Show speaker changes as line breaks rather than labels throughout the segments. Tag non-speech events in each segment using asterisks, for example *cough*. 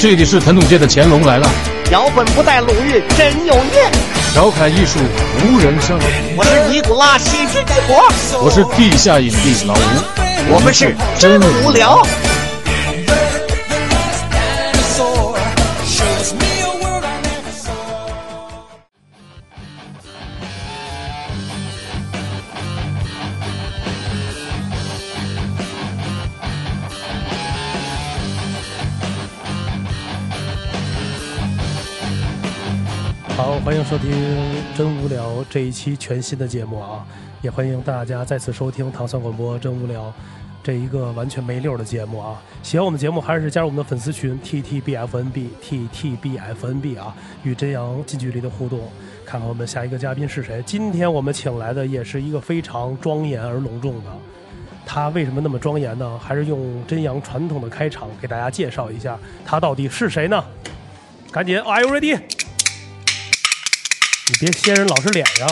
这里是传统界的乾隆来了，
脚本不带鲁豫真有韵。
调侃艺术无人生。
我是尼古拉喜剧之国，
我是地下影帝老吴，
我们是
真
无聊。
好，欢迎收听《真无聊》这一期全新的节目啊，也欢迎大家再次收听糖蒜广播《真无聊》这一个完全没溜儿的节目啊。喜欢我们节目，还是加入我们的粉丝群 T T B F N B T T B F N B 啊，与真阳近距离的互动，看看我们下一个嘉宾是谁。今天我们请来的也是一个非常庄严而隆重的，他为什么那么庄严呢？还是用真阳传统的开场给大家介绍一下，他到底是谁呢？赶紧，Are you ready？你别掀人老师脸上。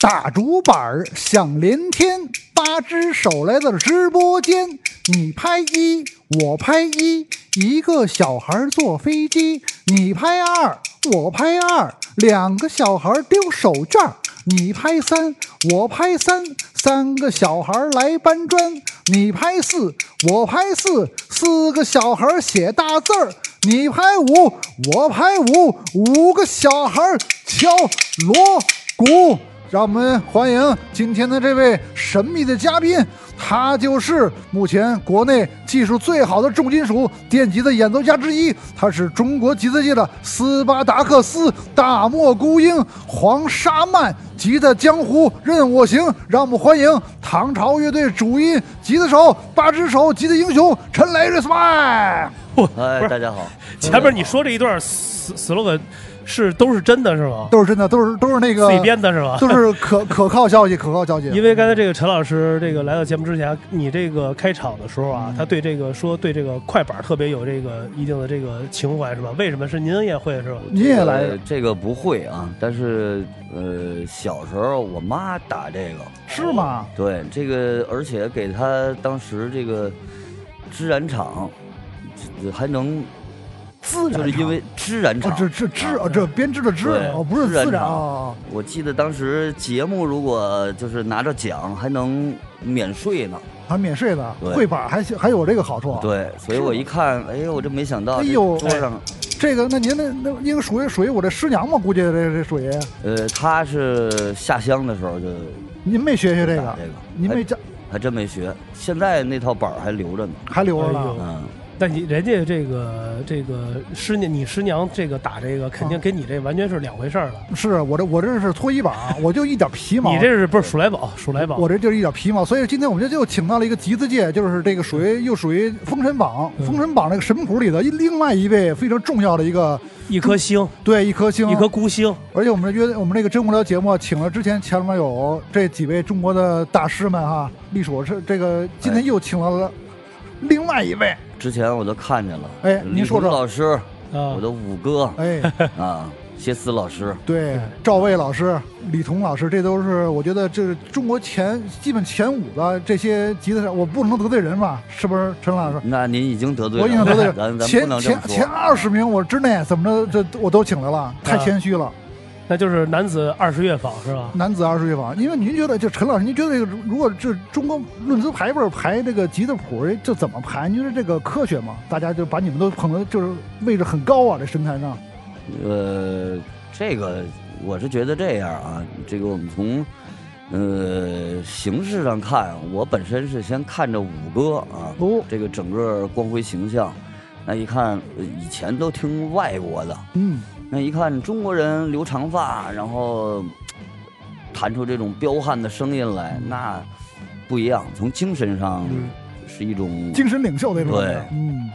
打竹板儿响连天，八只手来到了直播间，你拍一，我拍一，一个小孩儿坐飞机，你拍二，我拍二，两个小孩儿丢手绢儿，你拍三，我拍三，三个小孩儿来搬砖，你拍四，我拍四，四个小孩儿写大字儿，你拍五，我拍五，五个小孩儿敲锣鼓。让我们欢迎今天的这位神秘的嘉宾，他就是目前国内技术最好的重金属电吉他演奏家之一，他是中国吉他界的斯巴达克斯、大漠孤鹰、黄沙曼、吉他江湖任我行。让我们欢迎唐朝乐队主音吉他手、八只手吉他英雄陈雷瑞斯麦。
哎
不，是
大家好，
前面你说这一段 s- slogan 是都是真的是吗？
都是真的，都是都是那个
自己编的是吧？
都是可可靠消息，可靠消息。
因为刚才这个陈老师这个来到节目之前，你这个开场的时候啊，他对这个说对这个快板特别有这个一定的这个情怀是吧？为什么是您也会是吧？
你也来
呃这个不会啊，但是呃，小时候我妈打这个，
是吗？
对这个，而且给她当时这个织染厂这还能，
自
就是因为织染
哦
厂，，
这这织哦，这编织的织
对
哦，不是
自然
自然
长
哦，
我记得当时节目如果就是拿着奖还能免税呢，
还免税的，
对
绘板还还有这个好处啊。
对，所以我一看，哎呦，我这没想到，
哎
这
呦
桌上，
这个那您那那应该属于属于我这师娘嘛？估计这这属于
呃，他是下乡的时候就
您没学学这
打
个
这，个，
您没
还
这
还真没学，现在那套板儿还留着呢，
还留着
哎呦
呢。
嗯。
但你人家这个这个师娘，你师娘这个打这个肯定跟你这完全是两回事儿了。
是啊我这我这是搓衣板啊，我就一点皮毛。
你这是不是数来宝？数来宝，
我这就是一点皮毛，所以今天我们就就请到了一个吉字界，就是这个属于又属于《封神榜》
嗯
《封神榜》这个神谱里的一另外一位非常重要的一个
一颗星，
对一颗星，
一颗孤星，
而且我们这约我们这个真无聊节目啊，请了之前前面有这几位中国的大师们哈，历史我是这个今天又请到了另外一位，
之前我都看见了，
哎
李
您说说
老师，
啊
我的五哥
哎，
啊，歇斯老师， *laughs*
对，赵魏老师、李彤老师，这都是我觉得这是中国前基本前五的这些吉他手，我不能得罪人吧？是不是陈老师？
那您已经得罪
我已经得罪
啊咱
人，
咱不
前
能这
前
么
前
说。啊
二十名我之内怎么着这我都请来了，太谦虚了。
啊那就是男子二十乐坊是吧？
男子二十乐坊，因为您觉得就陈老师，您觉得这个如果这中国论资排辈儿排这个吉他谱，这怎么排？您觉得这个科学吗？大家就把你们都捧的，就是位置很高啊，这神坛上。
呃，这个我是觉得这样啊，这个我们从呃形式上看，我本身是先看着五哥啊，
哦，
这个整个光辉形象，那一看呃以前都听外国的，
嗯，
那一看中国人留长发，然后弹出这种彪悍的声音来，那不一样。从精神上
嗯
是一种，
精神领袖那种感觉
对。
嗯，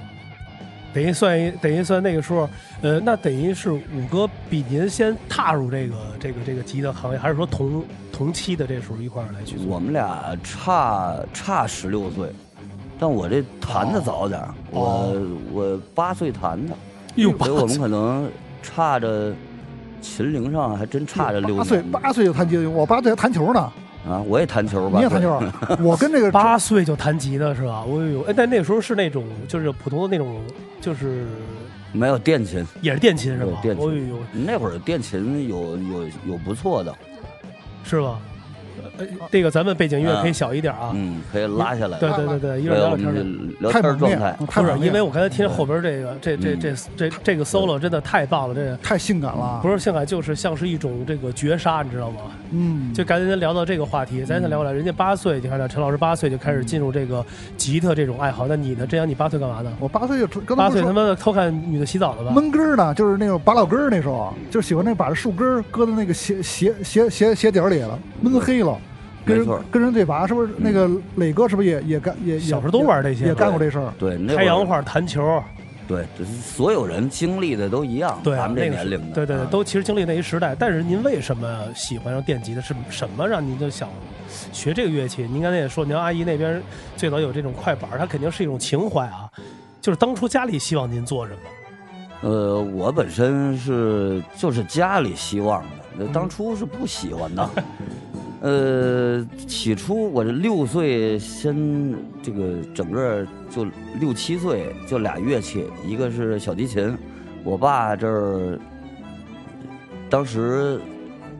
等于算一等于算那个时候，呃，那等于是五哥比您先踏入这个这个这个吉他行业，还是说同同期的这时候一块儿来去做？
我们俩差差十六岁，但我这弹的早点儿，
哦
我我八岁弹的，
哎呦
所以我们可能差着琴龄上还真差着六
嗯八
年。
岁八岁就弹吉他，我八岁还弹球呢，
啊，我也弹球吧，
你也弹球
对？
啊？ *laughs* 我跟这个
八岁就弹吉他是吧？我有哎，但那时候是那种就是普通的那种，就是
没有电琴，
也是电琴是吧？
对电琴
哦呦呦，
那会儿电琴有有有不错的，
是吧？呃，这个咱们背景音乐可以小一点啊。
嗯，可以拉下来。
对对对对，一会儿
还有
聊
我
聊天
们
儿
这
去。
聊
太
天儿
猛
状
烈
态，，
太
不
猛
是，
烈
因为我刚才听后边这个这这
嗯
这这这个 solo 真的太棒了，这
啊
个
太性感了，
不是性感就是像是一种这个绝杀，你知道吗？
嗯，
就刚才咱聊到这个话题，咱再聊回来，人家八岁，你看这陈老师八岁就开始进入这个吉他这种爱好，那你呢？这样你八岁干嘛呢？
我八岁就跟他
八
们
岁他
说。
妈的偷看女的洗澡了吧？
闷根儿呢，就是那种拔老根儿，那时候就喜欢那把树根儿搁在那个鞋鞋鞋鞋鞋底儿里了，闷黑了，跟
没错嗯
人跟人对拔，是不是？那个磊哥是不是也也干也也
小时候都玩这些
也也干过这事儿？
对，那
开
会
洋
儿
画、弹球，
对，这是所有人经历的都一样，
对啊，
咱们
那
这
个是
年龄的，
对对对
啊，
都其实经历那一时代。但是您为什么喜欢上电吉的？是什么让您就想学这个乐器？您刚才也说，您阿姨那边最早有这种快板儿，它肯定是一种情怀啊。就是当初家里希望您做什么？
呃，我本身是就是家里希望的，那当初是不喜欢的。呃，起初我这六岁先这个整个就六七岁就俩乐器，一个是小提琴，我爸这儿当时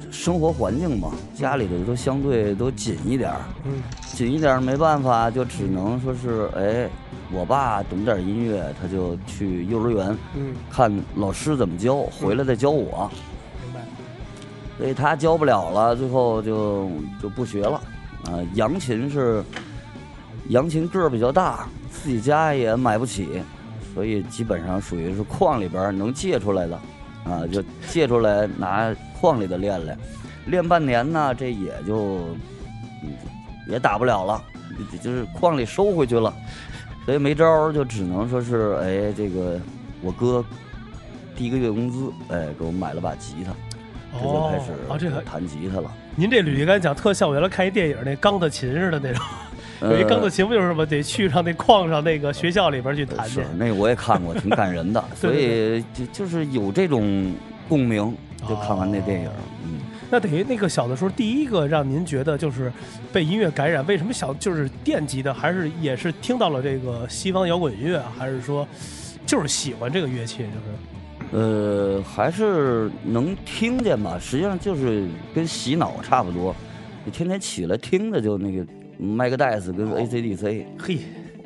生活环境嘛，家里头都相对都紧一点儿，
嗯，
紧一点儿没办法，就只能说是哎，我爸懂点儿音乐，他就去幼儿园。
嗯，
看老师怎么教，回来再教我。
嗯明白。
所以他教不了了，最后就就不学了。啊、扬琴是扬琴个儿比较大，自己家也买不起，所以基本上属于是矿里边儿能借出来的，啊、就借出来拿矿里的练练，练半年呢，这也就嗯也打不了了，就就是矿里收回去了，所以没招儿，就只能说是哎，这个我哥第一个月工资，哎，给我买了把吉他。这就开始
啊，这个
弹吉他了。
您这履历刚才讲特像我原来看一电影那钢的琴似的那种，
嗯
有一钢的琴不就是吗？得去上那矿上那个学校里边去
呃
弹去
是。那个我也看过，挺感人的，
*laughs* 对
所
对
以就就是有这种共鸣。就看完那电影
哦，
嗯，
那等于那个小的时候，第一个让您觉得就是被音乐感染，为什么小就是电吉的，还是也是听到了这个西方摇滚乐，啊还是说就是喜欢这个乐器，就是
呃，还是能听见吧。实际上就是跟洗脑差不多，你天天起来听着就那个麦克戴斯跟
哦
AC/DC，
嘿，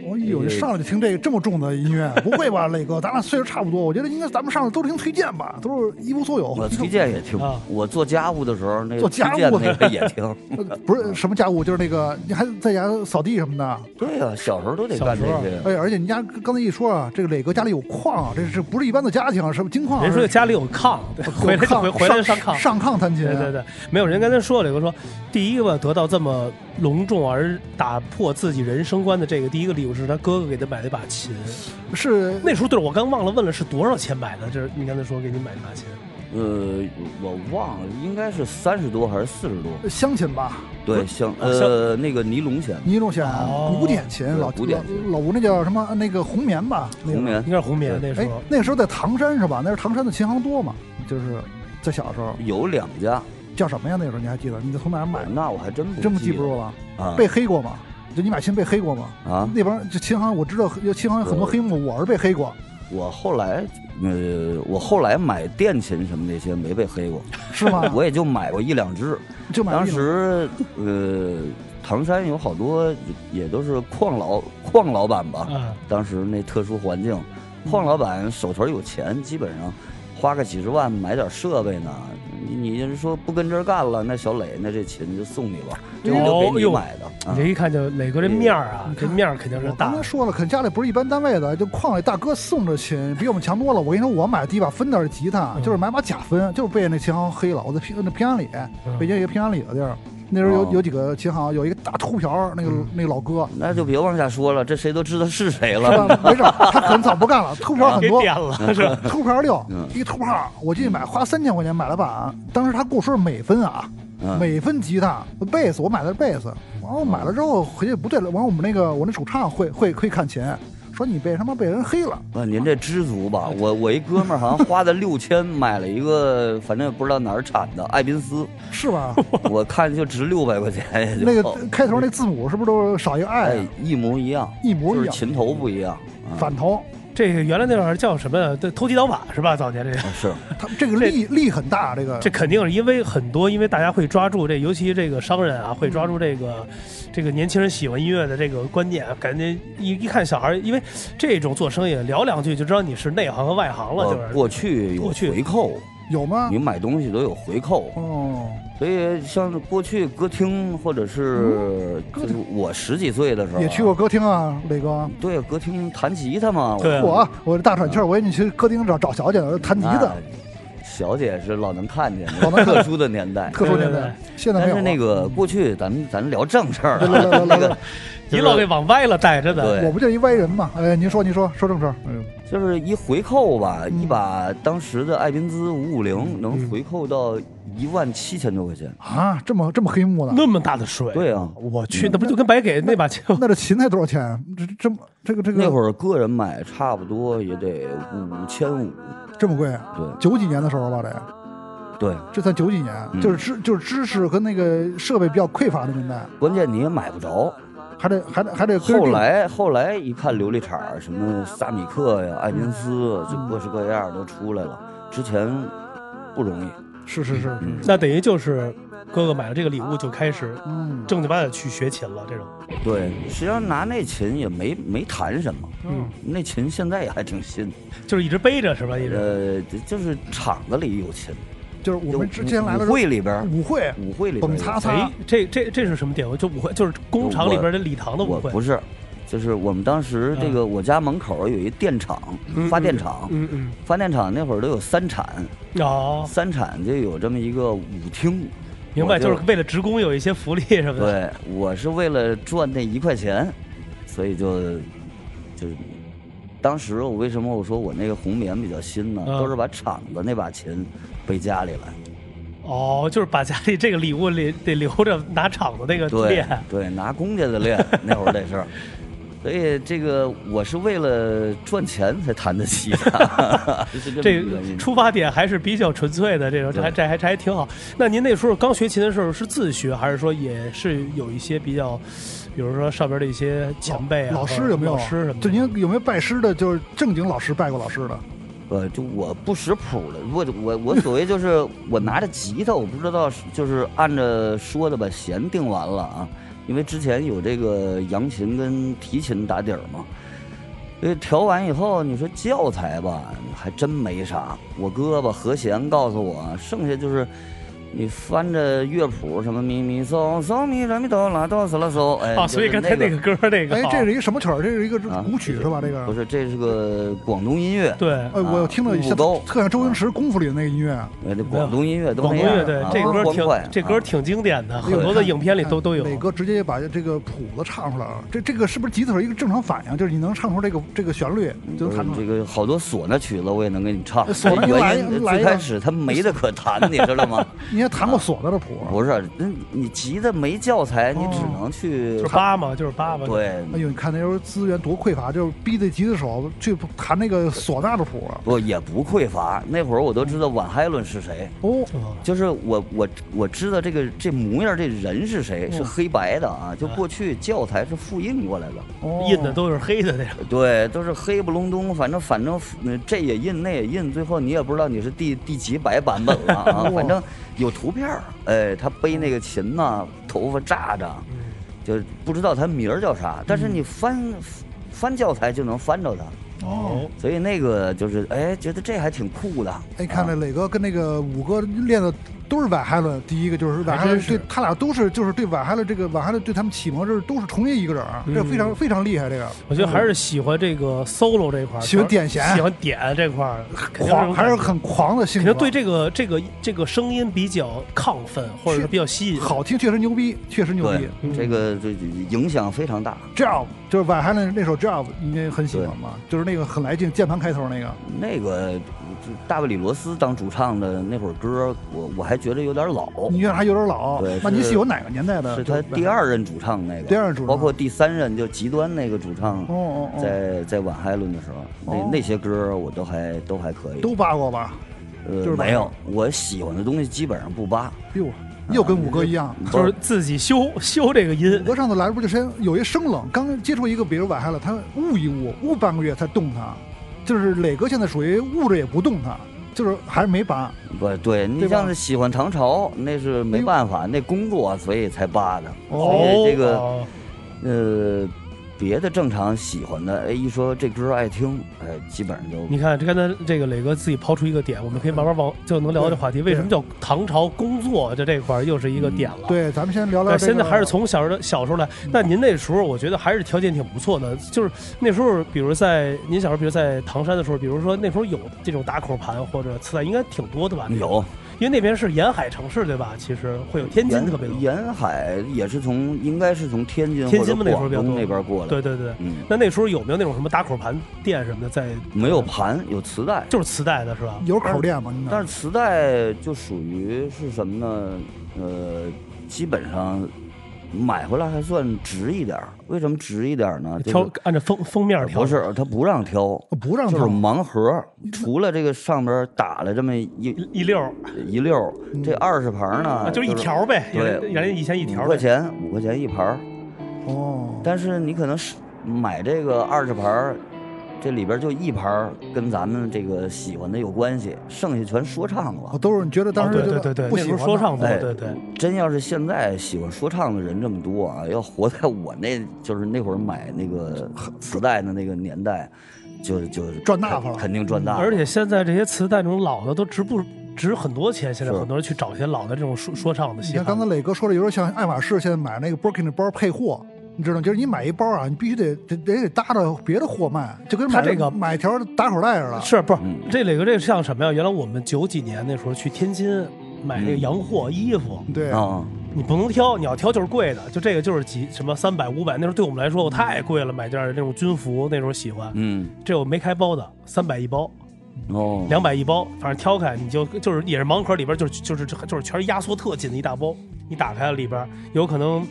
我有这哎上来就听这个这么重的音
*laughs*
乐，不会吧，磊哥？咱俩岁数差不多，我觉得应该咱们上来都是听崔健吧，都是一无所有。
我崔健也听
啊。
我做家务的时候，那个
做
崔
家
健
务
那个也
*laughs*
听。
呃 *laughs* 不是什么家务，就是那个你还在家扫地什么的。
对呀，小时候都得
小
干
时
这
候
些。
哎，而且您家刚才一说啊，这个磊哥家里有矿啊，这是不是一般的家庭啊？是不是金矿啊？
人说家里有炕，对回来就回回来就上啊炕。
上炕弹琴，啊
对对对，没有人跟他说了，有个说，第一个得到这么隆重而打破自己人生观的这个第一个礼物是他哥哥给他买了一把琴。
是
那时候对我刚忘了问了是多少钱买的，就是你刚才说给你买了一把琴，
呃，我忘了，应该是三十多还是四十多？
乡琴吧？
对，像
哦
呃那个尼龙弦，
啊尼龙弦
哦、
古典琴，
对
老
古典琴
老老吴那叫什么？那个红棉吧？那个
红。棉
应该是红棉那时
哎
候，。
那时候在唐山是吧？那是唐山的琴行多嘛？就是在小时候
有两家，
叫什么呀？那时候你还记得？你从哪儿买的？
那我还真不
真不
记
记不住了。
了啊
被黑过吗？就你买琴被黑过吗？
啊！
那帮就琴行，我知道有琴行有很多黑幕，我是被黑过，
我后来呃，我后来买电琴什么那些没被黑过，？
是吗
我也就买过一两只。
就 *laughs* 买了
当
一种
时呃，唐山有好多也都是矿老矿老板
啊
吧，
嗯，
当时那特殊环境，矿老板手头有钱，基本上花个几十万买点设备呢。你你要是说不跟这儿干了，那小磊那这琴就送你吧，这
哎呦
就给
哎
你
呦
买的。啊
你这一看就磊哥这面儿啊，这面儿肯定是
我
大
刚才
的。
说了，可家里不是一般单位的，就矿里大哥送的琴比我们强多了。我跟你说，我买的第一把芬达的吉他，
嗯
就是买把假分，就是被那琴行黑了。我在平那平安里，
嗯
北京有一个平安里的地儿，那时候有、
哦
有几个琴行，有一个大秃瓢儿，那个、
嗯
那个老哥，
那就别往下说了，这谁都知道是谁
是吧
*laughs*
了。 *laughs*
没事儿，他很啊早不干了，秃瓢儿很
给
多。
点了是吧？
秃瓢六
嗯，
一秃炮，我进去买花三千块钱买了把，当时他跟我说是美分啊，
嗯
美分吉他、贝斯，我买的是贝斯，完后买了之后回去不对了，完后我们那个我那主唱会会会看琴，说你被他妈被人黑了，
啊，您这知足吧！我我一哥们儿好像花的六千买了一个，反正也不知道哪儿产的爱宾
*laughs*
斯，
是
*laughs*
吧？
我看就值六百块钱也就。
那个开头那字母是不是都少一个爱
哎
啊？，
一模一样，
一模一
就是
样，
琴头不一样。啊
反头，
这个原来那玩意儿叫什么？对，偷鸡倒把是吧？早年这个。
啊是
他这个力力很大，这个
这肯定是因为很多，因为大家会抓住这，尤其这个商人啊，会抓住这个，这个年轻人喜欢音乐的这个观念啊，感觉一一看小孩儿，因为这种做生意聊两句就知道你是内行和外行了，就
呃
是。
过去有
过去
回扣，
有吗
你？买东西都有回扣，
哦，
所以像过去歌厅或者是就是我十几岁的时候啊
嗯也去过，歌厅啊，磊哥。
对歌厅弹吉他嘛，
对啊
我我这大喘气儿，我以为你去歌厅找找小姐呢，弹吉
那
他，
小姐是老能看见
老能看
的，特殊的年代。
特殊年
对对
代，现在
但
没有
是
了。
那个过去，咱们咱聊正事儿啊，
来来来来
那个
*laughs* 你老给往歪了带真的。
我
对，
不就一歪人嘛？哎，您说您说说正事儿，
就是一回扣吧，
嗯
一把当时的爱宾兹五五零能
嗯
回扣到一万七千多块钱。
啊，这么这么黑幕呢？
那么大的水，
对啊，
哦
我去，那不就跟白给那把枪？
那这琴才多少钱？啊这这么这个这个
那会儿个人买差不多也得五千五，
这么贵啊？
对
九几年的时候吧，得
对，
这才九几年，
嗯
就是知就是知识跟那个设备比较匮乏的年代，
关键你也买不着。
还得还得还得跟着
后
定
来后来一看琉璃厂儿什么萨米克呀、爱宾斯，就各式各样都出来了。之前不容易，
是是是，
嗯，
那等于就是哥哥买了这个礼物就开始
嗯
正经八百去学琴了，这种。
对，实际上拿那琴也没没弹什么，
嗯，
那琴现在也还挺新。
就是一直背着是吧？一直。
呃，就就是厂子里有琴，
就是我们之前来的时
舞
候
会啊里边儿，
舞会
舞会里边儿
蹦
有
擦
哎
擦，，
这这这是什么典故？就舞会，就是工厂里边的礼堂的舞
我
会。
不是，就是我们当时
嗯
这个我家门口有一电厂，
嗯
发电厂，
嗯嗯。
发电厂那会儿都有三产，
哦，
三产就有这么一个舞厅。
明白，
我
就是为了职工有一些福利什么的。
对，我是为了赚那一块钱，所以就就是当时我为什么我说我那个红棉比较新呢？
嗯
都是把厂子那把琴背家里来，
哦，就是把家里这个礼物里得留着拿厂子那个
对
练。
对，拿公家
*laughs*
的练那会儿这事儿。所以这个我是为了赚钱才弹的吉他，
*laughs*
是这
这
么一个
个
原因。
出发点还是比较纯粹的，这种这
对
还这还这还挺好。那您那时候刚学琴的时候是自学，还是说也是有一些比较，比如说上边的一些前辈啊、
老
或
师
者
有没有？
老师什么的？
就
啊
您有没有拜师的？就是正经老师拜过老师的？
呃，就我不识谱的， *laughs* 我我我所谓就是我拿着吉他，我不知道是就是按着说的把弦定完了啊，因为之前有这个扬琴跟提琴打底儿嘛，所以调完以后，你说教材吧，还真没啥，我哥吧和弦告诉我，剩下就是。你翻着乐谱，什么咪咪嗦嗦咪来咪哆啦哆嗦啦嗦，哎，
啊，所以
就
刚
是
才
那
那个歌儿那个哦
哎，
好，
这是一个什么曲儿？这是一个
啊
古曲是吧？这
不
个。
是，这是个广东音乐，
对
哎，我
啊
听着
步
像
高
特像周星驰《功夫》里的那个音乐，啊
呃，这广东音乐都
广
那
东
样
乐队
啊
这
不
歌
是光快
挺
啊
这歌挺经典的，
哎呦
很多的影片里都
看
都有。
磊哥直接把这个谱子唱出来了，这这个是不是吉他手一个正常反应？就是你能唱出这个这个旋律，
嗯
就能
就是
弹出来。
这个好多唢呐曲子我也能给你
呃
唱，啊
唢呐
原
来
因呃
来
最
一
开
个
始他没得可弹，你知道吗？
你也弹过唢呐的谱？啊
不是，那你急的没教材，你只
哦
能去
就是八嘛，就是八嘛。，
对。
哎呦，你看那时候资源多匮乏，就是逼着吉他手去弹那个唢呐的谱啊。
不也不匮乏，那会儿我都知道婉海伦是谁，
哦，
就是我我我知道这个这模样这人是谁，是黑白的啊，就
哦啊
过去教材是复印过来的，
哦，
印的都是黑的那种。
对，都是黑不隆咚，反正反正嗯这也印那也印，最后你也不知道你是第第几百版本了
*laughs*
啊反正有图片儿，哎，他背那个琴呐、头发炸着，
嗯
就不知道他名儿叫啥，但是你翻、翻教材就能翻着他，
嗯
哦。
所以那个就是哎，觉得这还挺酷的。
哎，看
啊
那磊哥跟那个五哥练的都是瓦海伦，第一个就是瓦海
还
伦
真是
对他俩都是就是对瓦海伦这个瓦海伦对他们启蒙这都是同一一个人儿，这
嗯
非常非常厉害这个。
我觉得还是喜欢这个 solo 这块儿，
喜欢点弦
喜欢点这块儿，肯定这
狂
种
还是
感觉
很狂的性
肯定
格，
对这个这个这个声音比较亢奋，或者是比较吸引。，
好听确实牛逼，确实牛逼
对。，
嗯
这个这影响非常大。
Job 就是瓦海伦那首 Job，你也很喜欢吗？就是那个很来劲，键盘开头那个。
那个就大卫·里罗斯当主唱的那会儿歌，我我还还觉得有点老，
你觉得还有点老啊
对？
那你
是
喜欢哪个年代
嗯
的？
是他
就
第。二任主唱那个，
第二任主唱
包括第三任就极端那个主唱，
哦哦哦，
在在晚海伦的时候，
哦
那那些歌我都还都还可以，
都扒过吧？
呃
就是
没有，我喜欢的东西基本上不扒，
哟，又跟五哥一
啊
样。
*laughs* 就是自己修修这个音
五，哥上次来不就先有一生冷，刚接触一个比如晚黑了，他捂一捂，捂半个月才动他。就是磊哥现在属于捂着也不动他，就是还是没拔。
不对，你
对吧
像是喜欢唐朝，那是没办法，那工作所以才扒的。
哦
所以这个
哎哦
呃，别的正常喜欢的，哎，一说这歌爱听，哎，基本上就
你看，这刚才这个磊哥自己抛出一个点，我们可以慢慢往就能聊到这话题。为什么叫唐朝工作？这这块儿又是一个点了。
对，咱们先聊聊、
那
这个。
现在还是从小时候小时候来，那您那时候我觉得还是条件挺不错的，就是那时候，比如在您小时候，比如在唐山的时候，比如说那时候有这种打口盘或者磁带，应该挺多的吧？，
嗯有
因为那边是沿海城市，对吧？其实会有天津特别多，
沿沿海也是从应该是从天津
天
或者
津嘛那时候
广
比较
东
多
那边过来，
对，对对。
嗯，
那那时候有没有那种什么打口盘店什么的在？
没有盘，有磁带，
就是磁带的是吧？啊
有口店吗？你
但是磁带就属于是什么呢？呃，基本上买回来还算值一点儿。为什么值一点儿呢？
挑
就是
按照封封面挑哦
不是他不让挑，
哦不让
就是
他
盲盒，除了这个上边打了这么一
一一溜儿
一溜儿，这二十盘呢，
嗯啊，就是一条呗，原
对
原来以前一条
五
呗
块钱，五块钱一盘儿。
哦，
但是你可能是买这个二十盘儿，这里边就一盘儿跟咱们这个喜欢的有关系，剩下全说唱
哦
了。
都是你觉得当
哦
时
对
就
对对对，
不
那
喜
时候
欢
说
他
唱多，
哎
对对，
真要是现在喜欢说唱的人这么多啊，要活在我那就是那会儿买那个磁带的那个年代，就就是
赚大发了
肯定赚大发。
嗯而且现在这些磁带这种老的都值不值很多钱，现在
是
很多人去找一些老的这种说说唱的
你
嘻
看刚才
哈。
磊哥说的，有点像爱马仕现在买那个 Birkin 的包配货，你知道吗，就是你买一包啊，你必须得得得得搭着别的货卖，就跟
他
买
这个
买条打口袋似的。
是不是
嗯
这磊哥这个像什么呀？原来我们九几年那时候去天津买那个
嗯
洋货衣服，
对，
啊，
你不能挑，你要挑就是贵的，就这个就是几什么三百五百，那时候对我们来说我太贵了，买件那种军服那时候喜欢，
嗯，
这我没开包的，三百一包，
哦，
两百一包，反正挑开你就就是也是盲盒里边就是就是就是全是压缩特紧的一大包，你打开了里边有可能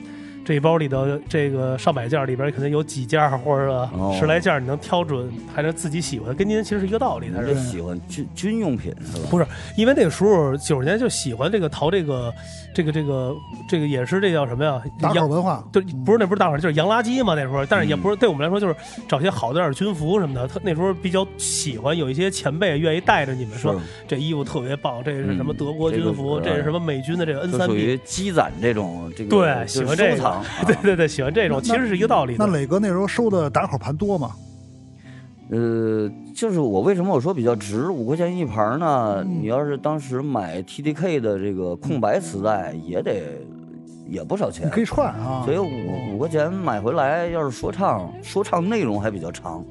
这一包里头这个上百件里边可能有几件或者
哦
十来件你能挑准，还是自己喜欢，跟您其实是一个道理。
你
它
这
是
喜欢军军用品是吧？
不是因为那个时候九十年代就喜欢这个淘这个这个这个这个也是这叫什么呀？
打口
洋
文化。
对，不是那不是大伙儿，就是洋垃圾嘛那时候，但是也
嗯
不是、对我们来说，就是找些好的点儿军服什么的。他那时候比较喜欢，有一些前辈愿意带着你们说
是
这衣服特别棒，这是
嗯
什么德国
这个
军服，
是
这是什么美军的这个 N
就
三
属
B，
于积攒这种这个
对，
就是
喜欢这
收
个，
藏，啊
*laughs* 对对对，喜欢这种，其实是一个道理
那
的。
磊哥那时候收的打口盘多吗？
呃，就是我为什么我说比较值，五块钱一盘儿呢？
嗯
你要是当时买 TDK 的这个空白磁带，也得也不少钱
你可。以串啊。
所以五五块钱买回来，要是说唱，说唱内容还比较长，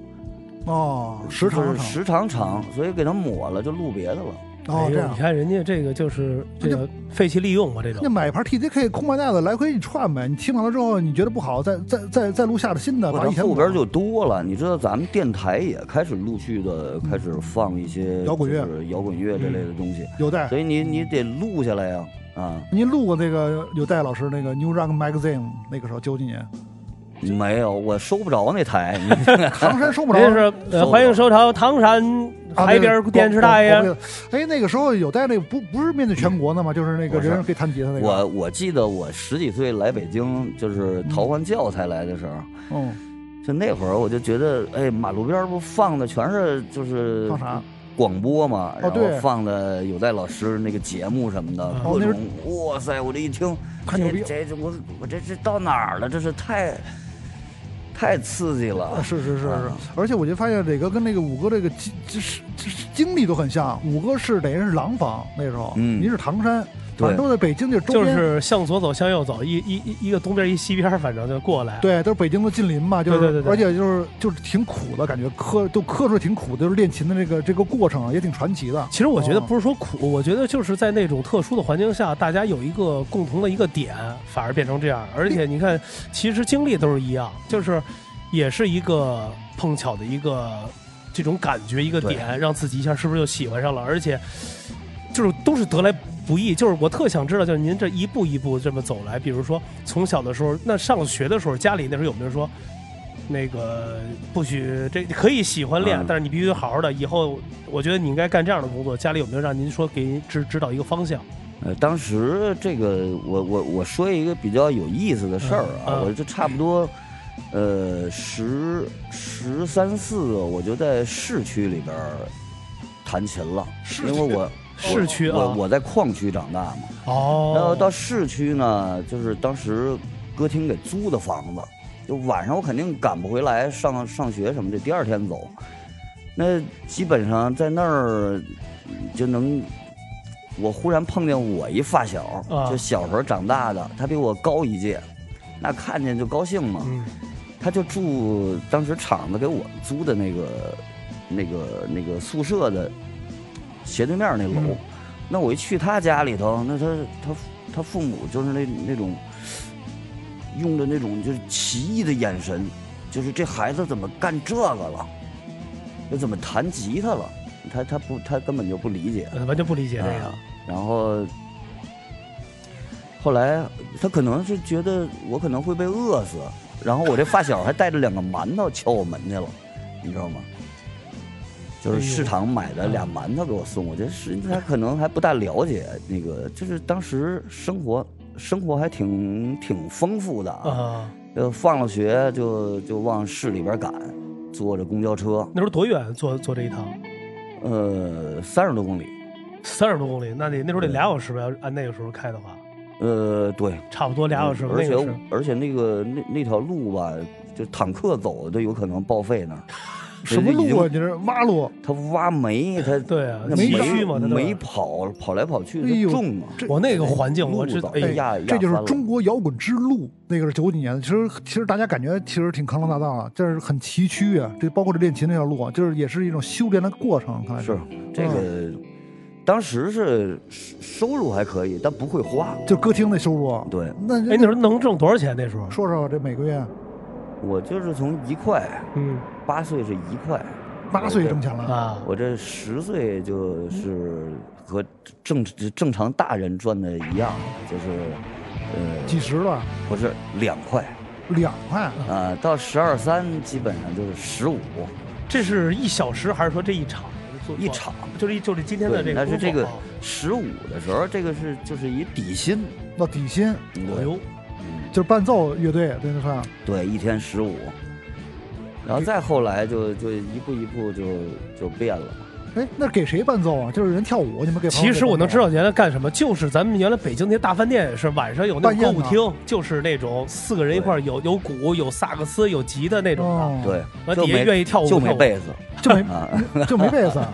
哦，时
就
长
是时长长，所以给它抹了就录别的了。
哦
哎
这
呦，
样
你。看人家这个就是这
那
个废弃利用嘛，这种
那买一盘 TDK 空白袋子来回一串呗，你听完了之后你觉得不好，再再再再录下的新的，
或
把
者
以前
后
抹
边就多了，你知道咱们电台也开始陆续的开始放一些
嗯摇滚乐、嗯
摇滚乐这类的东西，
有带
所。以你你得录下来呀啊。
您录过那个有戴老师那个 New Rock Magazine 那个时候九几年，
没有，我收不着那台。
唐山收不着。
这是呃，
收
欢迎收藏唐山
啊
海
对
边
对
电视台呀
我。我哎，那个时候有带那个不不是面对全国的嘛，就是那个
不是
人人可以弹吉他那
哦
个。
我我记得我十几岁来北京，就是淘换教材来的时候，
嗯，
就那会儿我就觉得，哎，马路边儿不放的全是就是
放啥？哦
广播嘛，然后
对嗯
放的有戴老师那个节目什么的，
哦
各
那
种，哇塞！我这一听，
太牛逼了
这这我我这这到哪儿了？这是太太刺
*laughs*
激了。
是是是是
啊，
而且我就发现磊哥跟那个五哥这个经经经经历都很像，五哥是等于是廊坊那时候，
嗯
您是唐山，
对
反正都在北京就是周
就
边，
是向左走，向右走，一一一一个东边一西边，反正就过来。
对，都是北京的近邻嘛，就是
对对对对
而且就是就是挺苦的感觉，磕都磕出来挺苦的，就是练琴的这个这个过程啊也挺传奇的。
其实我觉得
哦
不是说苦，我觉得就是在那种特殊的环境下，大家有一个共同的一个点，反而变成这样。而且你看，其实经历都是一样，就是也是一个碰巧的一个这种感觉，一个
对
点，让自己一下是不是就喜欢上了？而且就是都是得来不易，就是我特想知道，就是您这一步一步这么走来，比如说从小的时候，那上学的时候，家里那时候有没有说，那个不许这可以喜欢练，
嗯
但是你必须好好的，以后我觉得你应该干这样的工作，家里有没有让您说给指指导一个方向？
呃，当时这个我我我说一个比较有意思的事儿啊，
嗯嗯
我就差不多，呃，十十三四，我就在市区里边儿弹琴了，因为我
市区啊
我我在矿区长大嘛，
哦
然后到市区呢，就是当时歌厅给租的房子，就晚上我肯定赶不回来上上学什么的，第二天走。那基本上在那儿嗯就能，我忽然碰见我一发小，
啊
就小时候长大的，他比我高一届，那看见就高兴嘛。
嗯
他就住当时厂子给我们租的那个、那个、那个宿舍的斜对面那楼。
嗯
那我一去他家里头，那他他他父母就是那那种用的那种就是奇异的眼神，就是这孩子怎么干这个了？又怎么弹吉他了？他他不他根本就不理解。
呃完全不理解这个
啊，然后后来他可能是觉得我可能会被饿死，然后我这发小还带着两个馒头敲我门去了，你知道吗？就是市场买的俩馒头给我送过去，是他可能还不大了解那个，就是当时生活生活还挺挺丰富的啊，
啊，
呃，放了学就就往市里边赶，坐着公交车，
那时候多远坐坐这一趟？
呃，三十多公里，
三十多公里，那得那时候得俩小时吧？要按那个时候开的话，
呃，对，
差不多俩小时。
而
那
且
个是
而且那个那那条路吧，就坦克走都有可能报废那儿。
什么
已
路啊？
经
你这是挖路？
他挖煤，他
对啊，
那
煤
煤
崎岖嘛，那都是
煤跑跑来跑去，
哎呦
它重啊。
这
我那个环境，我
路
知道
走，
哎
哎
呀，
呀，
这就是
压翻了
中国摇滚之路，那个是九几年的。其实其实大家感觉其实挺坑坑大当的，这是很崎岖啊。这包括这练琴这条路啊，就是也是一种修炼的过程。看来
是
啊
这个，
嗯
当时是收收入还可以，但不会花。
就歌厅那收入啊。
对
那
哎，那时候能挣多少钱？那时候，
说说这每个月
我就是从一块，
嗯
八岁是一块，
八岁挣钱了，
啊，
我这十岁就是和正正常大人赚的一样，就是呃
几十了，
不是两块。
两块。
啊，到十二三基本上就是十五
这是一小时还是说这一场？
一场。
就是一就是今天的这
对，
个
但是
工
这
作
个
啊
十五的时候，这个是就是以底薪，
那底薪
哎
对，
呦，
嗯
就是伴奏乐队，对不对？
对，一天十五，然后再后来就就一步一步就就变了。
哎，那给谁伴奏啊？就是人跳舞，你们给朋
其
友
实我能知道
伴奏啊。
你原来干什么，就是咱们原来北京那些大饭店也是晚上有那
半
种
夜
歌
呢
舞厅，就是那种四个人一块儿有有鼓有萨克斯有吉他那种的，
哦，
对，
完
就
底下
没
愿意跳舞
就
跳
没
舞
被子
就没
啊。 *laughs*
就没贝斯啊，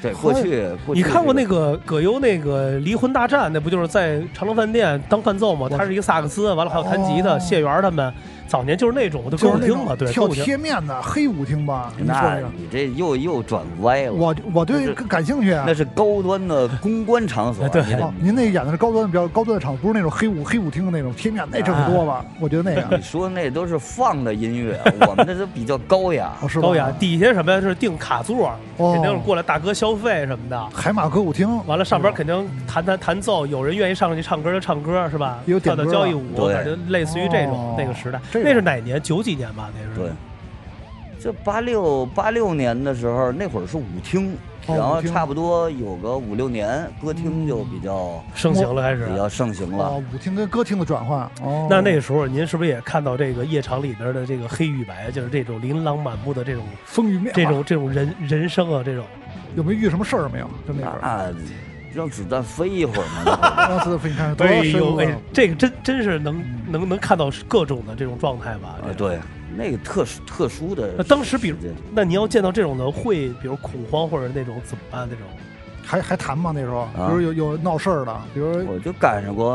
对，过去过去
你看过那
这
个葛优那个《离婚大战》，那不就是在长隆饭店当伴奏吗？他是一个萨克斯，完了还有弹吉他，
哦
谢元他们早年就是那种的歌
就
舞
是那
厅嘛，
种
对，歌
跳
舞厅。
贴面的黑舞厅吧？你说
那
这个，
你这又又转歪了，
我我对
那是
感兴趣啊
那。是高端的公关场所，
哎对
你得
哦，您那演的是高端比较高端的场，不是那种黑舞黑舞厅的那种贴面，那挣得多吧？
哎
我觉得
*laughs*
那个
你说那都是放的音乐，我们这都比较高雅。
哦是吧
高雅底下什么呀？就是订卡座，
哦
肯定是过来大哥消费什么的。
海马歌舞厅，
完了上边肯定弹弹弹奏，有人愿意上去唱歌就唱歌是吧？
有
跳
点
跳交
歌
谊舞，
对
反正类似于这种
哦
那个时代。
这种
那是哪年？九几年吧，那是。
对，嗯这八六八六年的时候，那会儿是舞厅，
哦
然后
舞厅
差不多有个五六年，歌厅就比较、
盛行了开始。
比较盛行了。
哦，舞厅跟歌厅的转换。哦，
那那时候您是不是也看到这个夜场里边的这个黑与白，就是这种琳琅满目的这种
风雨面
这种这种人人生啊，这种
有没有遇什么事儿没有？就那会
*laughs*
儿，
那啊让子弹飞一会儿嘛那会儿。
当时的你看多
哎
深
呦
入
喂、
啊！
这个真真是
嗯
能能能看到各种的这种状态吧？
啊，对，那个特殊特殊的。
那当时比如
间，
那你要见到这种的，会比如恐慌或者那种怎么办？那种
还还谈吗？那时候，比如有有闹事儿的，比如
啊我就赶上过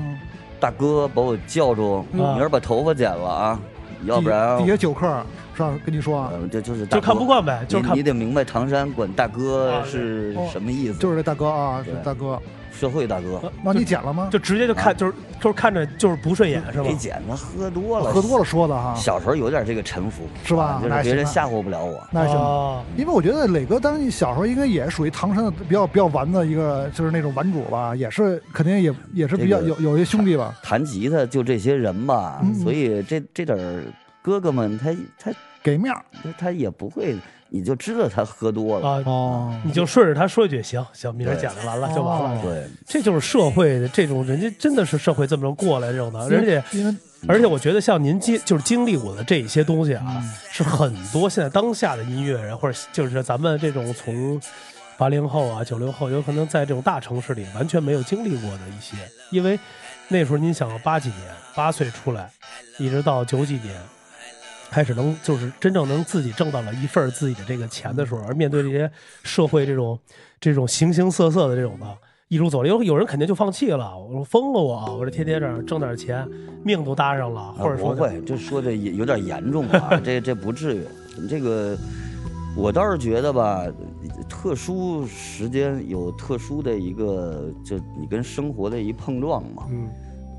嗯
大哥把我叫住，你明儿把头发剪了啊，要不然
底底下酒客是吧？跟你说啊，
呃这就是大
就
哥
看不。惯呗，
你
就是看
你得明白唐山管大
啊
哥
对
是
哦
什么意思。
就是这大哥啊，是
对
大哥，
学会大哥，
那你剪了吗？
就直接就看，就是就是看着就是不顺眼是吧
没？捡他喝多了，
喝多了说的哈，
小时候有点这个沉浮，
是吧
啊就
那
是别人
啊行啊
吓唬不了我。
那行。
啊，
因为我觉得磊哥当时小时候应该也属于唐山的比较比较玩的一个，就是那种玩主吧，也是肯定也也是比较
这个
有有些兄弟吧，
弹吉他就这些人吧，
嗯
所以这这点儿哥哥们他他
给面儿
他他也不会，你就知道他喝多了。
啊，
哦
你就顺着他说一句，行行，明儿讲就完了就完了。
对，
这就是社会的这种，人家真的是社会这么着过来这种的，而且
因为
而且我觉得像您经就是经历过的这一些东西啊，是很多现在当下的音乐人或者就是咱们这种从八零后啊九零后，有可能在这种大城市里完全没有经历过的一些，因为那时候您想八几年八岁出来，一直到九几年。开始能就是真正能自己挣到了一份儿自己的这个钱的时候，而面对这些社会这种这种形形色色的这种的，一路走了，有有人肯定就放弃了，我说疯了我，我这天天这儿挣点钱，命都搭上了，
啊
或者说
不会，这说的也有点严重
*laughs*
啊，这这不至于。这个我倒是觉得吧，特殊时间有特殊的一个，就你跟生活的一碰撞嘛。
嗯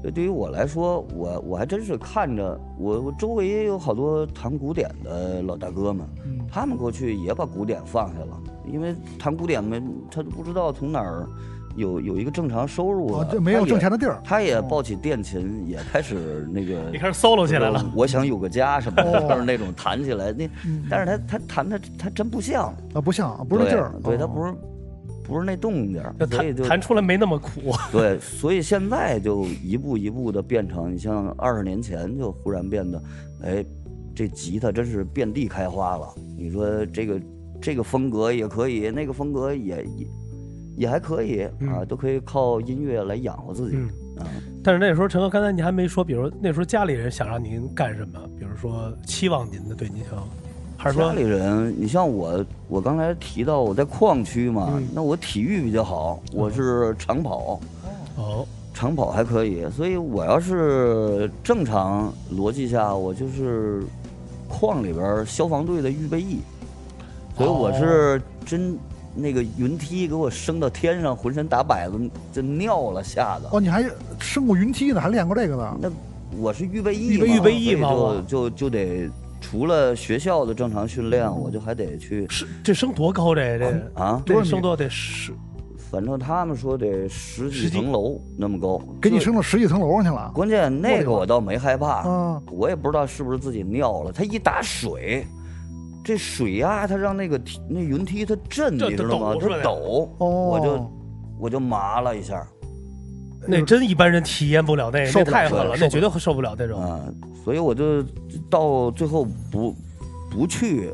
这对于我来说，我我还真是看着我我周围也有好多弹古典的老大哥们，
嗯
他们过去也把古典放下了，因为弹古典没他都不知道从哪儿有有一个正常收入
啊
了，
这没有
他也
挣钱的哦地儿
他也抱起电琴，也开始那个
你开始 solo 起来了，
我想有个家什么的，
哦
就是那种弹起来那，
嗯
但是他他弹的他真不像，
啊不像不是那劲儿，
对对他
哦
不是不是那动静儿，
就
所以
弹
就
弹出来没那么苦，
对，所以现在就一步一步的变成，你像二十年前就忽然变得，哎，这吉他真是遍地开花了。你说这个这个风格也可以，那个风格也也也还可以啊，都可以靠音乐来养活自己
嗯
啊。
但是那时候陈哥，刚才您还没说，比如那时候家里人想让您干什么，比如说期望您的对您想，还是
家
说
里人，你像我，我刚才提到我在矿区嘛，
嗯
那我体育比较好，我是长跑。
哦
长跑还可以，所以我要是正常逻辑下，我就是矿里边儿消防队的预备役，所以我是真那个云梯给我升到天上，浑身打摆子就尿了，吓得。
哦，你还升过云梯呢，还练过这个呢，
那我是预备
预
役嘛，
备预备役嘛
所
我
以就就就得除了学校的正常训练，我就还得去
是这升多高这这
啊，
这升多得十
反正他们说得十几
十几
层楼那么高，
给你
就
升到十几层楼上去了，
关键那个我倒没害怕，
啊
我也不知道是不是自己尿了。他一打水，这水呀、它让那个梯那云梯它震，
这
你知道吗？
抖是吧
它抖，
哦
我就我就麻了一下
那真一般人体验不了那，
受
那
不了
太狠了，
受不了
那绝对受不了那种。
嗯
啊，所以我就到最后不不去，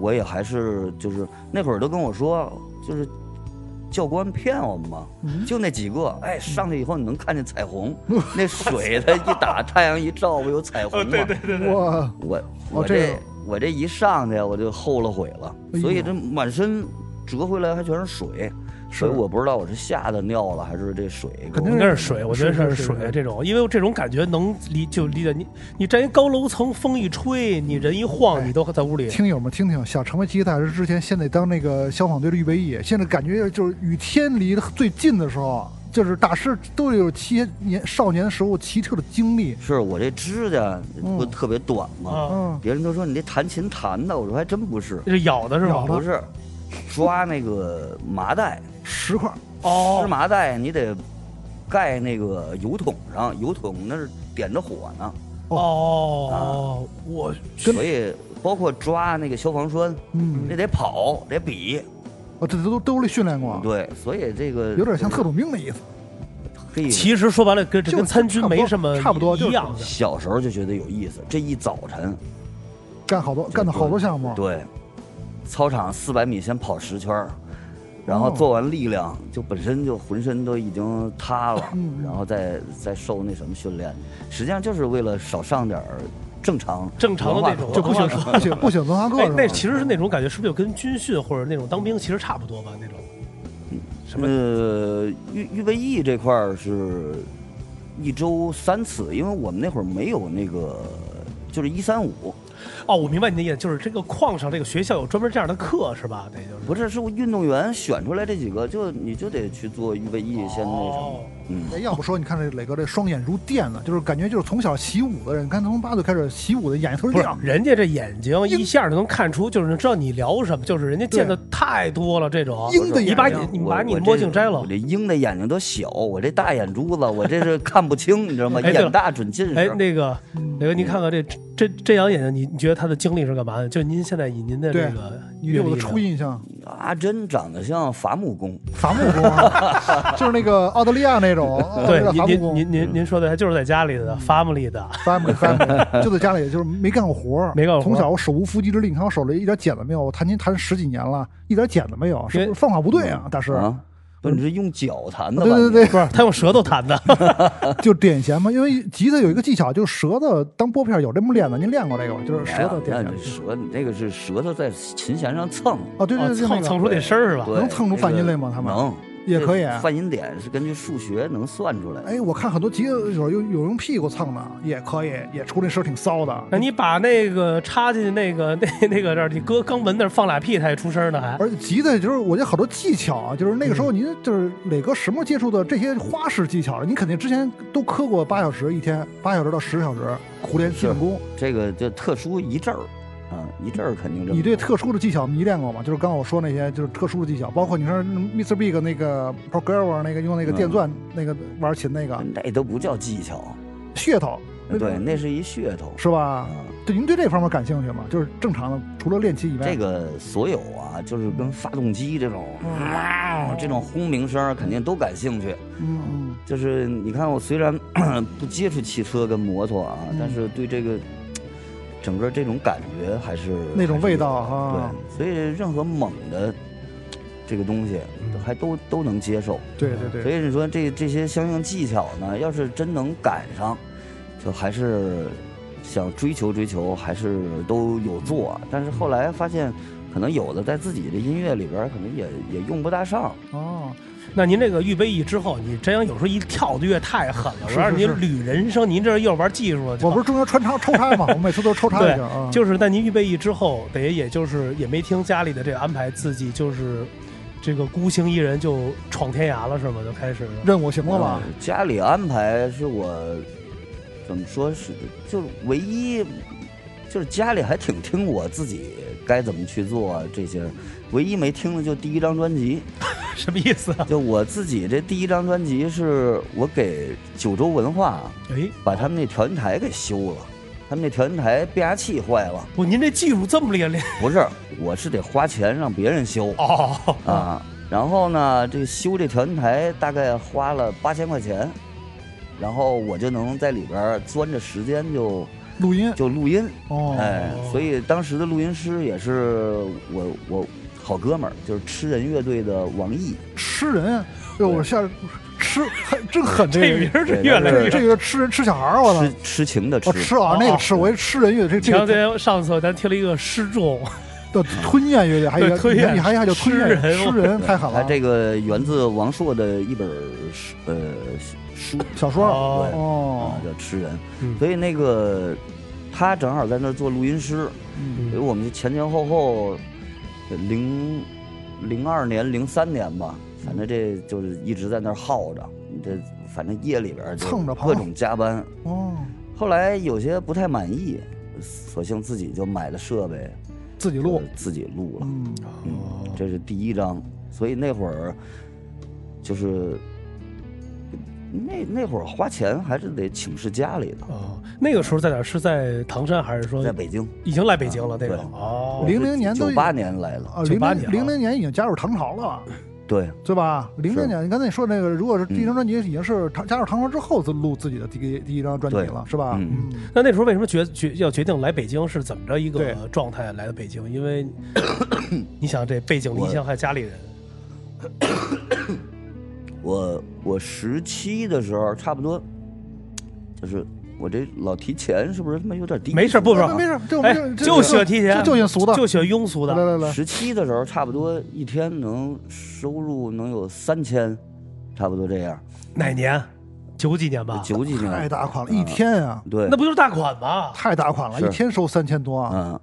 我也还是就是那会儿都跟我说，就是教官骗我们嘛，
嗯
*laughs* 就那几个，哎，上去以后你能看见彩虹，
*laughs*
那水它一打太阳一照不有
哦
彩虹吗？
哇，
我我
哦这
这、
个
我这一上去我就后了悔了，
哎呦
所以这满身折回来还全是水，所以我不知道我是吓得尿了还是这水给
肯
我
定
应该是水，我觉得是
是是是
水这种，因为这种感觉能理就理解你。你站一高楼层，风一吹，你人一晃，你都在屋里。
听友们听听，想成为吉他大师之前，先得当那个消防队的预备役。现在感觉就是与天离得最近的时候，就是大师都有些年少年时候奇特的经历。
是我这指甲不
嗯
特别短吗？
啊，
嗯，
别人都说你这弹琴弹的，我说还真不是，
是咬的是
咬
吗？
不是，抓那个麻袋，
十块，哦
哦
湿麻袋你得盖那个油桶上，油桶那是点着火呢，
啊
哦，我去
所以包括抓那个消防栓，
嗯，
那得跑得比，
哦，这都都得训练过，
对，所以这个
哦有点像特种兵的意思。
可以。
其实说白了，跟这
就
跟参军没什么
差不多
一样的。
小时候就觉得有意思，这一早晨，
干好多干的好多项目，
对，操场四百米先跑十圈儿，然后
哦
做完力量，就本身就浑身都已经塌了，
嗯
然后再再受那什么训练，实际上就是为了少上点儿正常
正常的那种
文化
就不选
文化
不选不选文化课
哎
是，吧？
那其实是那种感觉，是不是就跟军训或者那种当兵其实差不多吧？那种什么
呃，预预备役这块儿是一周三次，因为我们那会儿没有那个就是一三五，
哦，我明白你的意思，就是这个矿上这个学校有专门这样的课是吧？那就是
不是，是运动员选出来这几个，就你就得去做预备役，先那什
哦
么。嗯，
哎要不说你看这磊哥这双眼如电呢，就是感觉就是从小习武的人，你看从八岁开始习武的眼睛特别
不是
亮，，
人家这眼睛一下就能看出，就是知道你聊什么，就是人家见的太多了这种。
鹰的
你
眼
把
睛
你你
我
把你
我
的墨
这
镜摘了
我，这鹰的眼睛都小，我这大眼珠子，我这是看不清，你知
*laughs*
道吗？
哎对了
眼大准近视。
哎，那个磊哥，您看看这这这两眼睛，你你觉得他的经历是干嘛的？就您现在以您的这
对
个
你
阅
对
历呢，
我的初印象，
阿珍啊长得像伐木工，
伐木工啊， *laughs* 就是那个奥地利亚那
*laughs*
种，啊
对
那个
您
伐木
您
工
您您您说的，他就是在家里
嗯
的 family 的， *laughs*
，family family，就在家里就是没干过活儿
没干过活儿
从小我手无缚鸡之力，你看我手里一点茧子没有，我弹琴弹十几年了，一点茧子没有，是
因
不
为
是方法不对啊，大师？
啊，不，你是用脚弹的
对
吧？
对对，不是
他用舌头弹的。
就点弦嘛，因为吉他有一个技巧，就是舌头当拨片有这么练的，您练过这个吗？就是
你，
舌头
哎呀
点
你看这
弦。
舌，你这个是舌头在琴弦上蹭，
哦，对对
哦
对，就那
蹭
个
蹭出这声儿是吧？
对
能蹭出泛音来吗
这个
他们
能，
也可以啊
这泛音点是根据数学能算出来的。
哎，我看很多吉他手有有用屁股蹭的，也可以，也出这声儿挺骚的。
那你把那个插进那个那那个这儿，你搁肛门那儿放俩屁，它也出声呢，还。
而且吉他就是我觉得好多技巧啊，就是那个时候您就是磊哥什么时候接触的这些花式技巧了？你肯定之前都磕过八小时一天，八小时到十小时苦练基本功。
这个就特殊一阵儿，啊，一阵儿肯定这么
你对特殊的技巧迷恋过吗？就是刚刚我说那些就是特殊的技巧，包括你说 Mr. Big 那个 p o g r a m 那个用那
嗯
个电钻、那个玩琴那个
那都不叫技巧，
噱头，那
嗯对，那是一噱头。
是吧
啊？，
对，您对这方面感兴趣吗？就是正常的，除了练琴以外，
这个所有啊，就是跟发动机这种喵这种轰鸣声儿肯定都感兴趣。
嗯嗯，
就是你看，我虽然 *clears throat* 不接触汽车跟摩托啊，
嗯
但是对这个整个这种感觉还是
那种味道啊
还
哈
是有的对，所以任何猛的这个东西
嗯
还都都能接受。
对对
所
对，
以你说这这些相应技巧呢，要是真能赶上，就还是想追求追求，还是都有做。但是后来发现，可能有的在自己的音乐里边儿，可能也也用不大上。
哦，
那您这个预备役之后，你真要有时候一跳的越太狠了，
是
我让
是
您
是
捋人生，您这又玩技术了。
我不是中间穿插抽插
*laughs*
吗？我每次都抽插一下啊，
就是在您预备役之后，得也就是也没听家里的这个安排，自己就是这个孤行一人就闯天涯了，是吗？就开始
*laughs*
了
任务行了吧？
嗯家里安排是我怎么说是，就是唯一，就是家里还挺听我自己该怎么去做啊这些，唯一没听的就第一张专辑。
什么意思啊？
就我自己这第一张专辑是我给九州文化
哎，
把他们那调音台给修了，他们那调音台变压器坏了，
不，您这技术这么厉害厉害
不是，我是得花钱让别人修
哦，
啊。然后呢，这修这调音台大概花了八千块钱，然后我就能在里边儿钻着时间就
录音
就录音，
哦，
哎，所以当时的录音师也是我我好哥们儿，就是吃人乐队的王毅，
吃人，哎呦，我下吃还真
*laughs*
狠
这名
这个，
儿是越来
这
越
个这个吃人吃小孩儿，我操
吃！痴情的
哦，
痴，
吃啊，那
哦
个吃，我一吃人乐队，这
前两
这个
天上次咱听了一个失重，
的吞咽乐队，还有一个
嗯对吞咽
你还还叫吞咽
吃人
吃人，太狠
他
了。
这个源自王朔的一本书呃书，
小说
哦
哦
啊，，叫吃人。
嗯
所以那个他正好在那儿做录音师，
嗯
所以我们就前前后后零零二年、零三年吧，反正这就是一直在那儿耗着，这反正夜里边儿就
蹭着跑
各种加班。
哦，
后来有些不太满意，索性自己就买了设备，
自己
就
录
是，自己
哦
录了。
嗯，
嗯，这是第一张，所以那会儿就是那那会儿花钱还是得请示家里的，
哦，那个时候在哪儿？是在唐山还是说
在北京。
已经来北京了
啊
那种
对？
哦，
00年都
九
已
八年来了，
啊，零
98
零
年
零
啊
零年已经加入唐朝了，
对，
对吧？零零
是
年，你刚才你说那个，如果是第一张
嗯
专辑已经是唐加入唐朝之后，自录自己的第一第一张专辑
对
了，是吧？
嗯
嗯，
那那时候为什么决决要决定来北京？是怎么着一
对
个状态来的北京？因
*coughs*
为你想这背井离乡还有家里人，
我我十七的时候，差不多，就是我这老提钱是不是他妈有点低？
没事不说
没事，这我
哎
们这，这
就喜欢提前，
就就挺俗的，
就喜欢庸俗
来
的。
来来来，
十七的时候，差不多一天能收入能有三千，差不多这样。
哪年？九几年吧？
九几年
太大款了，一天啊，
对
那，不就是大款吗？
太大款了，
嗯是
一天收三千多啊，
嗯，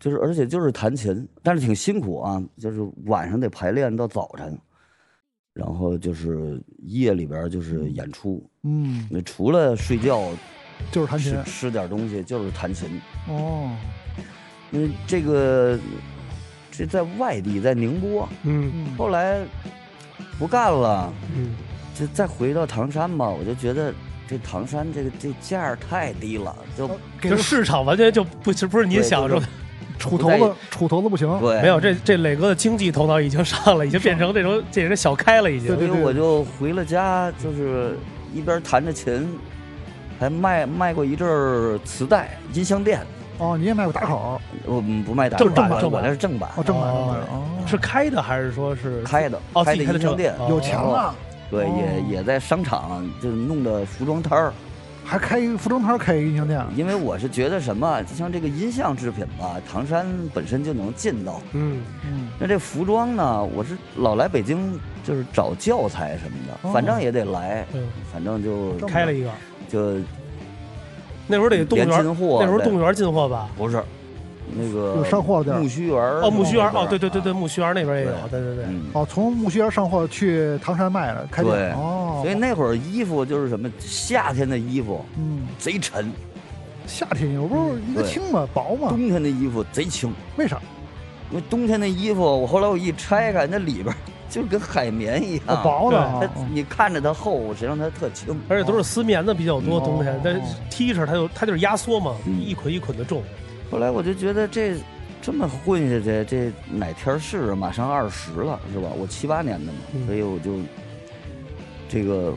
就是而且就是弹琴，但是挺辛苦啊，就是晚上得排练到早晨，然后就是夜里边就是演出，
嗯，
那除了睡觉
就是弹琴
啊
吃。吃点东西就是弹琴，
哦，
因为这个这在外地在宁波，
嗯
嗯
后来不干了，
嗯
就再回到唐山吧，我就觉得这唐山这个这价儿太低了，就
这
给他
市场完全嗯就不是不是你
对
想
就
出的，
杵
是
头
不
子，杵头子不行。
对
没有这这磊哥的经济头脑已经上了，已经变成这种这也是小开了已经
对。
所以我就回了家，就是一边弹着琴，还卖卖过一阵儿磁带、音像店。
哦，你也卖过打口，
我们不卖打
正
版
版正版
我那是正版，
哦，正版正版
哦
哦，
是开的还是说是
开的，
哦自
的
己开的
音像店
正，版
有钱了，
对，也
哦
也在商场就弄的服装摊儿。
还开一个服装摊儿，开一个音像店。
因为我是觉得什么，就像这个音像制品吧，唐山本身就能进到。
嗯
嗯，
那这服装呢，我是老来北京就是找教材什么
哦
的，反正也得来，
嗯
反正就
开了一个，
就
那时候得动物
连
园，
进货，
那时候
对
动物园进货吧？
不是，那个
有上货的地儿
木须园儿
哦，木须园哦，对对对，
啊
对，木须园那边也有，对对对，
嗯，
哦，从木须园上货去唐山卖了，开
对
店。哦，
所以那会儿衣服就是什么，夏天的衣服
嗯，
贼沉，
夏天有不是一个
嗯对
轻嘛，薄嘛，
冬天啊的衣服贼轻，
为啥？
因为冬天的衣服我后来我一拆开，那里边儿就是跟海绵一样，
哦薄的啊
它。你看着它厚，谁让它特轻？
而且都是丝棉的比较多，
嗯
冬天
哦，
但 T 恤它就它就是压缩嘛，
嗯
一捆一捆的重，
后来我就觉得这这么混下去，这哪天是啊马上二十了是吧？我七八年的嘛，
嗯
所以我就这个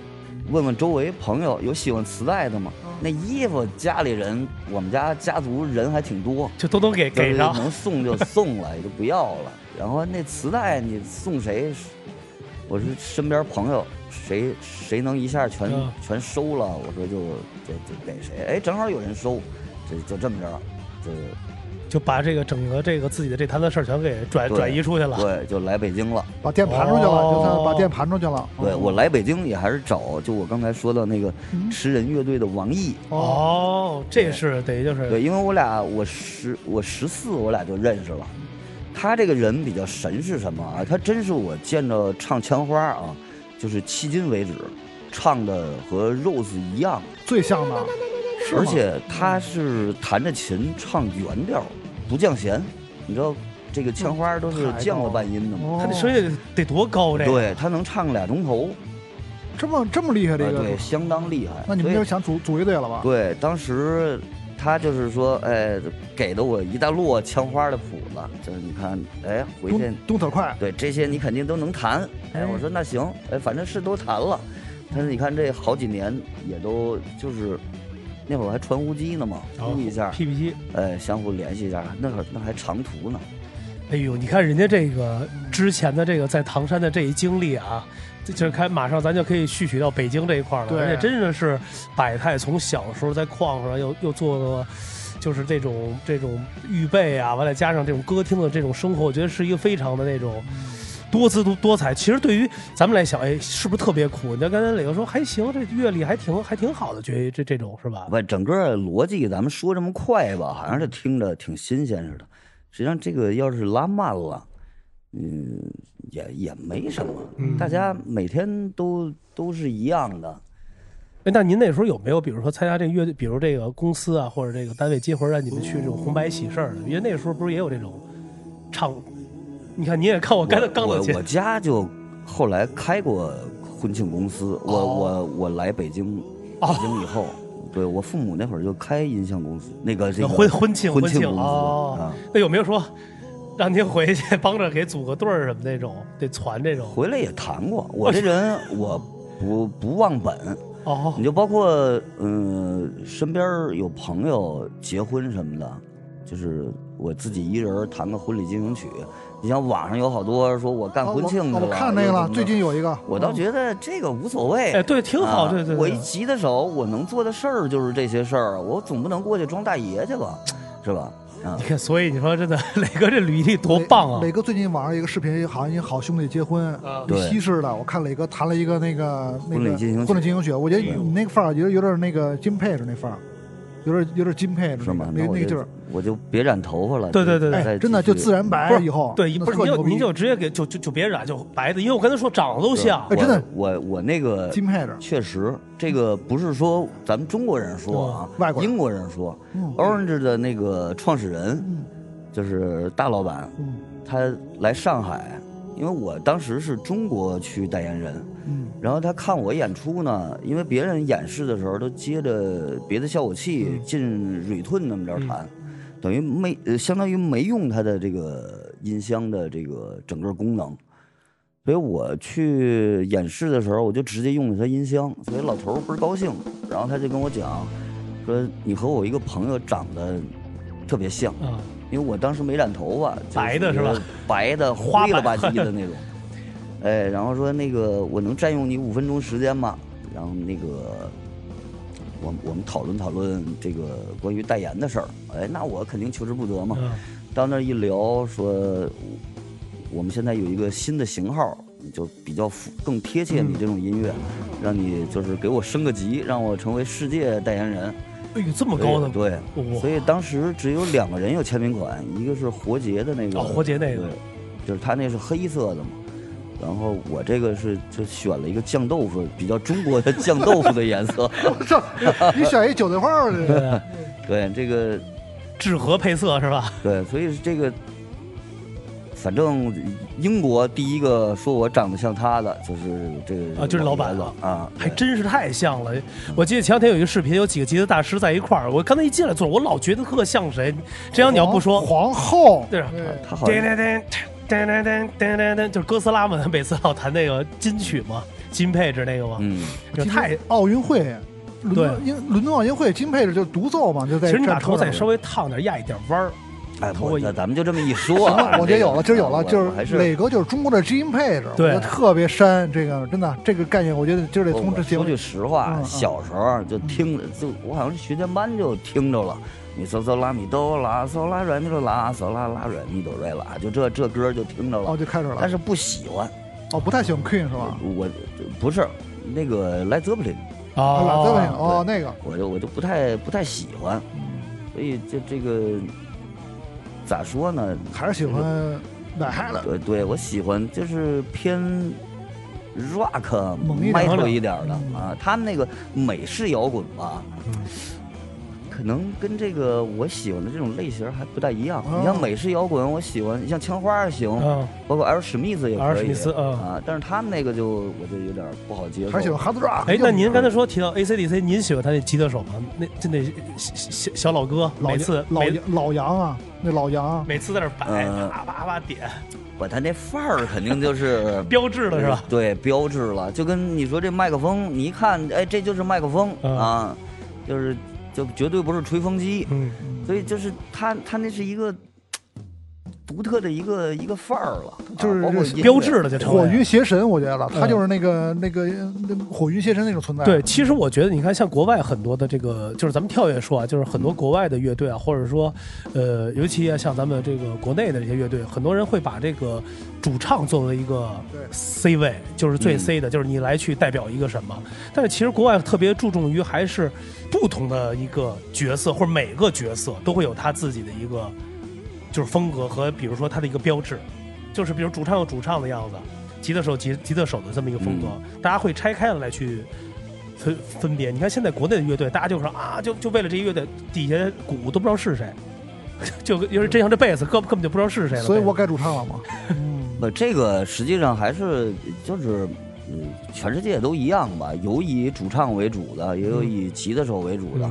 问问周围朋友有喜欢磁带的吗？
哦
那衣服家里人，我们家家族人还挺多，
就都能给
就是
给上。
能送就送了，也就不要
*laughs*
了。然后那磁带你送谁？我说身边朋友谁谁能一下全、
嗯
全收了，我说就就就给谁。哎，正好有人收，就就这么着，就
*laughs* 就把这个整个这个自己的这摊子事儿全给转
对
转移出去了。
对，就来北京了。
把店盘出去了，
哦
就算把店盘出去了。
对我来北京也还是找，就我刚才说到那个
哦嗯
吃人乐队的王毅。
哦，
哦，这是等于就是
对，因为我俩我十我十四，我俩就认识了。他这个人比较神是什么啊？他真是我见着唱《枪花》啊，就是迄今为止唱的和 Rose 一样，
最
*laughs*
像的，是吗
而且他是弹着琴唱原调，不降弦。你知道这个《枪花》都是
太
降了
高了
半音的嘛？
嗯哦
他这声音得多高这个。
对他能唱俩钟头，
这么这么厉害
啊，
的一个
对，，相当厉害。
那你们
所
就
以
想组组一队了吧？
对，当时他就是说，哎，给的我一大摞枪花的谱子，就是你看，哎，回去
东东特快，
对这些你肯定都能弹。哎，我说那行，哎，反正是都弹了，但是你看这好几年也都就是。那会儿还传呼机呢嘛，
哦
呼一下，
，P P 机，
哎，相互联系一下。那会儿那还长途呢，
哎呦，你看人家这个之前的这个在唐山的这一经历啊，这就是开马上咱就可以续取到北京这一块儿了。
对
而且真的是百态，从小时候在矿上又又做了。就是这种这种预备啊，完了加上这种歌厅的这种生活，我觉得是一个非常的那种多姿多多彩。其实对于咱们来讲，哎，是不是特别苦？你看刚才磊哥说还行，这乐理还挺还挺好的，觉得这这种是吧？
不，整个逻辑咱们说这么快吧，好像是听着挺新鲜似的。实际上这个要是拉慢了，嗯，也也没什么，
嗯
大家每天都都是一样的。
哎，那您那时候有没有，比如说参加这个乐队，比如这个公司啊，或者这个单位接活儿，让你们去这种红白喜事儿的？因为那时候不是也有这种唱，你看你也看我刚才
我
刚
我
的节
我家就后来开过婚庆公司，
哦
我、我我来北京，北京以后，对我父母那会儿就开音像公司，那个这个
婚婚庆
婚庆
庆
公司、
哦
啊。，
那有没有说让您回去帮着给组个队儿什么那种，得传这种？
回来也谈过，我这人我不不忘本，
哦
你就包括嗯、身边儿有朋友结婚什么的，就是我自己一人儿弹个婚礼进行曲。你像网上有好多说我干
哦
婚庆去了，
我我看那个
又
了，
怎么
最近嗯有一个，
我倒觉得这个无所谓。
哎，对，挺好，
啊
对对
我
对
一。吉他手，我能做的事儿就是这些事儿，我总不能过去装大爷去吧，是吧？啊
你，看，所以你说真的， *laughs* 磊哥这履历多棒啊
磊！磊哥最近网上一个视频，好像一个好兄弟结婚，
对
西式的。我看磊哥弹了一个那个那个
婚礼进行曲嗯
婚礼进行曲，我觉得你那个范儿有有点那个金佩着那范儿，有点有点金配了，
是吗？
那个
那我
那个劲
就
儿，
我就别染头发了。
对对对对
哎，真的就自然白了以后，
对，
那
不是
特
你就
牛逼
你就直接给就就就别染，就白的，因为我跟他说长得都像
我
哎，真的
我我那个
金配着，
确实，这个不是说咱们中国人说啊，
嗯外国人
英国人说、
嗯
o r a n g e 的那个创始人、
嗯
就是大老板，
嗯
他来上海，因为我当时是中国区代言人，
嗯
然后他看我演出呢，因为别人演示的时候都接着别的效果器、进 return 那么着弹，等于没呃相当于没用它的这个音箱的这个整个功能。所以我去演示的时候，我就直接用了他音箱，所以老头儿倍儿高兴。然后他就跟我讲，说你和我一个朋友长得特别像，
啊，
因为我当时没染头发，就
白的是吧？
白
*laughs*
的
花
灰了吧
白
唧的
*laughs*
那种。哎，然后说那个我能占用你五分钟时间吗？然后那个我们我们讨论讨论这个关于代言的事儿。哎，那我肯定求之不得嘛。
嗯
到那儿一聊，说我们现在有一个新的型号，就比较符更贴切
嗯
你这种音乐，让你就是给我升个级，让我成为世界代言人。
哎呦，这么高的，
对，
哇
所以当时只有两个人有签名款，一个是活结的那个，
哦活结那个
对，就是他那是黑色的嘛。然后我这个是就选了一个酱豆腐，比较中
*laughs*
国的酱豆腐的颜色。
*laughs* 这你选一韭菜花的，
对，啊
对，这个
纸盒配色是吧？
对，所以是这个，反正英国第一个说我长得像他的就是这个
啊就是老板
了啊，
还真是太像了。我记得前两天有一个视频，有几个吉他大师在一块儿，我刚才一进来坐，我老觉得特像谁。这样你要不说，
皇后，
对啊吧？
对
他好
噔
像
噔噔噔噔噔噔噔噔，就是哥斯拉嘛，他每次老弹那个金曲嘛，金配置那个嘛，
嗯，
就太。
奥运会，伦敦英伦敦奥运会金配着就独奏嘛，就在
其实你把
战车
头
上
再稍微烫点，压一点弯儿，
哎，
头
我
一
咱咱们就这么一说
行
啊，
了，我觉得有了，
这
今儿
个
有了，
我
就
我还
是磊哥就是中国的基因配置，我
对哦
觉得特别深，这个真的这个概念，我觉得今儿得
我
从这
我
节目
说句实话，
嗯嗯
小时候就听，就我好像是学前班就听着了。你嗦嗦拉米哆啦嗦拉软咪哆啦嗦拉拉软咪哆瑞啦，就这这歌就听着
哦
了，
就开始
但
了，
是不喜欢。
哦不太喜欢 Queen 是吧？
我不是那个莱泽普林，
啊，
哦
懒得问哦那个，
我就我就不太不太喜欢，
嗯
所以就这个咋说呢？
还是喜欢奶嗨了，
对对，我喜欢就是偏 rock
猛一点
metal 一点的
嗯
啊，他们那个美式摇滚吧，可能跟这个我喜欢的这种类型还不大一样。
哦
你像美式摇滚，我喜欢像枪花也行，
嗯，
包括 L 史密斯也
L.
可
史密
以
斯嗯
啊，但是他们那个就我就有点不好接受。
还是喜欢 Hard Rock。
哎，那您刚才
才
说提到 AC/DC，您喜欢他那吉他手吗？那就那小小小老哥，
老
每次
老
每
杨老杨啊，那老杨
每次在那儿摆，
嗯
啪啪啪点，
我他那范儿肯定就是
标志了是吧？
对，标志了，就跟你说这麦克风，你一看，哎，这就是麦克风、
嗯
啊，就是就绝对不是吹风机，
嗯，
所以就是他他那是一个独特的一个一个范儿了，啊
就是
包括
这
音乐
标志了就成为
火云邪神，我觉得了，他
嗯
就是那个那个那火云邪神那种存在。
对，，其实我觉得，你看，像国外很多的这个，就是咱们跳跃说啊，就是很多国外的乐队啊，或者说，呃，尤其啊像咱们这个国内的这些乐队，很多人会把这个主唱作为一个
对
C 位，就是最
嗯
C 的，就是你来去代表一个什么。但是其实国外特别注重于还是不同的一个角色，或者每个角色都会有他自己的一个就是风格和比如说他的一个标志，就是比如主唱有主唱的样子，吉他手吉吉他手的这么一个风格，大家会拆开了来去分分别。你看现在国内的乐队，大家就说啊，就就为了这乐队底下鼓都不知道是谁， *laughs* 就要是真像这贝斯，根根本就不知道是谁了。
所以我
贝
该主唱了嘛。
不，这个实际上还是就是，嗯，全世界都一样吧，有以主唱为主的，也有
嗯
以吉他手为主
斯
的，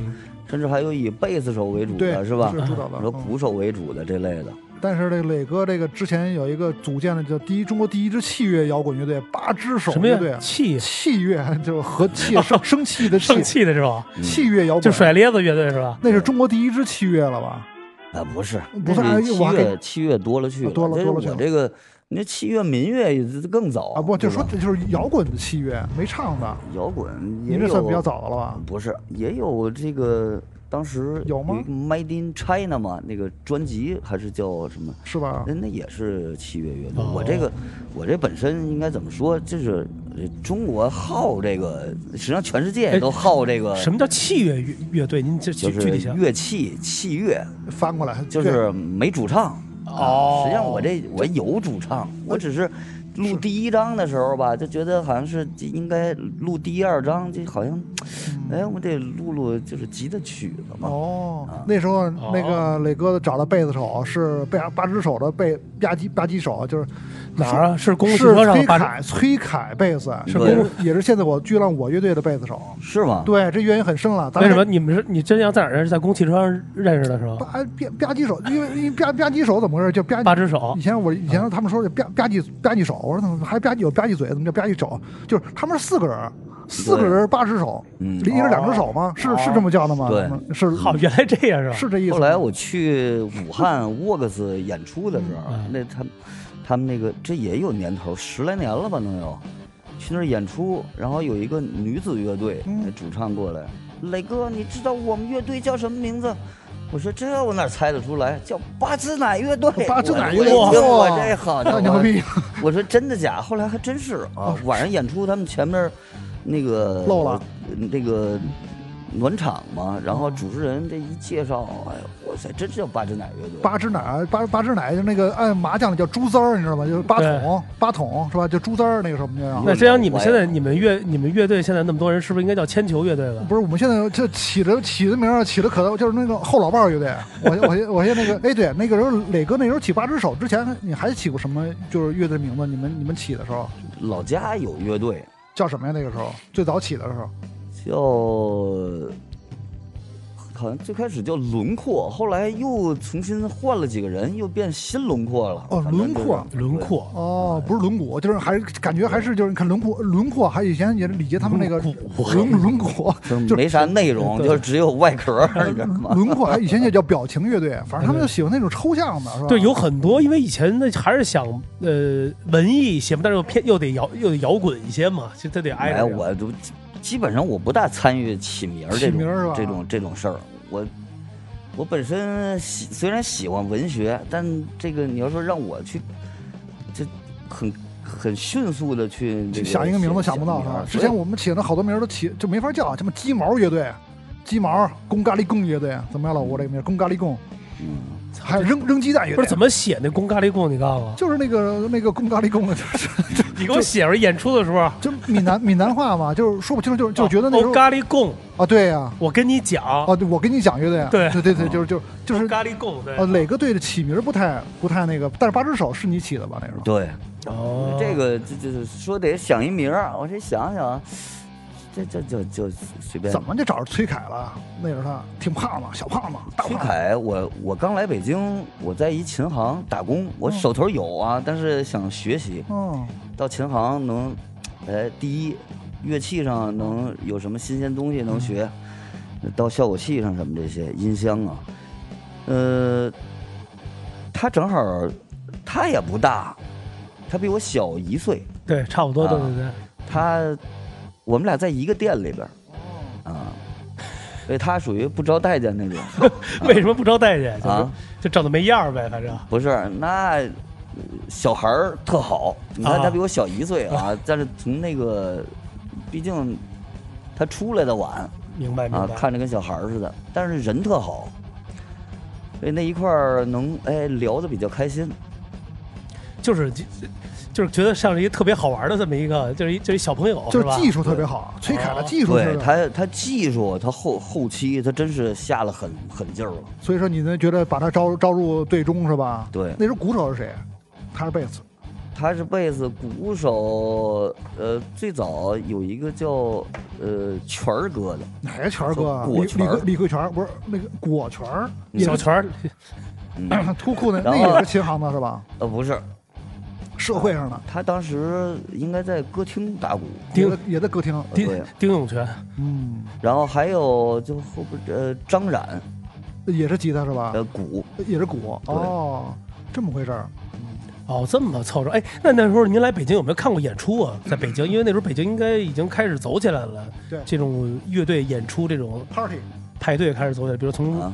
甚至还有以贝斯手为主
对，
的，是吧？
是主导的。
你说
嗯
鼓手为主的这类的，
但是这个磊哥这个之前有一个组建的叫第一中国第一支器乐摇滚乐队八只手
什么
乐队啊
呀？，气
器乐就是和气
*laughs*
生生气的
生
气，
气的是吧？
嗯
器乐摇滚
就甩咧子乐队是吧？
那是中国第一支器乐了吧？
啊，不是，
不是哎
七
我还给
月七月多了去
啊多了
这
多了去
我
了
这个，那七月民乐更早
啊，不，就
对
说
吧
这就是摇滚的器乐，没唱的，
摇滚也
您这
有嗯
算比较早的了吧？
啊不是，也有这个当时
有吗
一个 Made in China 嘛，那个专辑还是叫什么？
是吧
嗯那？那也是器乐乐队。
哦
我这个，我这本身应该怎么说？就是中国好这个，实际上全世界都好这个，
哎什么叫器乐乐乐队？您这具
就
具
是
体讲。
乐器器乐，
翻过来
就是没主唱。
哦
实际上我这我有主唱，我只是录第一章的时候吧，就觉得好像是这应该录第二章，这好像，
嗯
哎，我得录录就是吉的曲子
啊
嘛。
哦，那时候那
哦
个磊哥找的贝斯手是贝八只手的贝吧唧吧唧手，就是
哪儿啊？是公共汽
是
车上
崔
把
凯崔凯贝斯，
嗯
是
对
公也是现在我巨浪我乐队的贝斯手。
是吗？
对，这渊源很深了。咱
为
们
什么你们是你真要在哪儿认识？在公共汽车上认识的是吧？
吧吧吧唧手？因为因为吧吧唧手怎么回事？叫吧唧
八只手
以，前我以前他们说是吧吧唧吧唧手，我说怎么还吧唧有吧唧嘴，怎么叫吧唧手？就是他们是四个人，四个人八只手，
嗯
一人两只手吗？是
哦
是这么叫的吗？
对
他们是
好，原来这样是吧？
是这意思吗。
后来我去武汉沃克斯演出的时候
嗯，
那他们他们那个这也有年头，十来年了吧能有。去那儿演出，然后有一个女子乐队，
嗯
那主唱过来，磊哥，你知道我们乐队叫什么名字？我说这我哪猜得出来？叫八只奶乐队。
八只奶乐
我我一听
哇
我这好家
那
伙
牛逼！ *laughs*
我说真的假？后来还真是啊，晚上演出他们前面那个
哦漏了
那个暖场嘛，然后主持人这一介绍，哎呦，哇塞，真是叫八只奶乐队。
八只奶，八八只奶，就那个按麻将里叫猪丝儿，你知道吗？就是八筒，八筒是吧？就猪丝儿那个什么叫
那
是
这样，你们现在
我也
你们乐你们乐队现在那么多人，是不是应该叫铅球乐队了？
不是，我们现在这起的起的名儿起的可就是那个后老伴儿乐队。我我我现在那个哎对，那个时候磊哥那时候起八只手之前，你还起过什么就是乐队名字？你们你们起的时候
老家有乐队
叫什么呀？那个时候最早起的时候
叫。好像最开始叫轮廓，后来又重新换了几个人，又变新轮廓了。
哦
反正就是
轮廓
轮廓，
哦，不是轮毂，就是还是感觉还是就是你看轮廓轮廓，还以前也是李杰他们那个轮轮廓，
对
就
就没啥内容，
对
就只有
*laughs*
外壳，你知道吗？
轮廓，哎还以前也叫表情乐队，反正他们就喜欢那种抽象的，是吧？
对，有很多，因为以前那还是想呃文艺一些嘛，但是又偏又得摇又得摇滚一些嘛，就他得挨
哎，
着。
我都基基本上我不大参与起名儿这
起名儿是吧
种这种这种事儿。我我本身喜虽然喜欢文学，但这个你要说让我去，这很很迅速的去这
想一个名字想不到是
名
吧
儿？
之
所以
前我们起了好多名儿都起就没法叫，什么鸡毛乐队、鸡毛公咖喱贡乐队，怎么样，老吴这个名儿公咖喱贡，
嗯
还有扔扔鸡蛋乐队，
不是怎么写那公咖喱贡，你告诉我，
就是那个那个公咖喱贡，就是
你给我写着演出的时候，
就闽南闽南话嘛，就是说不清楚，就是就觉得那时
哦
候
咖喱贡，
啊，对呀，
我跟你讲，
啊，对，我跟你讲乐队啊，
对哦
对对对，就是就是就是
咖喱贡，对
呃，磊哥队的起名儿不太不太那个，但是八只手是你起的吧？那时候
对
哦，
这个这这这说得想一名儿，我这想想，这这就就随便
怎。么就找着崔凯了？那时候他挺胖嘛，小胖嘛，大
崔
胖子。
凯，我我刚来北京，我在一琴行打工，
嗯
我手头有啊，但是想学习，
嗯，
到琴行能，哎，第一，乐器上能有什么新鲜东西能学，到效果器上什么这些音箱啊，呃，他正好他也不大，他比我小一岁，
对，差不多，对对
啊
对，
他我们俩在一个店里边儿，啊，所以他属于不招待见那种
为什么不招待见？就是
啊，
就长得没样儿呗，反正
不是那。呃小孩儿特好，你看
啊
他比我小一岁啊但是从那个，毕竟他出来的晚，
明白明
啊，
白。
看着跟小孩儿似的，但是人特好，所以那一块儿能哎聊得比较开心。
就是就是觉得像是一个特别好玩的这么一个，就是一就是一小朋
哦
友，
就是
吧？
技术特别好，崔凯的技术
对
是。
他，他技术，他后后期，他真是下了狠狠劲儿了。
所以说你呢觉得把他招招入队中是吧？
对
那时候鼓手是谁？他是贝斯。
他是贝斯鼓手，呃，最早有一个叫呃全儿哥的，
哪个全儿哥啊？
叫
李
果
李
全儿
桂李桂全儿不是那个果全儿， *laughs*
嗯
小泉儿，
啊
嗯，
秃裤那
然
那
后
也是琴行的是吧？
呃，不是，
社会上的
他当时应该在歌厅打鼓，
也
丁
在也在歌厅。
对
丁丁永泉，
嗯，
然后还有就后边呃张冉
也是吉他是吧？
的鼓，
也是鼓。
对
哦，这么回事儿。
哦，这么凑着，哎，那那时候您来北京有没有看过演出 *clears throat* 啊？在北京，因为那时候北京应该已经开始走起来了，
对
这种乐队演出、这种
Party
派对开始走起来，比如从、
啊，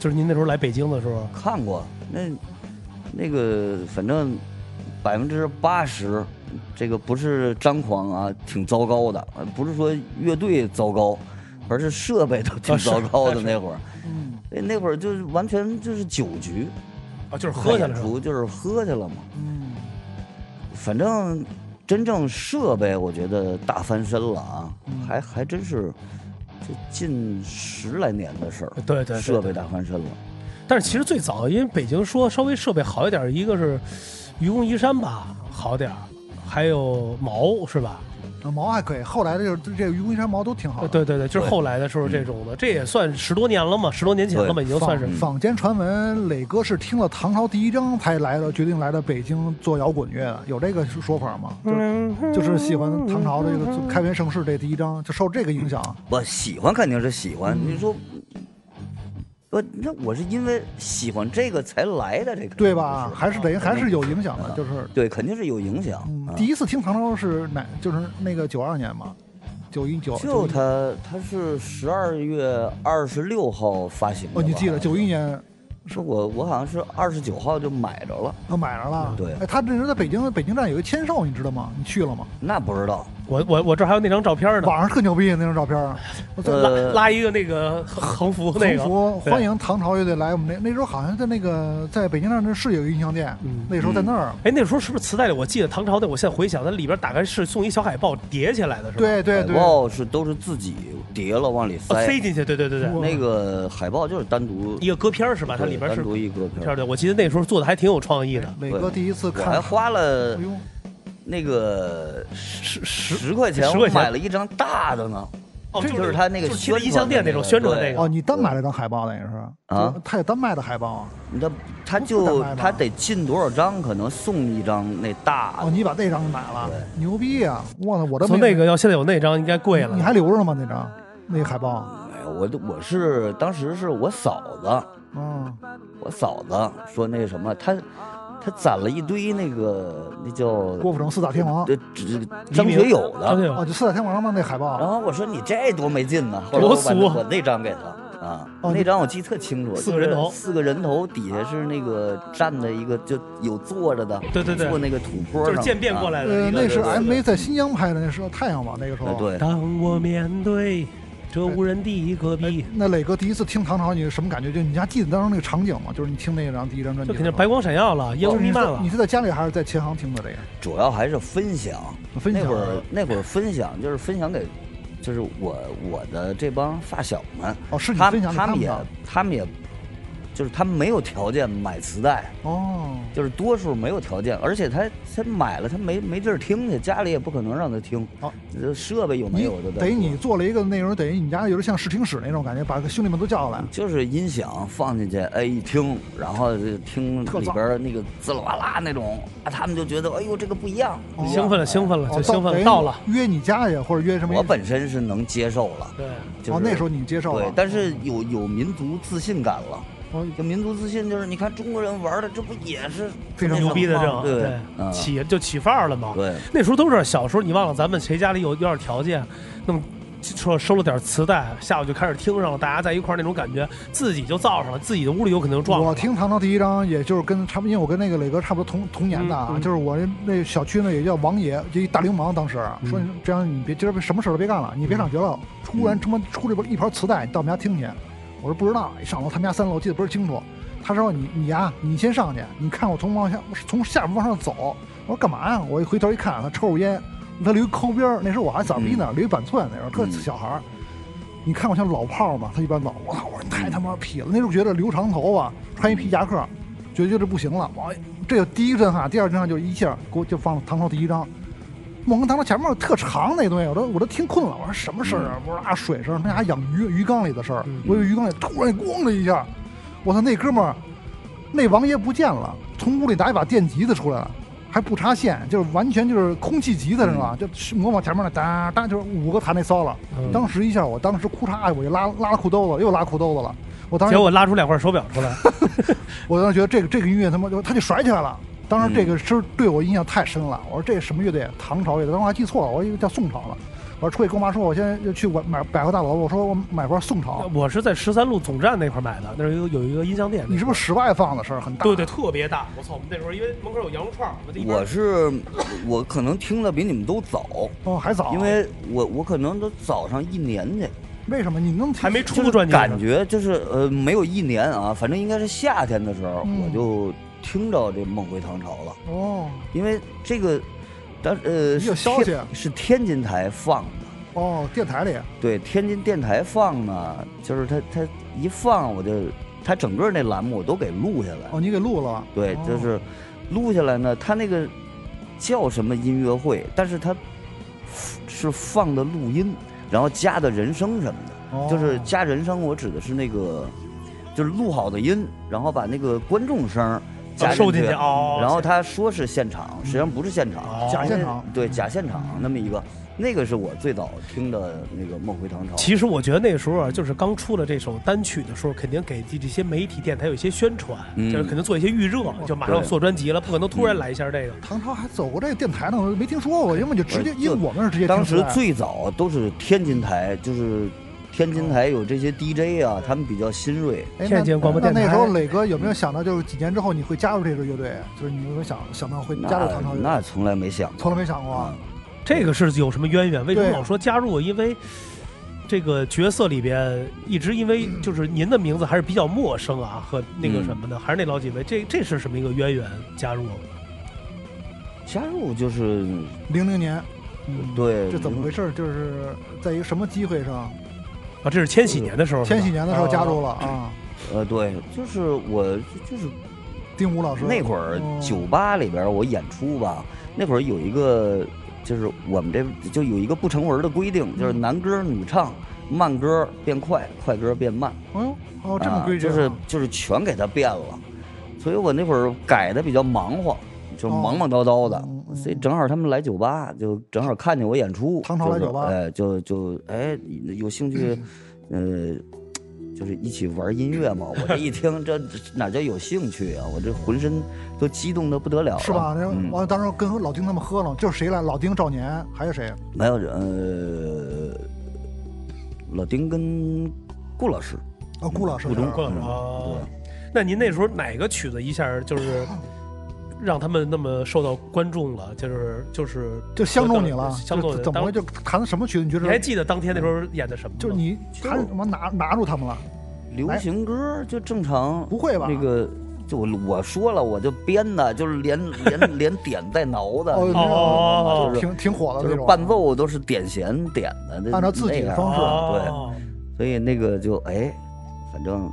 就是您那时候来北京的时候，
看过那那个，反正百分之八十，这个不是张狂啊，挺糟糕的，呃不是说乐队糟糕，而是设备都挺
啊是
糟糕的
是
那会儿。
嗯
那那会儿就是完全就是酒局，
啊，就是喝去了是吧？
不就是喝去了嘛。
嗯，
反正真正设备，我觉得大翻身了啊，
嗯
还还真是这近十来年的事儿，
对对对，
设备大翻身了。
但是其实最早，因为北京说稍微设备好一点儿，一个是愚公移山吧，好点儿，还有毛是吧？
啊毛还可以，后来的就是这个愚公移山毛都挺好的。
对对对，就是后来的时候这种的，这也算十多年了嘛，十多年前了嘛，已经算
坊
嗯
是
坊间传闻，磊哥是听了唐朝第一章才来到决定来到北京做摇滚乐的，有这个说法吗？就就是喜欢唐朝这个开元盛世这第一章，就受这个影响。
我喜欢肯定是喜欢，
嗯
你说我那我是因为喜欢这个才来的，这肯定
对吧？
不嗯是
还是等于还是有影响的，
嗯
就是
对，肯定是有影响。
嗯
啊，
第一次听唐朝是哪？就是那个九二年嘛，九一九
就
91
他他是十二月二十六号发行的吧，
哦，你记得
好像
九一年
是我我好像是二十九号就买着了，
他呃买着了。
对
哎，他这是在北京北京站有一签售，你知道吗？你去了吗？
那不知道。
我我我这还有那张照片呢，
网上特牛逼的那张照片
*laughs*
儿，
呃，
拉一个那个横横幅那
横
个，
幅
对
欢迎唐朝乐队来我们那那时候好像在那个在北京站那是有一个音像店
嗯，
那时候在那儿。
哎，那时候是不是磁带里？我记得唐朝的，我现在回想，它里边打开是送一小海报叠起来的，是吧？
对对
海
对，
报是都是自己叠了往里
哦，
塞，
塞进去，对对对对，
那个海报就是单独
一个歌片儿是吧？它里边是
对单独
歌
一个
片
片
儿，
儿，
对，我记得那时候做的还挺有创意的，
磊哥
对
第一次
我还
看，
花了
哎呦，
那个
十十
十块钱，
10
我
块钱
买了一张大的呢，
哦，
就是他那个
就是去了
宣
音像
传
店
的
那种
那
宣
个
传
对
那
哦，
个，
你单买了张海报，那也是
啊
就他也单卖的海报啊。
他他
不
就
敢买吧
他得进多少张，可能送一张那大
哦，
的，
你把那张买了，牛逼啊！我操，我都
从
没
那个要现在有那张应该贵了，
你还留着吗？那张那个海报，
没有，哎我都我是当时是我嫂子，
嗯，
我嫂子说那什么，她她攒了一堆那个那叫
郭富城四大天王，
这这张学友的，
张学友
哦，就四大天王嘛，那海
然
啊
报，
后我说你这多没劲呢、
多
后来我把那
俗啊
我那张给他啊，
哦
那张我记得特清楚，
四个人头
就是四个人头底下是那个站的一个就有坐着的，
对对对
坐那个土坡
就
上，啊
是渐变过来的
呃，
一个。哎
那是
对对对
MV 在新疆拍的，那时候太阳网那个时
啊。
候，
对，
当我面对这无人地戈壁，
那磊哥第一次听唐朝，你是什么感觉？就你还记得当时那个场景吗？就是你听那张第一张专
就
辑
肯
的时候，
定白光闪耀了，烟雾弥
哦你
漫
是
了
哎你。是在家里还是在琴行听的这个？
主要还是分享。
分享
那会儿那会儿分享就是分享给，就是我我的这帮发小们，
哦，是你
他
分享
们
给
他
们
们也
的
他们也，就是他们没有条件买磁带，
哦，
就是多数没有条件，而且他他买了他没没地儿听去，家里也不可能让他听
哦，
这设备有没
你
有的
等于你做了一个内容，等于你家有点像试听室那种感觉，把兄弟们都叫来，
就是音响放进去，哎一听，然后就听
特
里
燥
边儿那个滋啦哇啦那种，啊他们就觉得哎呦这个不一样，不一样
兴奋了，兴奋了，
哦
就兴奋
等
了，
于
到了。
约你家去或者约什么？
我本身是能接受了，
对，
就是、
哦，那时候你接受
对
了，，
但是有有民族自信感了。
哦
就民族自信，就是你看中国人玩的，这不也是
非常
那
牛逼的
什
这
么
种，
吗对，
对，
嗯
起就起范儿了嘛。
对，
那时候都是小时候，你忘了咱们谁家里有有点条件，那么说收了点磁带，下午就开始听上了，大家在一块儿那种感觉，自己就造上了，自己的屋里有可能就撞上了。
我听唐朝第一章，也就是跟差不多，因为我跟那个磊哥差不多同同年的啊，
嗯嗯
就是我那小区呢也叫王爷，就一大流氓。当时啊说你这样，你别今儿什么事儿都别干了，你别上学了，突然他妈出这一盘磁带，你到我们家听去。我说不知道，一上楼他们家三楼，我记得倍儿清楚。他说你你呀、你先上去，你看我从往下从下边往上走。我说干嘛呀？我一回头一看，他抽着烟，他留一抠边儿，那时候我还小逼呢，留一板寸，那时候特
嗯
小孩儿。你看我像老炮儿吗？他一般老，我操，我说太他妈痞了！那时候觉得留长头发，穿一皮夹克，觉得觉得不行了。哇，这个第一个震撼，第二个震撼就是一下给我就放了唐朝第一章。我跟唐朝前面特长那东西，我都我都听困了。我说什么事儿啊？我说啊，水声，他家养鱼鱼缸里的事儿
嗯。
我以为鱼缸里突然咣的一下，我操，那哥们儿，那王爷不见了，从屋里拿一把电吉他出来了。还不插线，就是完全就是空气吉他是吧？就是模仿前面那哒哒，就是五个弹那骚了。
嗯
当时一下，我当时裤衩我就拉拉了裤兜子，又拉裤兜子了。我当时
结果拉出两块手表出来，
我当时觉得这个这个音乐他妈就他就甩起来了。
嗯
啊当时这个声儿对我印象太深了，我说这什么乐队？唐朝乐队，当时我还记错了，我以为叫宋朝了。我说出去跟我妈说，我现在就去我买百货大楼，我说我买包宋朝，
我是在十三路总站那块儿买的，那儿有有一个音像店。
你是不是室外放的事儿很大？
对对，特别大。我操，我们那时候因为门口有羊肉串儿，我这一边
我是我可能听的比你们都早，
哦，还早，
因为我我可能都早上一年去，
为什么你那么提
还没
就
出
是
专辑呢，
感觉就是呃没有一年啊，反正应该是夏天的时候，
嗯
我就听着这《梦回唐朝》了，
哦
因为这个，当呃
你有
是
消息啊
天是天津台放的，
哦，电台里
对，天津电台放呢，就是它它一放我就它整个那栏目我都给录下来，
哦，你给录了，
对，
哦
就是录下来呢，它那个叫什么音乐会，但是它 f- 是放的录音，然后加的人声什么的。
哦
就是加人声，我指的是那个，就是录好的音，然后把那个观众声儿加
哦收进去
去，
哦。
然后他说是现场，实际上不是现
哦
场，
假现场，
对假现场那么一个，那个是我最早听的那个《梦回唐朝》。
其实我觉得那时候啊，就是刚出了这首单曲的时候，肯定给这这些媒体电台有一些宣传，
嗯
就是肯定做一些预热，就马上要做专辑了，不可能突然来一下这个。
唐朝还走过这个电台呢，我没听说过，因为就直接，
呃
不是
因为我们是直接听
当
出
时
来
啊
的
最早都是天津台，就是天津台有这些 DJ 啊，他们比较新锐。
哎
天津广播
那那
电
那
台
时候磊哥有没有想到，就是几年之后你会加入这支乐队？啊就是你有没有想想到会
那
加入唐朝乐队？
哎那从来没想过，
从来没想过啊
嗯。
这个是有什么渊源？为什么
对啊
老说加入？因为这个角色里边一直因为就是您的名字还是比较陌生啊，和那个什么的，还是那老几位，这这是什么一个渊源？加入啊
加入就是
零零年，嗯，
对
这怎么回事？就是在一个什么机会上？
啊，这是千禧年的时候，
千
是
禧
吧
年的时候加入
哦
了啊，
呃对，就是我就是
丁武老师
那会儿
哦
酒吧里边儿我演出吧，那会儿有一个就是我们这就有一个不成文的规定，
嗯
就是男歌女唱，慢歌变快，快歌变慢，
哎呦，哦，这么规矩
啊、
啊，
就是就是全给它变了。所以我那会儿改的比较忙活，就
哦
忙忙叨叨的，
嗯嗯
所以正好他们来酒吧，就正好看见我演出，
唐朝来
就是
酒吧
哎，就就哎有
*laughs*
兴趣，呃。就是一起玩音乐嘛，我这一听，这这哪叫有兴趣啊？我这浑身都激动的不得了了，
是吧？那
嗯
完了，当时跟老丁他们喝了，就是谁来？老丁、赵年还有谁？
没有，呃，老丁跟顾老师，
啊，顾老师，
顾中
过了
嗯
哦。那您那时候哪个曲子一下就是让他们那么受到关注了？就是就是
就相中你了，
相中
就
你
怎么
当
会就弹什么曲子？你觉
你还
得
记得当天那时候演的什么吗？
就是你他怎么拿拿住他们了？
流行歌就正常，
不会吧
那个就我我说了，我就编的，就是连连连点带挠的，
哦
哦
挺挺火的
就
那
是
种
伴奏都是点弦点的，那
按照自己的
那样啊
方式啊
哦，
对，所以那个就哎，反正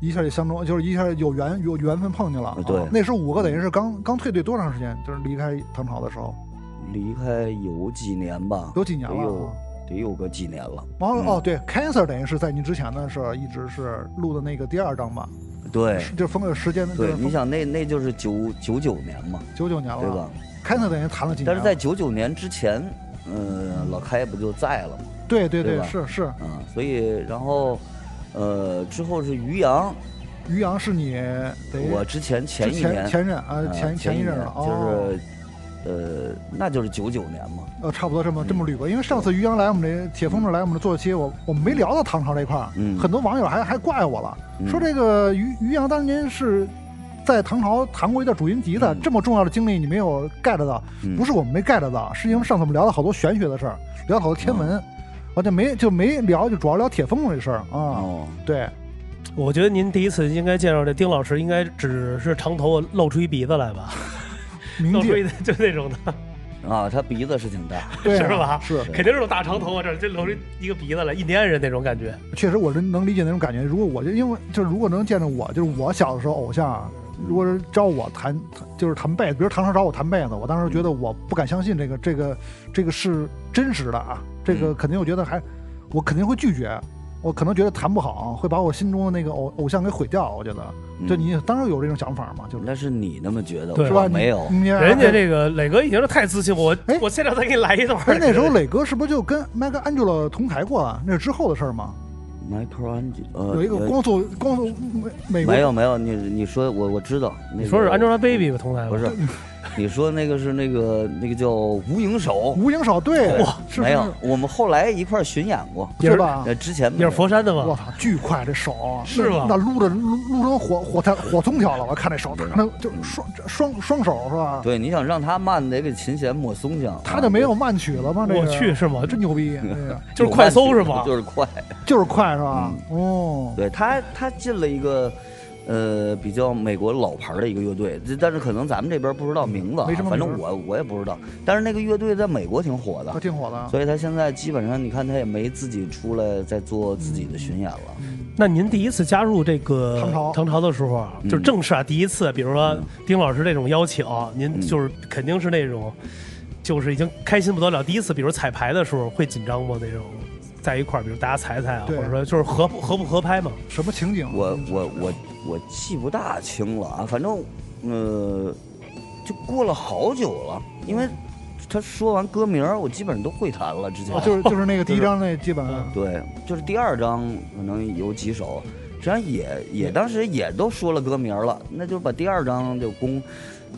一下就相中，就是一下有缘有缘分碰见了。
对
啊那时候五个等于是刚刚退队多长时间？就是离开唐朝的时候，
离开有几年吧，
有几年
得
了
有
啊？
得有个几年了，
完了
嗯
哦，对，Cancer 等于是在你之前的时候一直是录的那个第二张吧，
对
是就是风格时间就是
对，你想那那就是九九九年嘛，
九九年了，
对吧？
？Cancer 等于谈了几年了，
但是在九九年之前，呃，老开不就在了嘛，
对对
对吧
是是，
啊、所以然后，呃，之后是于洋，
于洋是你得
我之前
之
前一年，
前前任啊
呃
前
前
一任
年
了，
就
哦
是，呃，那就是九九年嘛，
呃差不多这么
嗯
这么捋吧，因为上次于洋来我们这铁风筝来我们这做期，我我们没聊到唐朝这块儿，
嗯
很多网友还还怪我了，
嗯
说这个于于洋当年是在唐朝弹过一段主音吉的，
嗯
这么重要的经历你没有 get 到，
嗯
不是我们没 get 到，是因为上次我们聊了好多玄学的事儿，聊了好多天
嗯
文，我就没就没聊，就主要聊铁风筝这事儿啊，
哦，
对，
我觉得您第一次应该见到这丁老师，应该只是长头发露出一鼻子来吧，
铭
露出一 *laughs*
记，
就那种的，
啊，他鼻子是挺大，
对啊
是吧
是，
肯定是有大长头发，这儿就露出一个鼻子来，印第安人那种感觉。
确实我能能理解那种感觉。如果我就因为就是如果能见着我，就是我小的时候偶像啊，如果是找我弹就是弹被子，比如唐朝找我弹被子，我当时觉得我不敢相信这个这个这个是真实的啊，这个
嗯
肯定我觉得还我肯定会拒绝。我可能觉得弹不好，会把我心中的那个偶偶像给毁掉。我觉得，
嗯
就你当时有这种想法吗？就是
那是你那么觉得，
对
我
是吧？你
没有，
你
人家这个磊哥已经是太自信，我
啊哎
我现在再给你来一段儿。
哎，那时候磊哥是不是就跟麦克 Angelo 同台过啊？那是之后的事儿吗？
Michael Ange- 呃，
有一个
呃
光速光速美美国
没有没有，你你说我我知道，
*laughs*
那
你说是
*laughs*
个
Angelababy 吧，同台
不是，你说那个是那个那个叫无影手，
无影手对，哇，是不
没
是
有，我们后来一块儿巡演过，
也是吧
呃，之前没
你
有
是佛山的
我
吗？
操，巨快这手啊，
是
那
吧
那撸着撸撸成火火炭火葱条了，我看这手，那就双双双手是吧？
对，你想让他慢得给琴弦抹松香，
他就没有慢曲了吗？这个
我去，是吗？这
真牛逼，这个
就是
有
快
慢
搜
曲
是吧
*laughs* 就是快，
就是快是吧？哦，
对他他进了一个。呃，比较美国老牌的一个乐队，这但是可能咱们这边不知道名字、啊
没什么名儿哦
反正我我也不知道。但是那个乐队在美国挺火的
他，挺火的。
所以他现在基本上你看他也没自己出来再做自己的巡演了。
嗯
那您第一次加入这个
唐朝
唐朝的时候啊，
嗯
就是正式啊，第一次，比如说丁老师这种邀请啊，您就是肯定是那种，就是已经开心不得了。第一次，比如彩排的时候会紧张吗？那种在一块儿，比如大家彩彩啊，或
对
者说就是合不合不合拍嘛？
什么情景？啊嗯
我我我我记不大清了啊，反正呃，就过了好久了，因为他说完歌名儿，我基本上都会弹了，之前、
哦就是就是那个第一张那基本上
对，就是第二章可能有几首，实际上也也当时也都说了歌名儿了，那就把第二章就攻。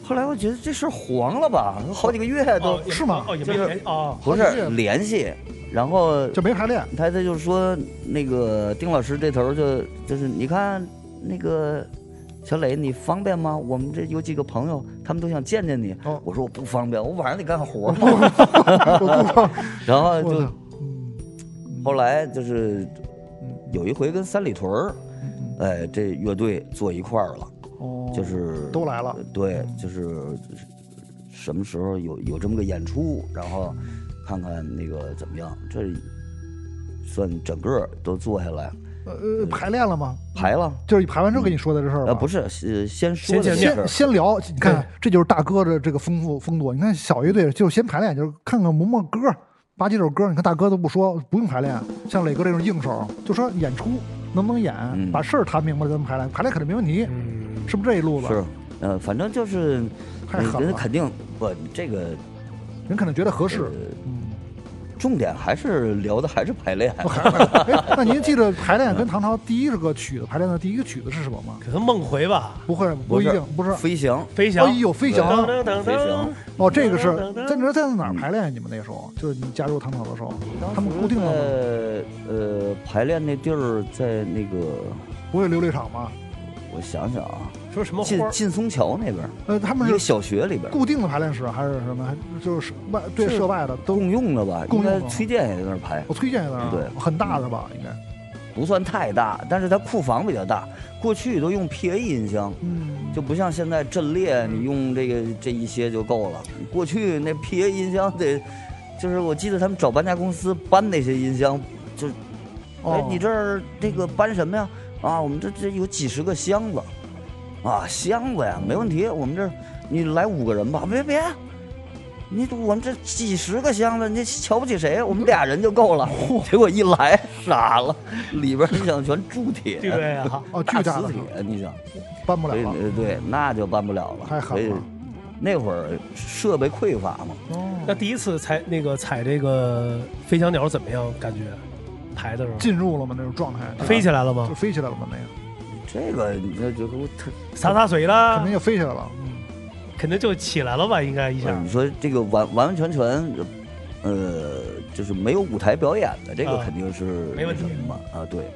后来我觉得这事儿黄了吧，好几个月都、
哦也
是吗
哦，也
就
没
是
联哦，
不
好几个
是
月
联系，然后
就没排练，
他他就说那个丁老师这头就就是你看那个小磊，你方便吗？我们这有几个朋友，他们都想见见你。
哦
我说我不方便，我晚上得干活嘛。然后
我
就
操，嗯
后来就是
嗯
有一回跟三里屯儿，
嗯
哎，这乐队坐一块儿了，
哦，
就是
都来了，
对，就是什么时候有有这么个演出，然后看看那个怎么样，这算整个都坐下来
呃呃，排练了吗？
排了。
就是排完之后跟你说的这事儿
啊，
吧？
不是，是先说
先见
的这
面
事
先
儿
先聊，你看
对
这就是大哥的这个丰富风度。你看小乐队就是先排练，就是看看磨磨歌，扒几首歌。你看大哥都不说，不用排练，像磊哥这种硬手，就说演出能不能演，
嗯
把事儿谈明白了咱们排练，排练肯定没问题，
嗯，
是不是这一路子？
是，呃，反正就是
太狠
人
了，
肯定不这个
人肯定觉得合适
呃。
嗯，
重点还是聊的还是排练，
我还哎，那您记得排练跟唐朝第一个曲子排练的第一个曲子是什么吗？
可能梦回吧，
不会，不一定，不是。
飞行，
飞
哎
翔，
呦，飞翔
噔
啊！
噔噔
飞
噔
翔，
哦，这个是在那在
嗯
哪儿排练？你们那时候就是你加入唐朝的时候，他们固定的吗？
在呃排练那地儿在那个
不会琉璃厂吗？
我想想啊，
说什么
劲
花儿？
劲松桥那边儿
呃，他们是
一个小学里边儿
固定的排练室还是什么？还就是外对
是
涉外的都。
共用的吧，
共
应
用
该
的
崔健也在那儿排，
我推荐的，
对
很大的吧，应该。
不算太大，但是它库房比较大，过去都用 PA 音箱。
嗯，
就不像现在阵列，你用这个这一些就够了。过去那 PA 音箱得，就是我记得他们找搬家公司搬那些音箱，就，哎
哦，，
你这儿这个搬什么呀？啊，我们这这有几十个箱子，啊，箱子呀，没问题。我们这儿你来五个人吧，别别，你我们这几十个箱子，你瞧不起谁？我们俩人就够了。结果一来傻了，里边儿你想全铸铁，
对
*laughs*
啊，
哦，巨
大
大
磁
的，
铁，你想。
搬不了
所以
了。
呃对，那就办不了了。
太狠
所以
了
那会儿设备匮乏嘛，
哦，
那第一次踩那个踩这个飞翔鸟怎么样？感觉排的时候
进入了吗？那种状态，
飞起来了
就
吗？
飞起来了吗？那个
这个你这就给我特，
洒洒水
肯
啦
定，就飞起来了。嗯，
肯定就起来了吧？应该一下
你说嗯这个完完完全全，呃，就是没有舞台表演的，这个
啊
肯定是
没问题
那什么嘛啊，对，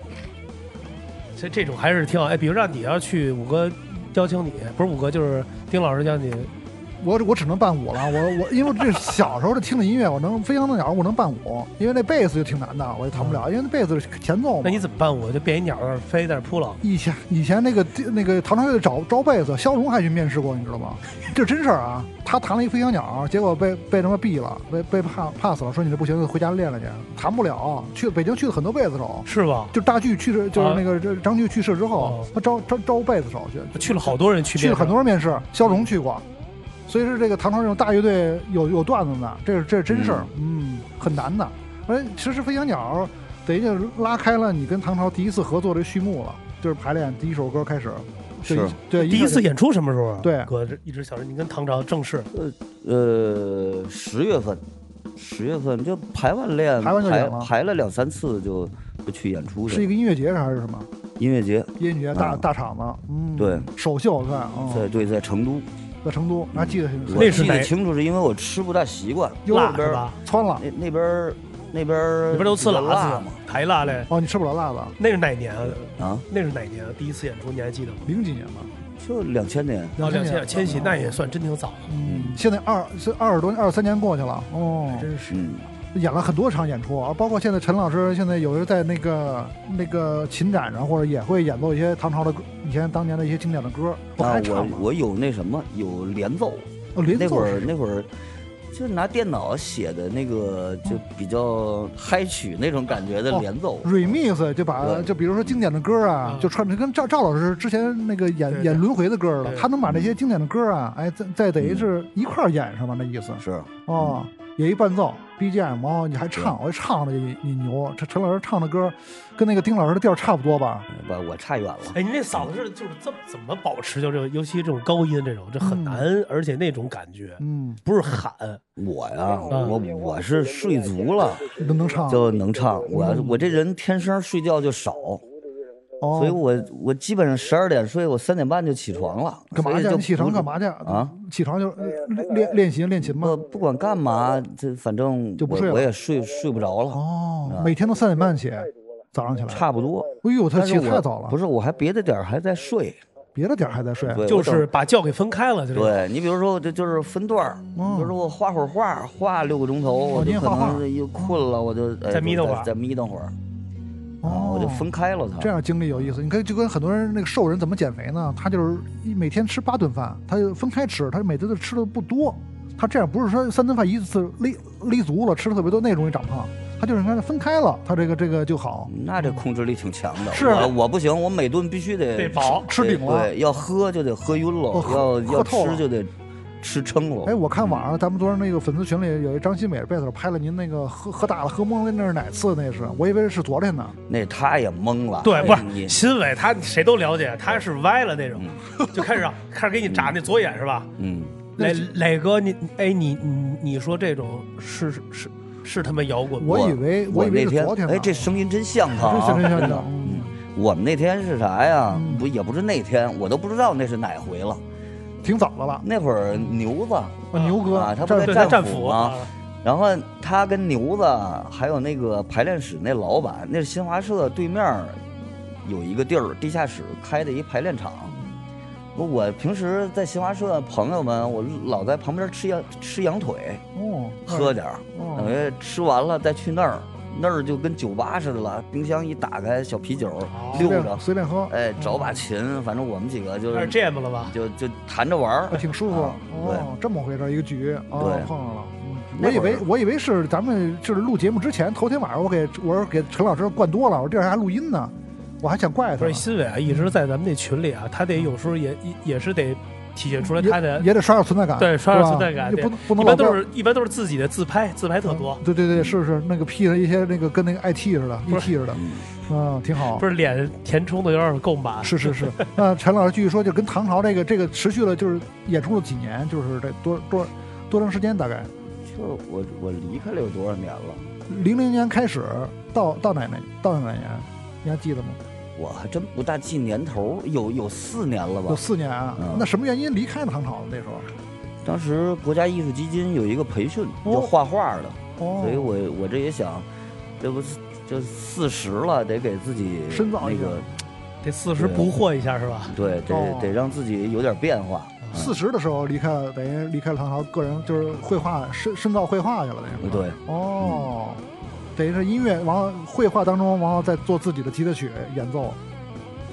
所以这种还是挺好。哎，比如让你要去五哥邀请你，不是五哥就是丁老师邀请你，
我我只能伴舞了。我我因为这小时候这听的音乐，我能飞翔的鸟，我能伴舞，因为那贝斯就挺难的，我也弹不了，因为那贝斯是前奏嘛。
那你怎么办？我就变一鸟儿飞在那儿扑棱。
以前以前那个那个唐朝乐队找招贝斯，肖龙还去面试过，你知道吗？ *laughs* 这真事儿啊！他弹了一飞翔鸟，结果被被他妈毙了，被被 pass pass 了，说你这不行，回家练练去，弹不了。去北京去了很多贝斯手，
是吧？
就大剧去世，就是那个这张剧去世之后
哦，
他招招招贝斯手去，
去了好多人去，
去了很多人面试，肖龙去过。所以说，这个唐朝这种大乐队有有段子呢，这是这是真事儿，嗯，很难的。而其实飞翔鸟等于就是拉开了你跟唐朝第一次合作的序幕了，就是排练第一首歌开始，就是一对
第一次
演
演出什么时候啊？
对
哥，这一直想着你跟唐朝正式
呃，十月份，十月份就排完练，
排完就
排
演了
排了两三次就就去演出
是一
去，
个音乐节还是什么
音乐节，
音乐节大
嗯
大场子，嗯，
对，
首秀对，嗯，
在对在成都，
在在成都，那记得挺
我
那
清楚。
是
记
哪
得清楚，是因为我吃不大习惯，
辣
那边
是
儿
吧？
穿了
那那边儿那边儿
你不都吃
辣
辣子
吗？？
太辣嘞！
哦，你吃不了辣的，
那是哪年啊？
啊，
那是哪年啊？第一次演出你还记得吗？
零几年吧，
就两千年，
哦，两千
年
千禧那也算真挺早啊的，
嗯，现在二是二十多二十三年过去了，哦，
真是。
嗯，
演了很多场演出，啊包括现在陈老师现在有时候在那个那个琴展上，或者也会演奏一些唐朝的歌，以前当年的一些经典的歌，我
那
还唱
啊我
吗？
我有那什么，有连奏，
哦，林
那会
奏
儿
是
那会儿。就是拿电脑写的那个，就比较嗨曲那种感觉的
哦
连奏，
remix 就把
对
就比如说经典的歌啊
嗯，
就串成跟赵赵老师之前那个
对
演
对
演轮回的歌了，
对
他能把这
嗯
些经典的歌啊，哎，再再等于是一块儿演上吧，那意思
是嗯
哦，也一伴奏 BGM，哦，你还唱，我一唱了你你牛，陈陈老师唱的歌跟那个丁老师的调儿差不多吧？
我我差远了。
哎，你那嗓子是就是这么怎么保持？就这个，尤其这种高音这种，这很
嗯
难，而且那种感觉
嗯，
不是喊，
我呀，
嗯
我我是睡足了
能能唱，嗯
就能唱，我我这人天生睡觉就少，所以
哦，
我我基本上十二点睡，我三点半就起床了。
干嘛
所以
去？
就
你起床
不
干？嘛去
啊？
起床就练练练琴练琴
我
吗？
呃不管干嘛，这反正
就不
我
睡了
我也睡睡不着了，
哦，每天都三点半起，早上起来，
啊差不多。
哎呦，他
但
起
是
得太
我
早了，
不是，我还别的点儿还在睡。
别的点儿还在睡。
对，
就
我等
是把觉给分开了，就是。
对你比如说，我这就是分段儿，
嗯
比如说我画会儿画，画六个钟头，我
哦您
就可
画画
能又困了，我就哎
再眯瞪会儿
再眯瞪会儿，啊，
哦，
我就分开了它。
这样经历有意思。你看，就跟很多人那个瘦人怎么减肥呢？他就是一每天吃八顿饭，他就分开吃，他每顿都吃的不多。他这样不是说三顿饭一次勒勒足了，吃的特别多，那容易长胖。他就是你看，他分开了，他这个这个就好，
那这控制力挺强的。
是啊
我我不行，我每顿必须得
得饱
吃顶了。
对，要喝就得喝晕了，
哦喝
要
喝
要
透了
吃就得吃撑了。
哎，我看网上咱们昨天那个粉丝群里有一张新美贝斯手拍了您那个喝喝大了喝懵了，那是哪次？那是我以为是昨天呢。
那他也懵了。
对，不
哎
是
你
新伟，他谁都了解，他是歪了那种， *laughs* 就开始啊开始给你眨那左眼是吧？
嗯，
磊磊哥，你哎，你你你说这种是是是是他妈摇滚吗？
我以为
我
以为
那
是昨天呢。
哎，这声音真像他
这
啊！
真像
真
你
的。
嗯
我们那天是啥呀
嗯？
不也不是那天，我都不知道那是哪回了。
挺早的了。
那会儿牛子，
啊牛哥
啊，他不
这
在
对他战啊
战
斧
斧吗？然后他跟牛子还有那个排练室那老板，那是新华社对面儿有一个地儿，地下室开的一排练场。我平时在新华社，朋友们，我老在旁边吃羊吃羊腿，
哦，
喝嗯点儿，
哦
等于吃完了再去那儿，那儿就跟酒吧似的了，冰箱一打开，小啤酒
随
溜着
便，随便喝，
哎，找把琴，反正我们几个就
开始
是
jam 了吧？
就就弹着玩
啊，
儿。
挺舒服。
啊
哦，这么回事儿，一个局啊，
对
碰上了。嗯我
那
以
会儿
为我以为是咱们就是录节目之前头天晚上，我给我说给陈老师灌多了，我说第二天还录音呢，我还想怪他
不是，新伟啊，一直在咱们那群里啊，他得有时候也也也是得体现出来
也
他的，
也得刷刷存在感，
对刷刷
是吧
存在感
也不不
一
能
般
老
都
被
是一般都是自己的自拍，自拍特
哦
多，
嗯对对对，是是那个 P 的一些那个跟那个 IT 似的
不
，ET
是
似的，
嗯
嗯，挺好
不。是脸填充的有点够满。
是
*laughs*
是是，那陈老师继续说，就跟唐朝这个这个持续了，就是演出了几年，就是这多多多长时间？大概
就我我离开了有多少年了？
零零年开始到到哪年？到哪年？你还记得吗？
我还真不大记年头，有有四年了吧
有？四年啊
嗯，
那什么原因离开的唐朝呢？那时候，
当时国家艺术基金有一个培训，
哦
就画画的，所以
哦，
我我这也想，这不是就四十了，得给自己
深造
那
一下
个，
得四十不惑一下是吧？
对，
哦
得得让自己有点变化。嗯
四十的时候离开了，等于离开了唐朝，个人就是绘画深深造绘画去了，那时候。
对，
嗯
哦，等于是音乐，然后绘画当中，然后再做自己的吉他曲演奏。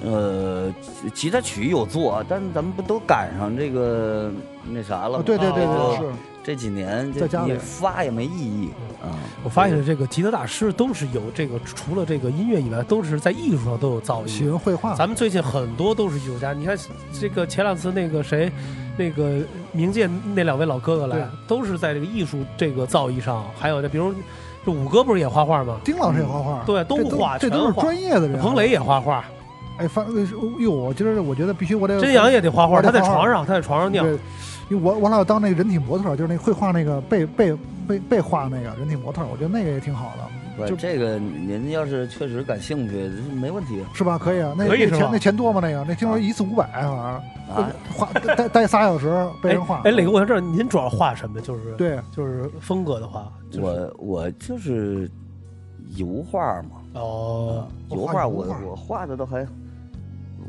呃，吉吉他曲有做，但咱们不都赶上这个那啥了
啊，
吗？
对对对对，
哦
是
这几年
在家
这
里
你发也没意义啊。
我发现这个吉他大师都是有这个，除了这个音乐以外，都是在艺术上都有造
喜
诣。
欢绘画。
咱们最近很多都是艺术家，你看这个前两次那个谁，那个冥界那两位老哥哥来
对，
都是在这个艺术这个造诣上，还有这比如这五哥不是也画画吗？
丁老师也画画，
对都
这都
画
这都
全
是
画
专业的人。啊
彭磊，也画画，
哎，反正哟，我今儿我觉得必须我得
真阳也得画画，
我
他
得
在
画画
床上他在床上尿
对，因为我我老当那个人体模特儿，就是那绘画那个背背被被画那个人体模特，我觉得那个也挺好的，
不是
就
这个，您要是确实感兴趣，这没问题
是吧？可以啊，那
可以
那
是吧啊
钱那钱多吗？那个那听说一次五百，好像
啊。
画待待仨小时被人画。
哎，磊哥，我想知道您主要画什么？就是，
对，
就是风格的话，就是、
我我就是油画嘛，
哦，
油
我画
画
油
我
画
我画的都还，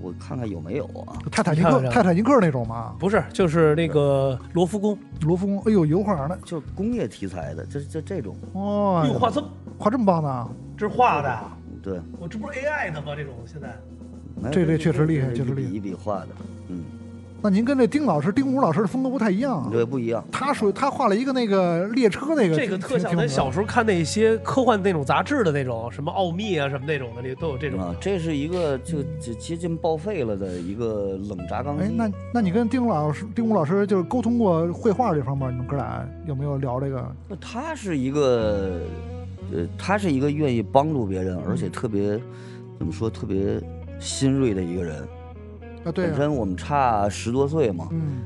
我看看有没有啊？
泰坦尼
你看
克
看
泰坦尼克那种嘛，
不是，就是那个罗浮宫，
罗浮宫，哎呦，油画那，
就是工业题材的，就是就这种，
哦，
哟，画这么
画这么棒呢？
这是画的啊，
对，
我这不是 AI 的吗？这种现在
没有
这这
就
确实厉害
就是
确实厉害
一笔一笔画的，嗯，
那您跟这丁老师、丁武老师的风格不太一样啊。
对，不一样。
他属于他画了一个那个列车那个
这个
挺
特
挺
像
挺
咱
有
小时候看那些科幻那种杂志的那种，什么奥秘啊什么那种的，里都有这种
啊，这是一个就就接近报废了的一个冷轧钢
哎
机，，
那那你跟丁老师、丁武老师就是沟通过绘画这方面，你们哥俩有没有聊这个？
那他是一个，呃，他是一个愿意帮助别人，而且特别怎么说，特别新锐的一个人。
啊，对
本
啊，
身我们差十多岁嘛，
嗯，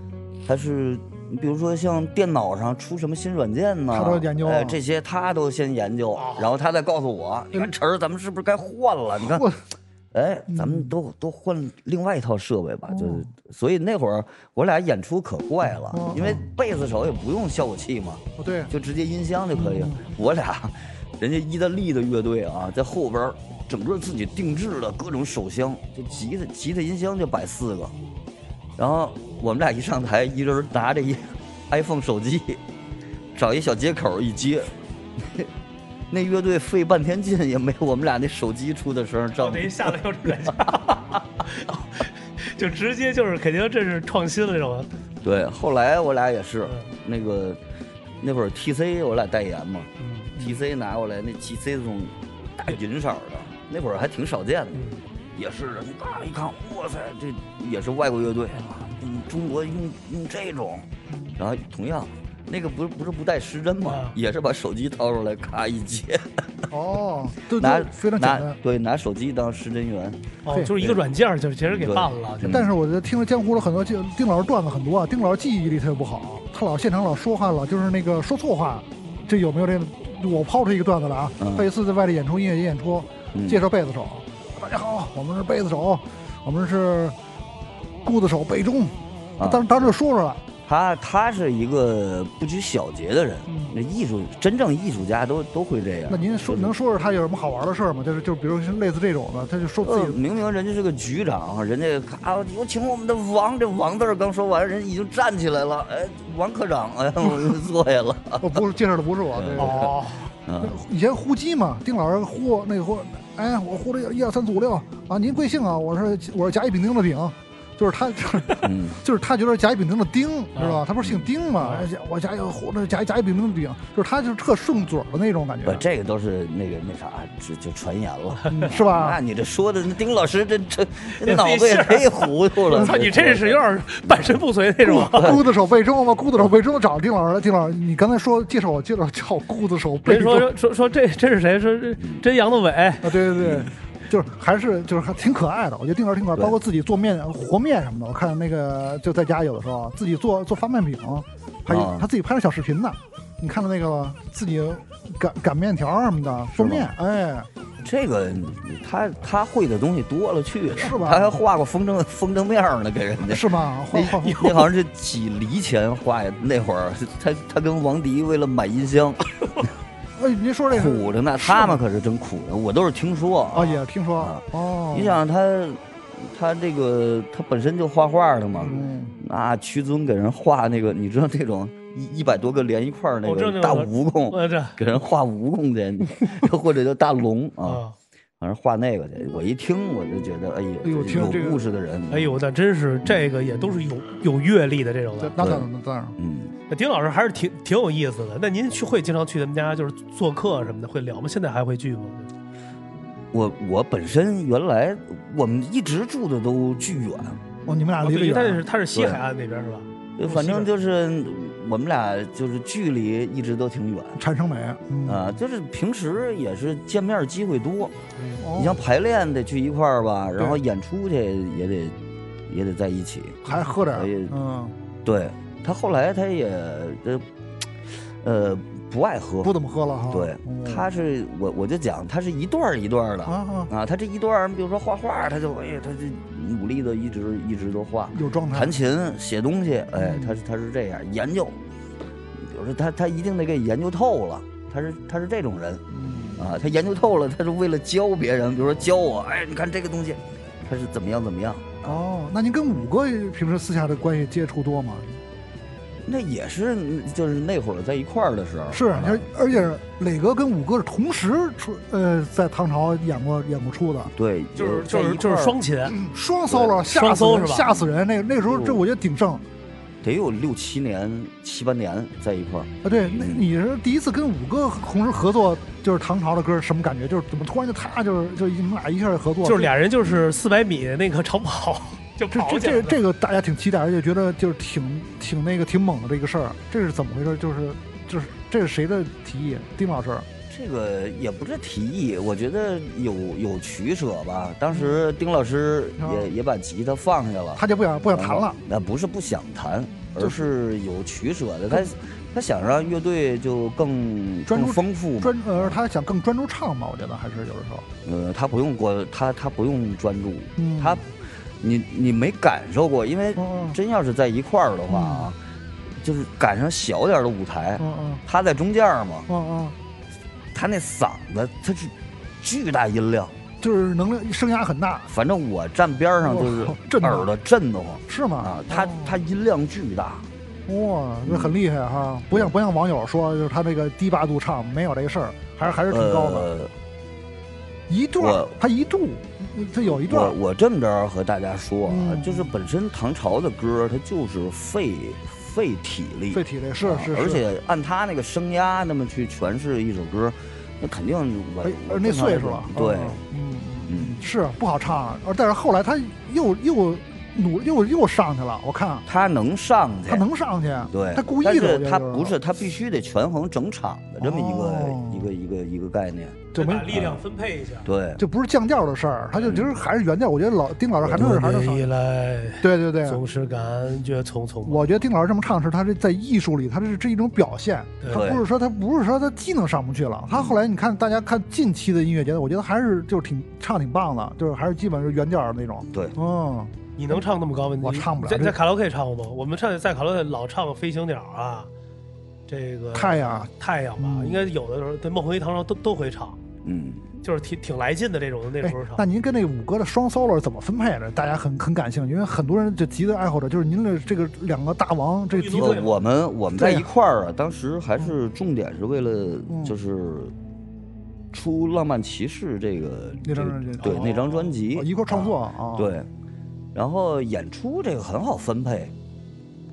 他是，你比如说像电脑上出什么新软件呢，
他都研究啊哦
哎，这些他都先研究，然后他再告诉我，你看晨儿，咱们是不是该换了？你看
我
哎，咱
嗯
们都都换另外一套设备吧，就是，所以那会儿我俩演出可怪了
哦，
因为贝斯手也不用效果器嘛，
不对，
就直接音箱就可以。
嗯
我俩， *laughs* 人家意大利的乐队啊，在后边儿整个自己定制的各种手箱，就吉他吉他音箱就摆四个，然后我们俩一上台，一人拿着一 *laughs* iPhone 手机，找一小接口一接。 *laughs* 那乐队费半天劲也没有我们俩那手机出的声儿
哦，
正
等，于下来又是软件， *laughs* 就直接就是肯定这是创新了这种。
对，后来我俩也是
嗯，
那个那会儿 TC 我俩代言嘛，
嗯
TC 拿过来那 TC 这种大银色的，那会儿还挺少见的，
嗯，
也是人大一看，哇塞，这也是外国乐队，啊嗯中国用用这种，然后同样。那个不是不是不带失真吗
啊？
也是把手机掏出来，咔一接，
哦，对
拿
对，非常简
拿
单。
对拿手机当失真源，
哦，
对
就是一个软件儿就其实给
对
办了，就
嗯
但是我觉得听了江湖的很多丁丁老师段子很多啊，丁老师记忆力特别不好，他老现场老说话老就是那个说错话，这有没有这个？我抛出一个段子来啊
嗯！
他一次在外地演出音乐节演出，
嗯
介绍贝斯手，大家好，我们是贝斯手，我们是姑子手贝中，
啊
当当时就说出来了，
他他是一个不拘小节的人
嗯，
那艺术真正艺术家都都会这样。
那您说
就是
能说说他有什么好玩的事儿吗？就是就比如是类似这种的，他就说
嗯
呃，
自己
明明人家是个局长，人家啊，有请我们的王，这王字儿刚说完，人已经站起来了，哎，王科长，哎，我们坐
*laughs*
下了，
我不是介绍的不是我，对
哦，
嗯，
以前呼机嘛，丁老师呼那个呼，哎，我呼了一二三四五六啊，您贵姓啊？我是我是甲乙丙丁的丙，就是他， *laughs*
嗯
就是他觉得甲乙丙丁的丁，知道
啊
吧？他不是姓丁嘛？哎我甲乙呼了甲甲乙丙丁的丙，就是他就是特顺嘴儿的那种感
不，
觉，
这个都是那个那啥，就就传言
*laughs*
了。
嗯是
那
吧？
你这说的，那丁老师这这这脑子也忒糊涂了。
我操，你这是有点半身不遂那种。
姑子手背中嘛，姑子手背中找丁老师了。丁老师，你刚才说介绍我介绍叫姑子手背
人
中
说说说说这这是谁？说这真杨宗纬，
啊，对对对，就是还是就是还挺可爱的，我觉得丁老师挺可爱，
对
包括自己做面和面什么的，我看那个就在家有的时候啊自己做做发面饼，还有
啊
他自己拍了小视频呢，你看到那个吗自己擀擀面条什么的做面，哎，
*laughs* 这个他他会的东西多了去了，
是吧
*laughs*
他还画过风筝风筝面儿呢，给人家。
是吗？画
那
画画
那好像是几厘钱画呀，那会儿他他跟王迪为了买音箱，
哎，您说这个
苦着呢，
是吗
他们可是真苦着，我都是听说
啊，。也听说
啊
哦，
你想他，他这个他本身就画画的嘛，
嗯，
那屈尊给人画那个，你知道那种一一百多个连一块儿那
我知道
个
那
大
种
蜈蚣，
我这
给人画蜈蚣去，或者叫大龙啊，
啊，
反正画那个去。我一听我就觉得，哎
哎呦
呦，
听这
有
个
故事的人，
哎，呦，那真是这个也都是有有阅历的这种
那
的。
那当然，那当然。
嗯，
那丁老师还是挺挺有意思的。那您去会经常去他们家就是做客什么的，会聊吗？现在还会聚吗？
我我本身原来我们一直住的都巨远，
哦，你们俩
啊
离
对，
得
他是
远，
他是西海岸那边是吧？
就反正就是我们俩就是距离一直都挺远。
产生美，嗯，
啊，就是平时也是见面机会多，
哦
你像排练得去一块儿吧，然后演出去也得也得在一起。
还喝点儿
所以，
嗯，
对他后来他也呃呃不爱喝，
不怎么喝了哈。嗯
对，他是我我就讲，他是一段儿一段儿的
啊啊，
啊，他这一段儿，比如说画画，他就哎呀，他就努力的一直一直都画，
有状态
弹。琴写东西，哎，
嗯
他是他是这样研究，比如说他他一定得给研究透了，他是他是这种人
嗯
啊，他研究透了，他是为了教别人，比如说教我，哎，你看这个东西，他是怎么样怎么样，
哦，那您跟五哥平时私下的关系接触多吗？
那也是就是那会儿在一块儿的时候，
是，
啊
而而且磊哥跟五哥是同时出，呃，在唐朝演过演过出的，
对，
就是就
在一
是
块
就是
儿
双琴，
双 solo 吓
嗯双
死
solo
人
是吧哦
吓死人！那个那个时候这我觉得鼎盛啊，
得有六七年七八年在一块儿。
对，那
嗯
你是第一次跟五哥同时合作，就是唐朝的歌，什么感觉？就是怎么突然就他就是就你们俩一下合作，
就是俩人就是四百米那个长跑 *laughs* 就
这
跑
这
起来
这
了。
这个大家挺期待，而且觉得就是挺挺那个挺猛的这个事儿，这是怎么回事？就是就是这是谁的提议？丁老师，
这个也不是提议，我觉得有有取舍吧。当时丁老师
啊
也也把吉他放下了，
嗯
嗯
他就不想不想谈了，
那不是不想弹，
就
而是有取舍的。他他想让乐队就更
专注
更丰富嘛，
专呃他想更专注唱嘛，我觉得还是有的时候，
呃，他不用过，他他不用专注，
嗯，
他你你没感受过，因为
嗯
真要是在一块儿的话啊，就是赶上小点儿的舞台
嗯，嗯
他在中间儿嘛，
嗯嗯
他那嗓子他是巨大音量。
嗯，就是能量声压很大，
反正我站边儿上就是
哇震
耳朵震得慌
是吗？
啊，他
哦
他音量巨大，
哇，那很厉害
嗯
哈！不像不像网友说，就是他那个低八度唱没有这事儿，还是还是挺高啊的。
呃，
一段
我
他一度，他有一段
我我这么着和大家说啊
嗯，
就是本身唐朝的歌儿它就是费费体力，
废体力是
啊
是是，
而且按他那个声压那么去诠释一首歌儿，那肯定我
哎
我
而那
正常
岁数了，
对，
嗯
嗯，
是不好唱。而但是后来他又又努又又上去了，我看
他能上去，
他能上去，
对，
他故意
但
的，我
是
觉得
他
就是
不是他必须得权衡整场的这么一个、
哦
一个一个一个概念，
就没
把力量分配一下。
对。
就不是降调的事儿，他
嗯
就其实还是原调。我觉得老丁老师还
多
是还是
年
上
以，来，
对对对，
总是感觉匆匆忙。
我觉得丁老师这么唱是他是在艺术里，他这是这一种表现，
对
他不是说他不是说他技能上不去了，他后来你看大家看近期的音乐节，我觉得还是就是挺唱挺棒的，就是还是基本是原调那种。
对
嗯，
你能唱那么高吗？你
我唱不了
在
这
在卡拉 OK 唱过吗？我们唱在卡拉 OK 老唱《飞行鸟》啊，这个
太阳
太阳吧，
嗯
应该有的时候对梦回唐朝都都会唱，
嗯，
就是挺挺来劲的这种那
哎
时候，唱
那。您跟那五哥的双 solo 怎么分配的？大家很很感兴趣，因为很多人就极的爱好者就是您的这个两个大王，这个极
一对嘛
我我们我们在
对呀
一块儿啊，当时还是重点是为了
嗯
就是出《浪漫骑士》这个
那张
这
专辑
对
哦
那张专辑
一块儿创作
啊
啊，，
对，然后演出这个很好分配，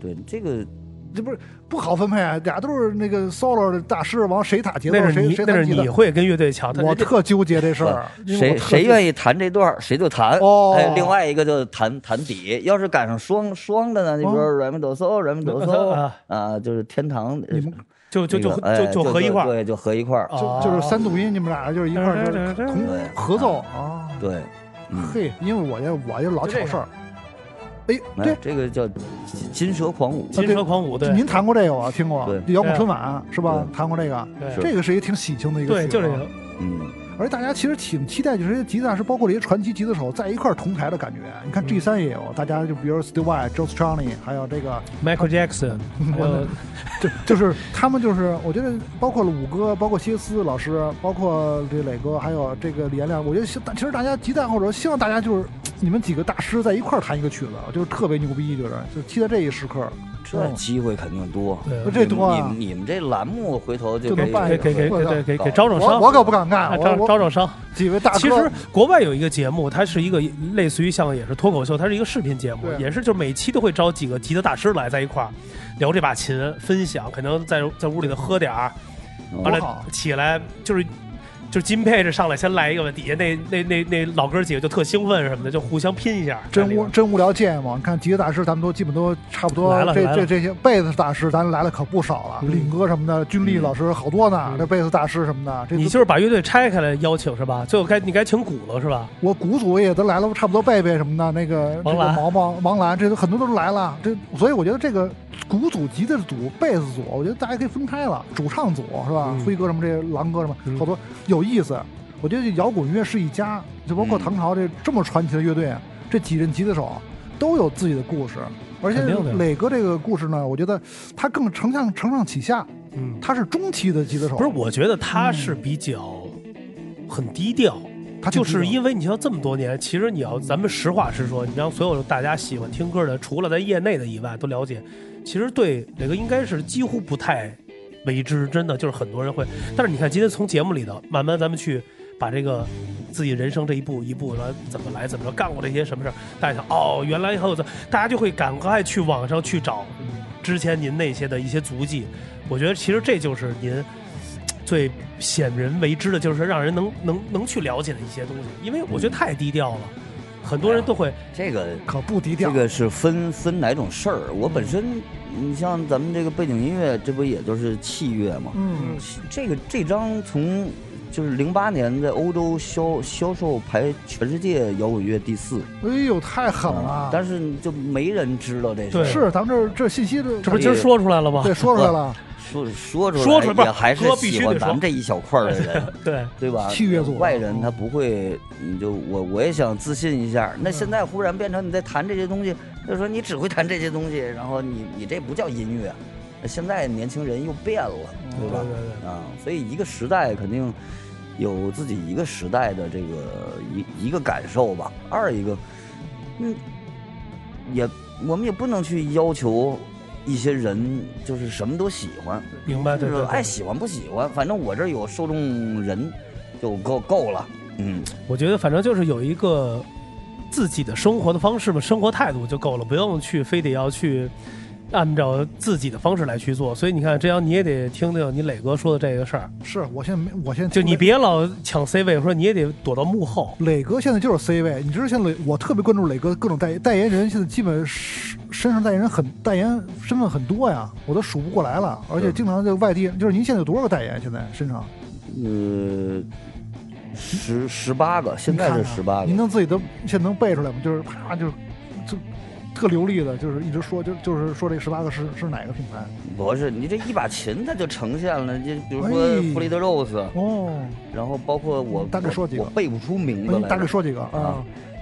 对这个
这不是不好分配，啊俩都是那个 solo 的大师，往谁打节奏
那是
谁
你
谁
那
弹
是
吉
你
他。
会跟乐队抢，他
我
人家
特纠结这事儿，啊因为我
谁
特
谁
纠结
愿意弹这段儿谁就弹，
哦
哎，另外一个就弹弹底，要是赶上双双的呢，就说
哦
r e m do so r e m do
*laughs*
so
啊
啊，就是天堂
你们
就就就
那个哎
就就合一块儿
对，就合一块儿，
就就是三度音，你们俩就是一块儿
嗯
就是同
对
合奏啊。
对，嗯。
嘿，因为我这我这老挑事儿。哎，
哎，这个叫金金蛇狂舞，
金蛇狂舞，
这
对
您弹过这个我听过
对，
就摇滚春晚是吧？弹过这个，
是
这个是一个挺喜庆的一个
对，
曲
就这
啊
个。
嗯，
而且大家其实挺期待，就是这些吉他大师，包括这些传奇吉他手在一块儿同台的感觉。
嗯
你看 G 三也有，大家就比如 Steve Y、Joe Strummy，还有这个
Michael
*laughs*
Jackson，还有 *laughs*
就就是他们就是，我觉得包括了五哥，包括歇斯老师，包括这磊哥，还有这个李延亮，我觉得希其实大家极大或者希望大家就是你们几个大师在一块儿弹一个曲子，就是特别牛逼，就是就期待这一时刻，嗯
这机会肯定多。
对
啊这多
你
啊
们！你们这栏目回头就
就能
可以
办一
呃给
个
给给
我
给
操
给给
搞
招招
我
商，
我可不敢
啊
干，
招
我
招
我
招商。
几位大哥，
其实国外有一个节目，它是一个类似于像也是脱口秀，它是一个视频节目
对，
也是就是每期都会招几个吉他大师来在一块儿聊这把
哦
琴，分享，可能在在屋里头喝点儿，
嗯
完
多好
了起来就是。就金配这上来先来一个，底下那那那那老哥几个就特兴奋什么的，就互相拼一下。
真无真无聊见嘛！你看几个大师，咱们都基本都差不多
来了。
这
来了
这这些贝斯大师，咱来了可不少了，
嗯
领哥什么的，军力老师好多呢。
嗯
这贝斯大师什么的，这
你就是把乐队拆开来邀请是吧？最后该你该请鼓了是吧？
我鼓组也都来了，差不多贝贝什么的，那个这
王
个
兰
毛毛、王兰，这都很多都来了。这所以我觉得这个鼓组、吉他组、贝斯组，我觉得大家可以分开了，主唱组是吧？
嗯
辉哥什么，这些狼哥什么，
嗯
好多有意思。我觉得这摇滚乐是一家，就包括
嗯
唐朝这这么传奇的乐队，啊这几任吉他手啊都有自己的故事。而且
肯定的
磊哥这个故事呢，我觉得他更承上承上启下，
嗯，
他是中期的吉他手，
不是，我觉得他是比较很低调。
他挺
就
低调
是因为你像这么多年，其实你要咱们实话实说，你让所有大家喜欢听歌的，除了在业内的以外都了解，其实对磊哥应该是几乎不太为之，真的就是很多人会。但是你看今天从节目里头，慢慢咱们去把这个自己人生这一步一步来怎么来怎么着，干过这些什么事儿，大家想哦，原来还有这，大家就会赶快去网上去找之前您那些的一些足迹。我觉得其实这就是您最鲜人为之的，就是让人能能能去了解的一些东西，因为我觉得太低调了，很多人都会
这个
可不低调。
这个是分分哪种事儿。我本身，你像咱们这个背景音乐，这不也就是器乐吗？
嗯，
这个这张从就是零八年在欧洲销销售排全世界摇滚乐第四，
哎呦，太狠
嗯
了！
但是就没人知道这事
对
儿。
是，咱们这这信息这
这不今儿说出来了吗？
对说出来了，
说说出来，
说出来不是
也还是
哥必须
喜
得
欢
说
咱们这一小块儿的人，
*laughs* 对，
对吧？
器乐组
外
啊
人他不会，你就我我也想自信一
嗯
下。那现在忽然变成你在弹这些东西，就说你只会弹这些东西，然后你你这不叫音乐。那现在年轻人又变了，对
对
吧
哦对？对，
啊，所以一个时代肯定有自己一个时代的这个一一个感受吧。二一个，嗯，也我们也不能去要求一些人就是什么都喜欢，
明
啊
白对
就
对
是哎
对
爱喜欢不喜欢，反正我这儿有受众人就够够了。嗯，
我觉得反正就是有一个自己的生活的方式吧，生活态度就够了，不用去非得要去按照自己的方式来去做。所以你看，这样你也得听听你磊哥说的这个事儿，
是我现在没，我现
嗯
在
就你别老抢 C 位，说你也得躲到幕后。
磊哥现在就是 C 位，你知道现在磊我特别关注磊哥各种代代言人，现在基本是身上代言人很代言身份很多呀，我都数不过来了，而且
是
经常在外地，就是您现在有多少个代言？现在身上
呃，十十八个，现在
您
是
看看
十八
您
个。
能自己都现在能背出来吗？就是啪就是就特流利的，就是一直说就就是说这十八个是是哪个品牌？
不是你这一把琴，它就呈现了，就比如说
哎
弗里德 Rose，
哦，
然后包括我
大概说几个
我我背不出名字
那你
来。
大概说几个啊
啊？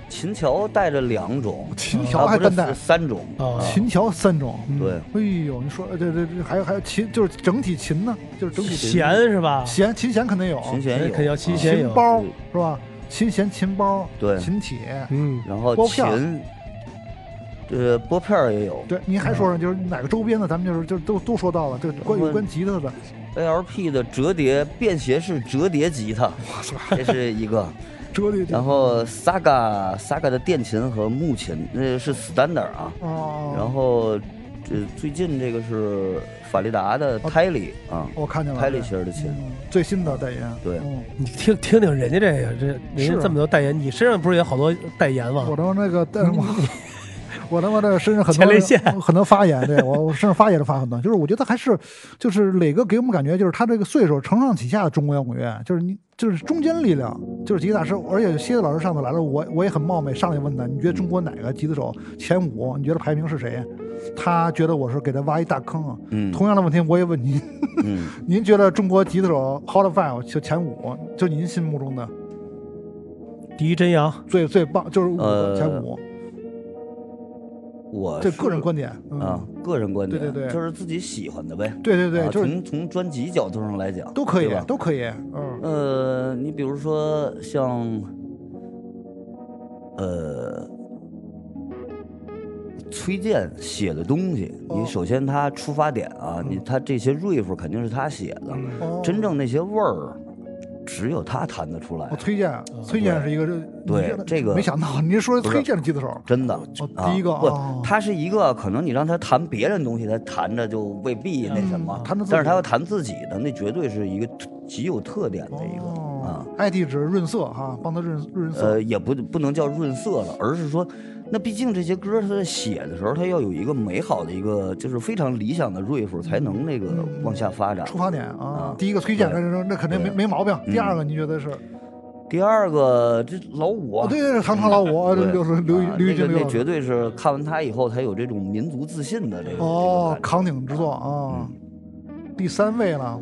秦桥带着两种，
秦
啊
桥还
不是
单带，
三种，
啊，
秦桥三种，嗯
对，
哎呦，你说呃这这这还有还有琴，就是整体琴呢，就是整体
闲是吧？哎
弦琴弦肯定有，
琴弦
肯
有，
定要
啊
新鲜
琴
有，
包是吧？琴弦、琴包、
对
琴铁，
嗯，
然后
拨片儿
琴，呃，拨片儿也有
对，您还
嗯
说上就是哪个周边的，咱们就是就都都说到了，这关于
我
关吉他的，
，ALP 的折叠便携式折叠吉他，这是一
*laughs*
个，
折叠
然后 Saga Saga 的电琴和木琴，那是 standard 啊，
哦，
然后这最近这个是法利达的 Tiley 啊
我看见了
，Tiley 型的琴，
嗯最新的代言，
对
嗯
你听听听人家这个，这人
是啊
家这么多代言，你身上不是也好多代言吗
我？他妈那个，但是我我他妈的身上很
前列腺
多很多发炎，对我我身上发炎的发很多， *laughs* 就是我觉得还是就是磊哥给我们感觉就是他这个岁数承上启下的中国摇滚乐，就是你就是中坚力量，就是吉他大师，而且蝎子老师上次来了，我我也很冒昧，上来问他，你觉得中国哪个吉他手前五？你觉得排名是谁？他觉得我是给他挖一大坑啊。
嗯
同样的问题我也问您，
嗯，
*laughs* 您觉得中国吉他手 Hot Five 就前五，就您心目中的
第一真阳，
最最棒就是五个
呃
前五，
我
这
是
个人观点嗯
啊，个人观点，
对对对
就是自己喜欢的呗。
对对对，
啊
就是
从从专辑角度上来讲
都可以
对吧，
都可以，嗯，
呃，你比如说像，呃，崔健写的东西，
哦
你首先他出发点啊，你他这些 riff 肯定是他写的，
哦
真正那些味儿，只有他弹得出来
我，崔健，崔健是一个这，
嗯对
你
这个
没想到，您说
不是
崔健的吉他手，
真的。啊
哦，第一个
不
哦，
他是一个可能你让他弹别人东西，他弹着就未必那什么
嗯，弹着自己
但是他要弹自己的，那绝对是一个极有特点的一个啊
哦。，爱地址润色哈，帮他润润色
呃，，也不不能叫润色了，而是说，那毕竟这些歌他在写的时候，他要有一个美好的一个，就是非常理想的 riff，才能那个
嗯
往下发展。
出发点啊
啊。
第一个崔健，那
对
那那肯定没
对
没毛病。
嗯
第二个您觉得是？
第二个，这老五啊，
哦，对对对，唐朝老五，啊
*laughs* 对
这就是刘
啊
刘玉
那
金
个
刘
那
老
绝
师。
对是看完他以后，才有这种民族自信的这个。
哦
这，个感觉嗯
扛鼎之作啊。第三位了，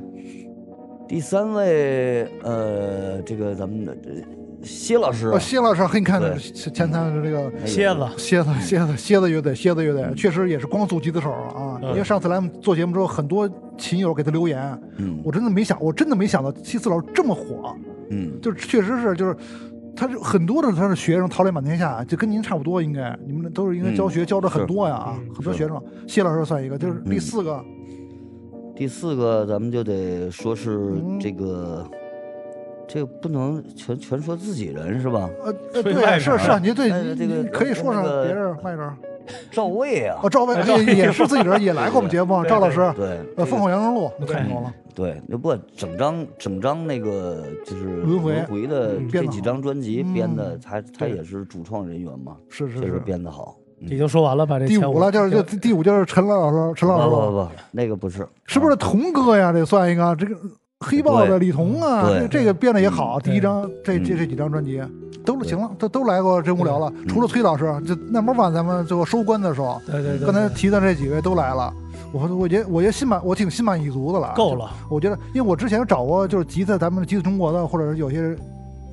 第三位，呃，这个咱们的这谢老师啊
哦，，谢老师，嘿你看
对
前三是这个
哎呦
蝎子，
蝎子，蝎子，蝎子乐队，蝎子乐队确实也是光速吉他手啊。
嗯
因为上次来我们做节目之后，很多琴友给他留言，
嗯
我真的没想，我真的没想到西四老师这么火，
嗯，
就确实是就是。他是很多的他的学生桃李满天下，就跟您差不多，应该你们都是应该教学、教的很多呀啊，
嗯是嗯
很多学生。谢老师算一个，就是第四个，
第四个咱们就得说是
嗯
这个，这个不能全全说自己人是吧？
呃呃，
嗯吹
对啊，
外边
是
儿
是啊，你对，
哎
你
这个
你可以说上
那个
别人外人。
赵薇啊
哦，，赵薇
哎赵薇
也也是自己人，也来过我们节目，啊
对
赵老师，
对，
呃，
这
凤
个
凰羊城路，你看懂了。
对，那不整张整张那个就是
轮回
的
嗯
编
这
得
几
好
张专辑
嗯
编的，他他
对
也是主创人员嘛，
是是
确实
是。
编的好。嗯
已经说完了吧？这
第
前
五了，就是就第五就是陈老师，陈
不不
老师
不，那个不是，
*laughs* 是不是童哥呀？这算一个，这个黑豹的李彤啊，
对
这这个编的也好，
对
第一张这这
嗯
这几张专辑都
对
行了，都都来过真无聊了。嗯除了崔老师，就 number one，咱们最后收官的时候，
对对对，
刚才提的这几位都来了。我我觉得我觉得心满，我挺心满意足的了，
够。了，
我觉得，因为我之前找过就是吉他咱们吉他中国的，或者是有些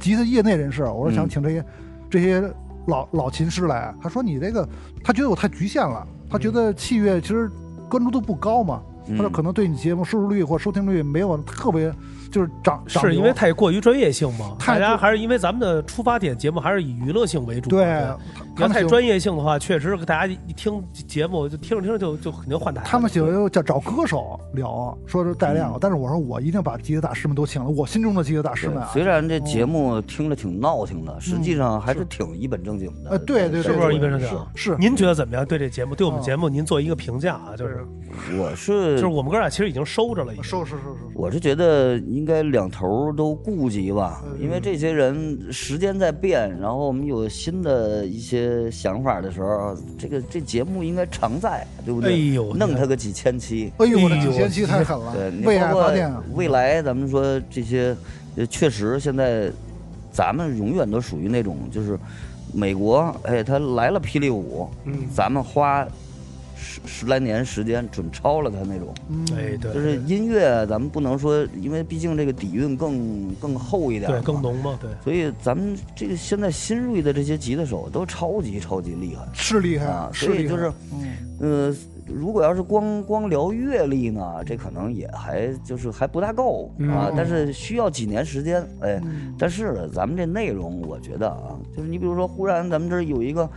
吉他业内人士，我说想
嗯
请这些、这些老老琴师来，他说你这个，他觉得我太局限了，他觉得器乐其实关注度不高嘛，
嗯
他说可能对你节目收视率或收听率没有特别就是涨涨
是因为
流
太过于专业性嘛？
太
大家
过
还是因为咱们的出发点节目还是以娱乐性为主嘛。对，
对他
你要
他们
太
喜欢
专业性的话，确实大家一听节目就听着听着就就肯定换台了。
他们喜欢叫找歌手聊，说是带
嗯
量，但是我说我一定把吉他大师们都请了，我心中的吉他大师
对
们啊，
虽然这节目听着挺闹挺的，实际上还是挺一本正经的。
嗯呃，对对，
是
对
不是
对
一本正
是
经啊
是，
您觉得怎么样？对这节目，对我们
嗯
节目，您做一个评价啊，就是
我是
就是我们哥俩其实已经收着了，已经
收是是是。
我是觉得应该两头儿都顾及吧，
嗯
因为这些人时间在变，然后我们有新的一些想法的时候，这个这节目应该常在，对不对？
哎呦
弄它个几千
*laughs*
期，
哎呦，我的
哎呦
几千期太狠了
对，你，
为
包
爱发电
括
啊！
未来，咱们说这些，呃确实现在咱们永远都属于那种就是美国，哎，他来了霹雳舞，
嗯，
咱们花十十来年时间准超了他那种。
嗯
哎，对，
就是音乐，咱们不能说，因为毕竟这个底蕴更更厚一点，
对更。浓嘛，对。
所以咱们这个现在新锐的这些吉他手都超级超级厉害，
是厉害
啊，
是
所以
厉害，
就是
嗯，
呃，如果要是光光聊阅历呢，这可能也还就是还不大够啊，
嗯
但是需要几年时间，哎，
嗯
但是呢咱们这内容，我觉得啊，就是你比如说，忽然咱们这儿有一个，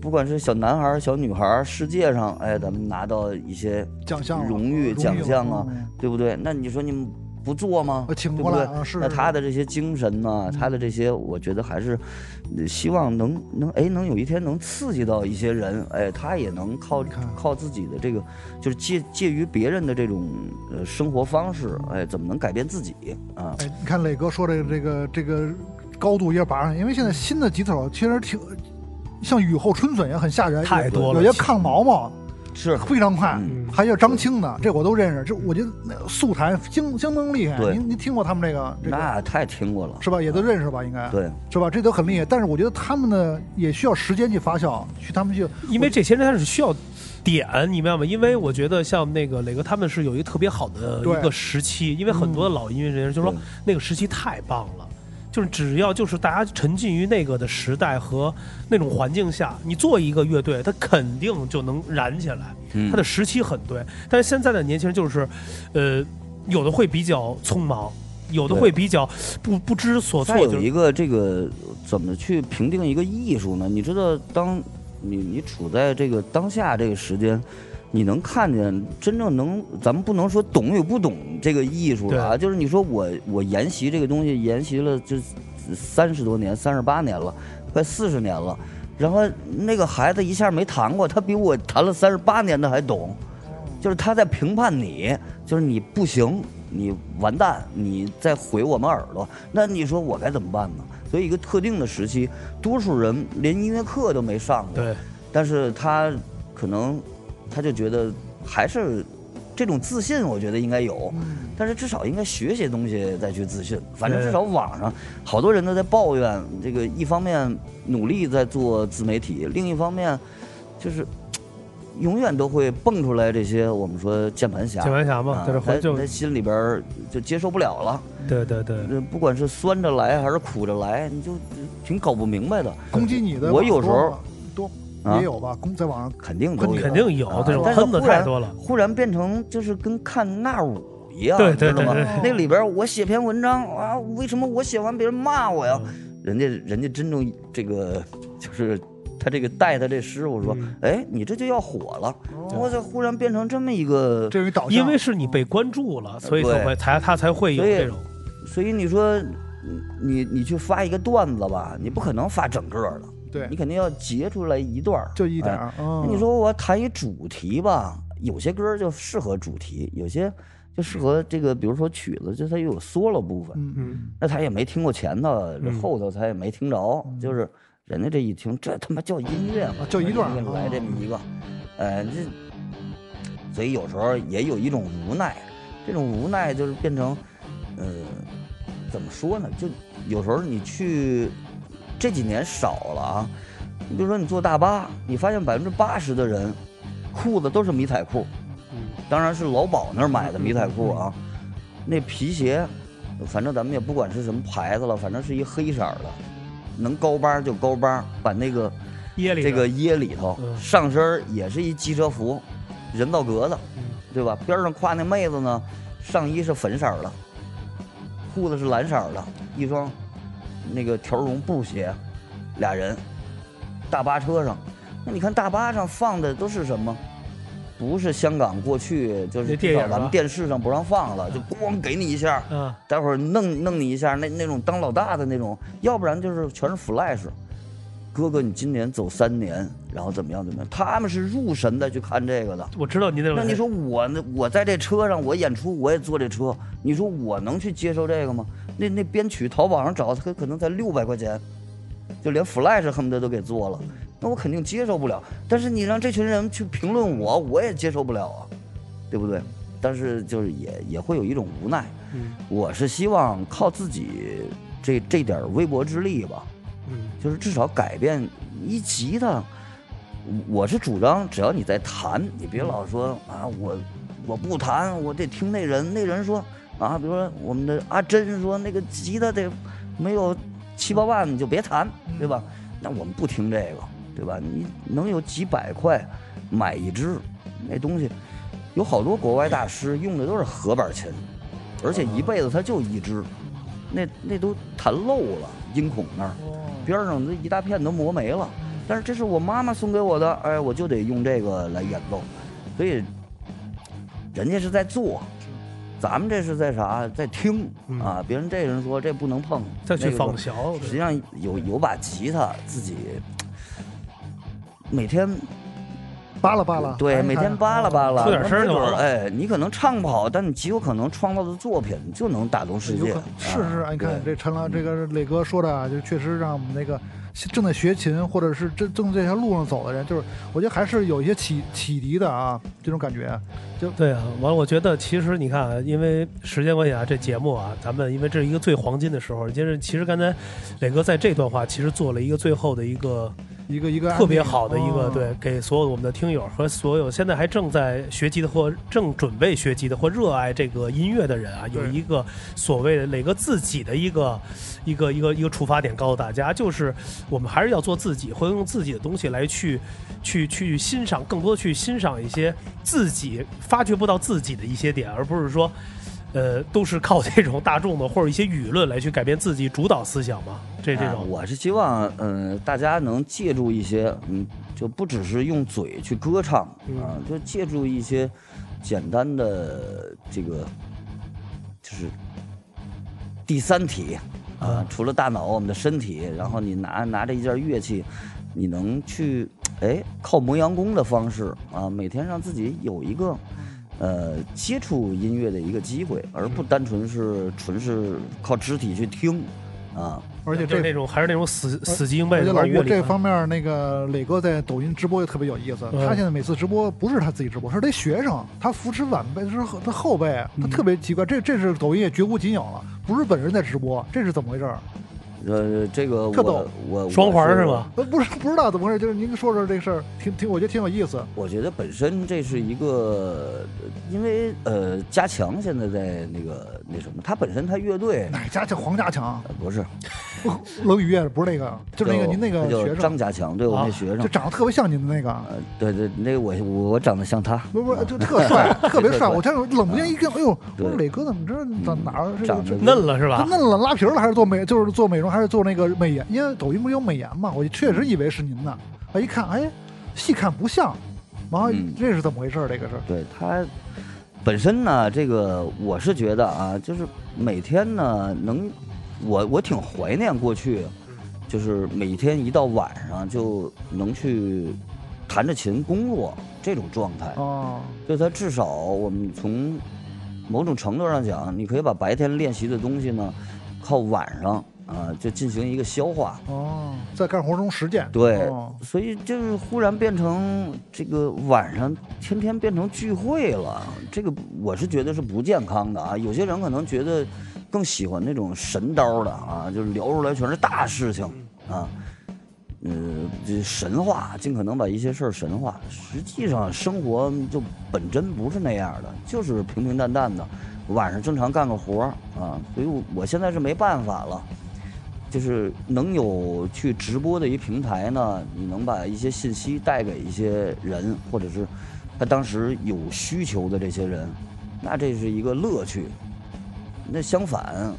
不管是小男孩儿、小女孩儿，世界上，哎，咱们拿到一些
奖项啊
荣誉奖项啊，
嗯
对不对？那你说你们不做吗？
呃请
对
过
不
来
对
啊，是嗯
那他的这些精神呢、他的这些，我觉得还是呃希望能能哎，能有一天能刺激到一些人，哎，他也能靠
你看
靠自己的这个，就是借借于别人的这种呃生活方式，哎，怎么能改变自己啊？
哎，你看磊哥说这个这个这个高度也拔上，因为
嗯
现在新的吉他手其实挺像雨后春笋一样，很吓人，
太多了
有些抗毛毛
是，
非常快。
嗯
还有张清的，这我都认识，这我觉得那素材相相当厉害。
对
您您听过他们这个这个
那太听过了，
是吧？也都认识吧？应该
对。
是吧？这都很厉害，但是我觉得他们呢也需要时间去发酵，去他们去
因为这些人他是需要点，你明白吗？因为我觉得像那个磊哥他们是有一个特别好的
对嗯
一个时期，因为很多老音乐人就说
对
那个时期太棒了。就是只要就是大家沉浸于那个的时代和那种环境下，你做一个乐队，它肯定就能燃起来。
嗯
它的时期很对，但是现在的年轻人就是，呃，有的会比较匆忙，有的
对
会比较不不知所
再
措，就
有一
是
个这个怎么去评定一个艺术呢？你知道，当你你处在这个当下这个时间，你能看见真正能，咱们不能说懂与不懂这个艺术了啊，就是你说我我研习这个东西研习了这三十多年，三十八年了，快四十年了，然后那个孩子一下没弹过，他比我弹了三十八年的还懂，就是他在评判你，就是你不行，你完蛋，你再毁我们耳朵，那你说我该怎么办呢？所以一个特定的时期，多数人连音乐课都没上过，
对，
但是他可能他就觉得还是这种自信，我觉得应该有，但是至少应该学些东西再去自信。反正
对
至少网上好多人都在抱怨，这个一方面努力在做自媒体，另一方面就是嘖呃永远都会蹦出来这些我们说键盘侠。
键盘侠嘛，
啊
在这
他
环境
他，心里边儿就接受不了了，
对对对，
呃不管是酸着来还是苦着来，你就呃挺搞不明白的。
攻击你的
我
网
有时
多
候
吗多
啊
也有吧，攻在网上
肯定都有，
肯定有
啊
这种
但是
喷子
忽然
太多了
忽然变成就是跟看那舞一样，
对
你知
对
道吗
对？
那里边我写篇文章啊，为什么我写完别人骂我呀？
嗯
人家人家真正这个就是他这个带他这师傅说
嗯，哦
哎，你这就要火了，我这忽然变成这么一个，
这为导向，
因为是你被关注了，所以才
对
会才他才会有
所以
这种，
所以你说你你去发一个段子吧，你不可能发整个的，
对
你肯定要截出来一段儿，
就一点
哎
儿。
那
嗯，
你说我谈一主题吧，有些歌儿就适合主题，有些就适合这个，比如说曲子，就它又有 solo 部分，
嗯
嗯，
那他也没听过前头，这
嗯
后头他也没听着，就是人家这一听，这他妈叫音乐嘛
嗯啊，就一段儿
人家来这么一个，呃，这，所以有时候也有一种无奈，这种无奈就是变成，呃，怎么说呢？就有时候你去这几年少了啊，你比如说你坐大巴，你发现百分之八十的人裤子都是迷彩裤，
嗯
当然是老鸨那儿买的迷彩裤啊，那皮鞋，反正咱们也不管是什么牌子了，反正是一黑色儿的，能高帮儿就高帮儿，把那个
耶里
这个掖里头，
嗯
上身儿也是一机车服，人造格子，
嗯
对吧？边上挎那妹子呢，上衣是粉色儿的，裤子是蓝色儿的，一双那个条绒布鞋，俩人，大巴车上，那你看大巴上放的都是什么？不是香港过去就是
那电影啊
咱
吧
们电视上不让放了，就咣给你一下，
啊，
待会儿弄弄你一下，那那种当老大的那种，要不然就是全是 flash。哥哥，你今年走三年，然后怎么样怎么样？他们是入神的去看这个的。
我知道你那种，
那你说我呢？我在这车上，我演出，我也坐这车，你说我能去接受这个吗？那那编曲淘宝上找，他可能才六百块钱，就连 Flash 恨不得都给做了，那我肯定接受不了。但是你让这群人去评论我，我也接受不了啊，对不对？但是就是也也会有一种无奈，
嗯
我是希望靠自己这这点儿微薄之力吧，
嗯
就是至少改变一吉他。我是主张，只要你在弹，你别老说啊，我我不弹，我得听那人。那人说啊，比如说我们的阿珍说，那个吉他得没有七八万你就别弹，对吧？那我们不听这个，对吧？你能有几百块买一支，那东西有好多国外大师用的都是合板琴，而且一辈子他就一支，那那都弹漏了音孔那儿。边上这一大片都磨没了。但是这是我妈妈送给我的，哎，我就得用这个来演奏。所以，人家是在做，咱们这是在啥？在听
嗯
啊！别人这人说这不能碰，
再去
那个说
仿效，
实际上有有把吉他自己每天
扒拉扒拉，哎
对
弹一
每
弹
天扒拉扒拉，
出点声儿就完了
哎，你可能唱不好，但你极有可能创造的作品就能打动世
有
界
可。是是，
啊
哎你
对
看这陈老这个磊哥说的啊，就确实让我们那个正在学琴或者是正正这条路上走的人，就是我觉得还是有一些启启迪的啊，这种感觉。
对啊，完了，我觉得其实你看啊，因为时间关系啊，这节目啊，咱们因为这是一个最黄金的时候，就是其实刚才磊哥在这段话其实做了一个最后的一个
一个一个
特别好的一个、
哦
对，给所有我们的听友和所有现在还正在学吉他或正准备学吉他或热爱这个音乐的人啊，有
对
一个所谓的磊哥自己的一个一个一个一个出发点，告诉大家，就是我们还是要做自己，会用自己的东西来去去去欣赏，更多去欣赏一些自己发掘不到自己的一些点，而不是说。呃，都是靠这种大众的或者一些舆论来去改变自己主导思想嘛？这这
啊
种，
呃我是希望，嗯、大家能借助一些，嗯，就就不只是用嘴去歌唱啊，
嗯
就借助一些简单的这个，就是第三体
嗯
啊，除了大脑，我们的身体，然后你拿拿着一件乐器，你能去哎靠磨洋工的方式啊，每天让自己有一个。呃，接触音乐的一个机会，而不单纯是纯是靠肢体去听，啊，
而且
就是
这
那种还是那种死死记硬背
而且
的
老
玩乐
吴
理
这
啊
方面，那个磊哥在抖音直播也特别有意思。
嗯
他现在每次直播不是他自己直播，是他学生，他扶持晚辈，是他后辈，他特别奇怪。这这是抖音也绝无仅有了，不是本人在直播，这是怎么回事儿？
呃，这个
特逗
我我
双环儿是吧？？
呃，不是不知道怎么回事，就是您说说这事儿，挺挺，我觉得挺有意思。
我觉得本身这是一个，呃因为呃，加强现在在那个那什么，他本身他乐队
哪家叫黄家强？ *laughs*
呃不是，
冷雨夜不是那个，就是那个
叫
您那
他
个
叫
学生
张，家强，对我
啊
那学
就
生，
长得特别像您的那个。
呃，对对，那我我我长得像他，嗯
不不，就特
*laughs*
帅，特别帅。
帅
我这冷不丁一看，哎呦，我
对嗯
说磊哥怎么这到哪儿这
长得
嫩了是吧
他？嫩了，拉皮儿了，还是做美，就是做美容，还是做那个美颜？因为抖音不是有美颜嘛，我确实以为是您呢。我一看，哎，细看不像，然后
嗯
这是怎么回事儿？这个是，
对他本身呢，这个我是觉得啊，就是每天呢能，我我挺怀念过去，就是每天一到晚上就能去弹着琴工作这种状态。
哦，
就它至少我们从某种程度上讲，你可以把白天练习的东西呢，靠晚上啊、就进行一个消化。
哦，在干活中实践，
对
哦，
所以就是忽然变成这个晚上天天变成聚会了，这个我是觉得是不健康的啊。有些人可能觉得更喜欢那种神叨的啊，就是聊出来全是大事情啊，呃，这神话，尽可能把一些事儿神化。实际上生活就本真不是那样的，就是平平淡淡的，晚上正常干个活儿啊。所以我我现在是没办法了。就是能有去直播的一平台呢，你能把一些信息带给一些人，或者是他呃当时有需求的这些人，那这是一个乐趣。那相反，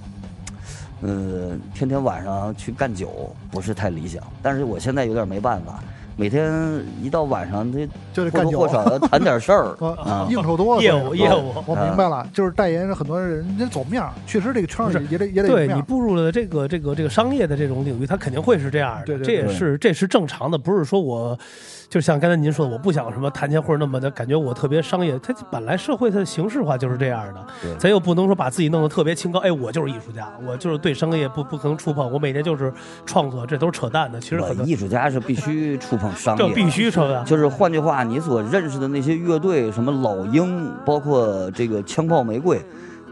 呃，天天晚上去干酒不是太理想，但是我现在有点没办法，每天一到晚上他
就得 *laughs*
或
干
多
酒啊
或少要谈点事儿
呃 *laughs*
啊，
应酬多了，
业务
所以
业务
我明白了，就是代言人很多人得走面儿，确实这个圈儿
不
里也得也得有
对
面
你
儿。
步入了这个这个这个商业的这种领域，它肯定会是这样的。
对对
这也
对
是这是正常的，不是说我就像刚才您说的，我不想什么谈钱或者那么的感觉我特别商业。它本来社会它的形式化就是这样的，
对
咱又不能说把自己弄得特别清高。哎，我就是艺术家，我就是对商业不不可能触碰，我每天就是创作，这都是扯淡的。其实很
我
多
艺术家是必须触碰商
这 *laughs*
业，
必须扯淡。
就是换句话，你所认识的那些乐队，什么老鹰，包括这个枪炮玫瑰，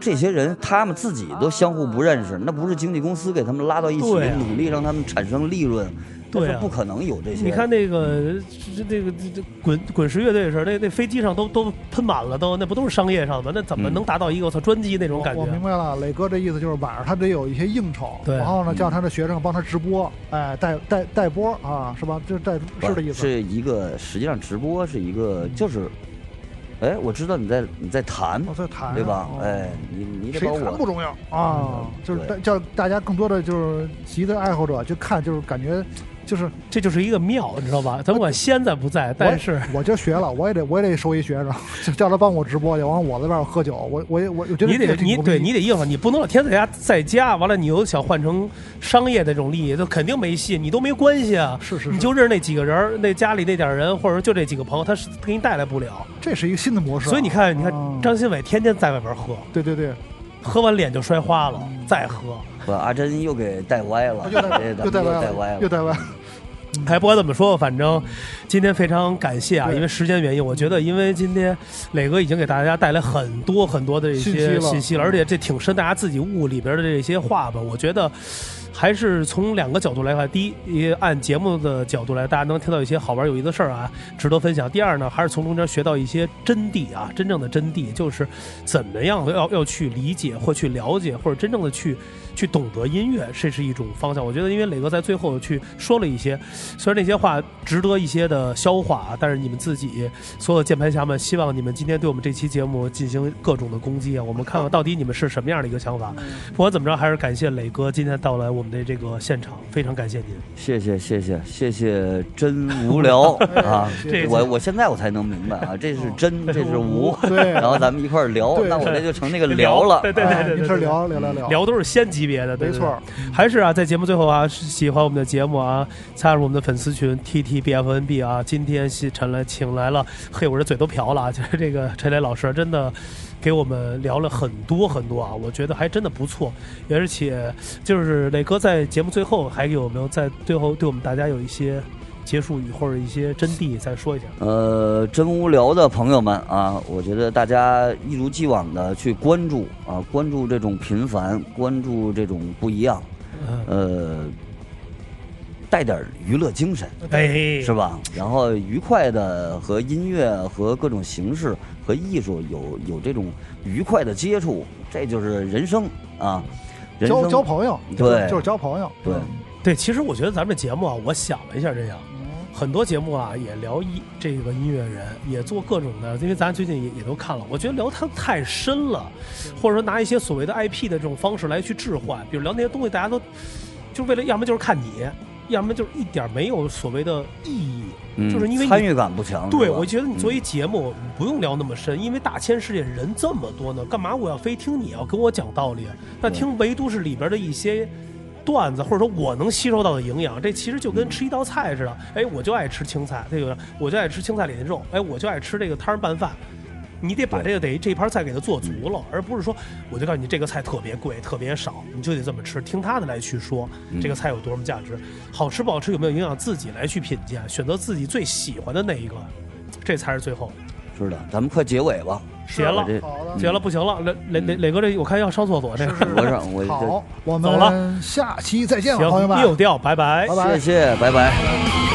这些人他们自己都相互不认识，那不是经纪公司给他们拉到一起，
对啊
努力让他们产生利润，
对啊
那是不可能有这些。
你看那个这这个这这滚滚石乐队的时候，那那飞机上都都喷满了，都那不都是商业上的吗？那怎么
嗯
能达到一个我操专辑那种感觉？
我明白了，磊哥这意思就是晚上他得有一些应酬，
对
然
嗯
后呢叫他的学生帮他直播，哎，带带带播啊，是吧？就是带
不
是这意思。
是一个，实际上直播是一个，就是，哎，我知道你在你在弹，
我在谈，
嗯对吧？
哦
哎，你你得
谁
把
谈不
我。嗯
重要啊，就是大
对
叫大家更多的就是习的爱好者去看，就是感觉就是
这就是一个庙，你知道吧？咱不管仙在不在，但是
我我就学了，我也得我也得收一学生， *laughs* 就叫他帮我直播去，完了我在外边喝酒，我我也我我觉得
你
这
得
个挺
你
牛逼
对你得应付，你不能老天天在家在家，完了你又想换成商业的这种利益，就肯定没戏，你都没关系啊。
是是是
你就认识那几个人儿，那家里那点儿人，或者就这几个朋友，他是他给你带来不了。
这是一个新的模式啊，
所以你看，你看
啊
张新伟天天在外边喝，
对对对，
喝完脸就摔花了，
嗯
再喝。
把阿珍又给带歪了，
又带
哎咱们
又带
又带
歪
歪
了，
了
又。带歪了，
还不管怎么说，反正今天非常感谢啊，
对
因为时间原因，我觉得因为今天磊哥已经给大家带来很多很多的一
信息了嗯
些信息了，而且这挺深大家自己悟里边的这些话吧，我觉得。还是从两个角度来看，第一，按节目的角度来，大家能听到一些好玩有意思的事儿啊，值得分享。第二呢，还是从中间学到一些真谛啊，真正的真谛就是怎么样要要去理解或去了解，或者真正的去去懂得音乐，这是一种方向。我觉得，因为磊哥在最后去说了一些，虽然那些话值得一些的消化啊，但是你们自己所有键盘侠们，希望你们今天对我们这期节目进行各种的攻击啊，我们看看到底你们是什么样的一个想法。
嗯
不管怎么着，还是感谢磊哥今天到来我们的这个现场，非常感谢您。
谢谢谢谢谢谢，真无聊啊
这！
我我现在我才能明白啊，这是真，这是无。
对，
然后咱们一块儿聊，
对
那我这就成那个聊了。
对对对
哎
对对
没事儿聊聊聊聊，
聊都是仙级别的，对
没
对
错儿，
还是啊，在节目最后啊，是喜欢我们的节目啊，加入我们的粉丝群 T T B F N B 啊。今天是陈来请来了，嘿，我这嘴都瓢了啊！ *laughs* 就是这个陈雷老师啊真的给我们聊了很多很多啊，我觉得还真的不错。也而且就是磊哥在节目最后还有没有在最后对我们大家有一些结束语或者一些真谛再说一下？
呃，真无聊的朋友们啊，我觉得大家一如既往的去关注啊，关注这种平凡，关注这种不一样，
嗯，
呃，带点儿娱乐精神
哎，
是吧？然后愉快的和音乐和各种形式和艺术有有这种愉快的接触，这就是人生啊，人
交
生
交朋友，
对
就是就是交朋友，
对。
对，其实我觉得咱们这节目啊，我想了一下，这样很多节目啊也聊音这个音乐人，也做各种的，因为咱最近也也都看了，我觉得聊它太深了，或者说拿一些所谓的 IP 的这种方式来去置换，比如聊那些东西，大家都就为了要么就是看你，要么就是一点没有所谓的意义，
嗯
就是因为你
参与感不强，
对，
是吧嗯
我觉得你作为节目不用聊那么深，因为大千世界人这么多呢，干嘛我要非听你啊要跟我讲道理？那
对
听唯独是里边的一些段子，或者说我能吸收到的营养，这其实就
嗯
跟吃一道菜似的。哎，我就爱吃青菜，这个我就爱吃青菜里的肉，哎，我就爱吃这个汤儿拌饭。你得把这个得这盘菜给它做足
嗯
了，而不是说我就告诉你这个菜特别贵、特别少，你就得这么吃，听他的来去说
嗯
这个菜有多么价值，好吃不好吃有没有营养，自己来去品鉴，选择自己最喜欢的那一个，这才是最后。
是的，咱们快结尾吧。
结了
我，这嗯
好的，
结了，不行了，磊磊磊磊哥这我看要上厕所这个，
我 *laughs* 上我
好，我
走了
们下期再见，
行
朋友们，
谬调，拜拜
拜拜
这，谢谢，拜拜。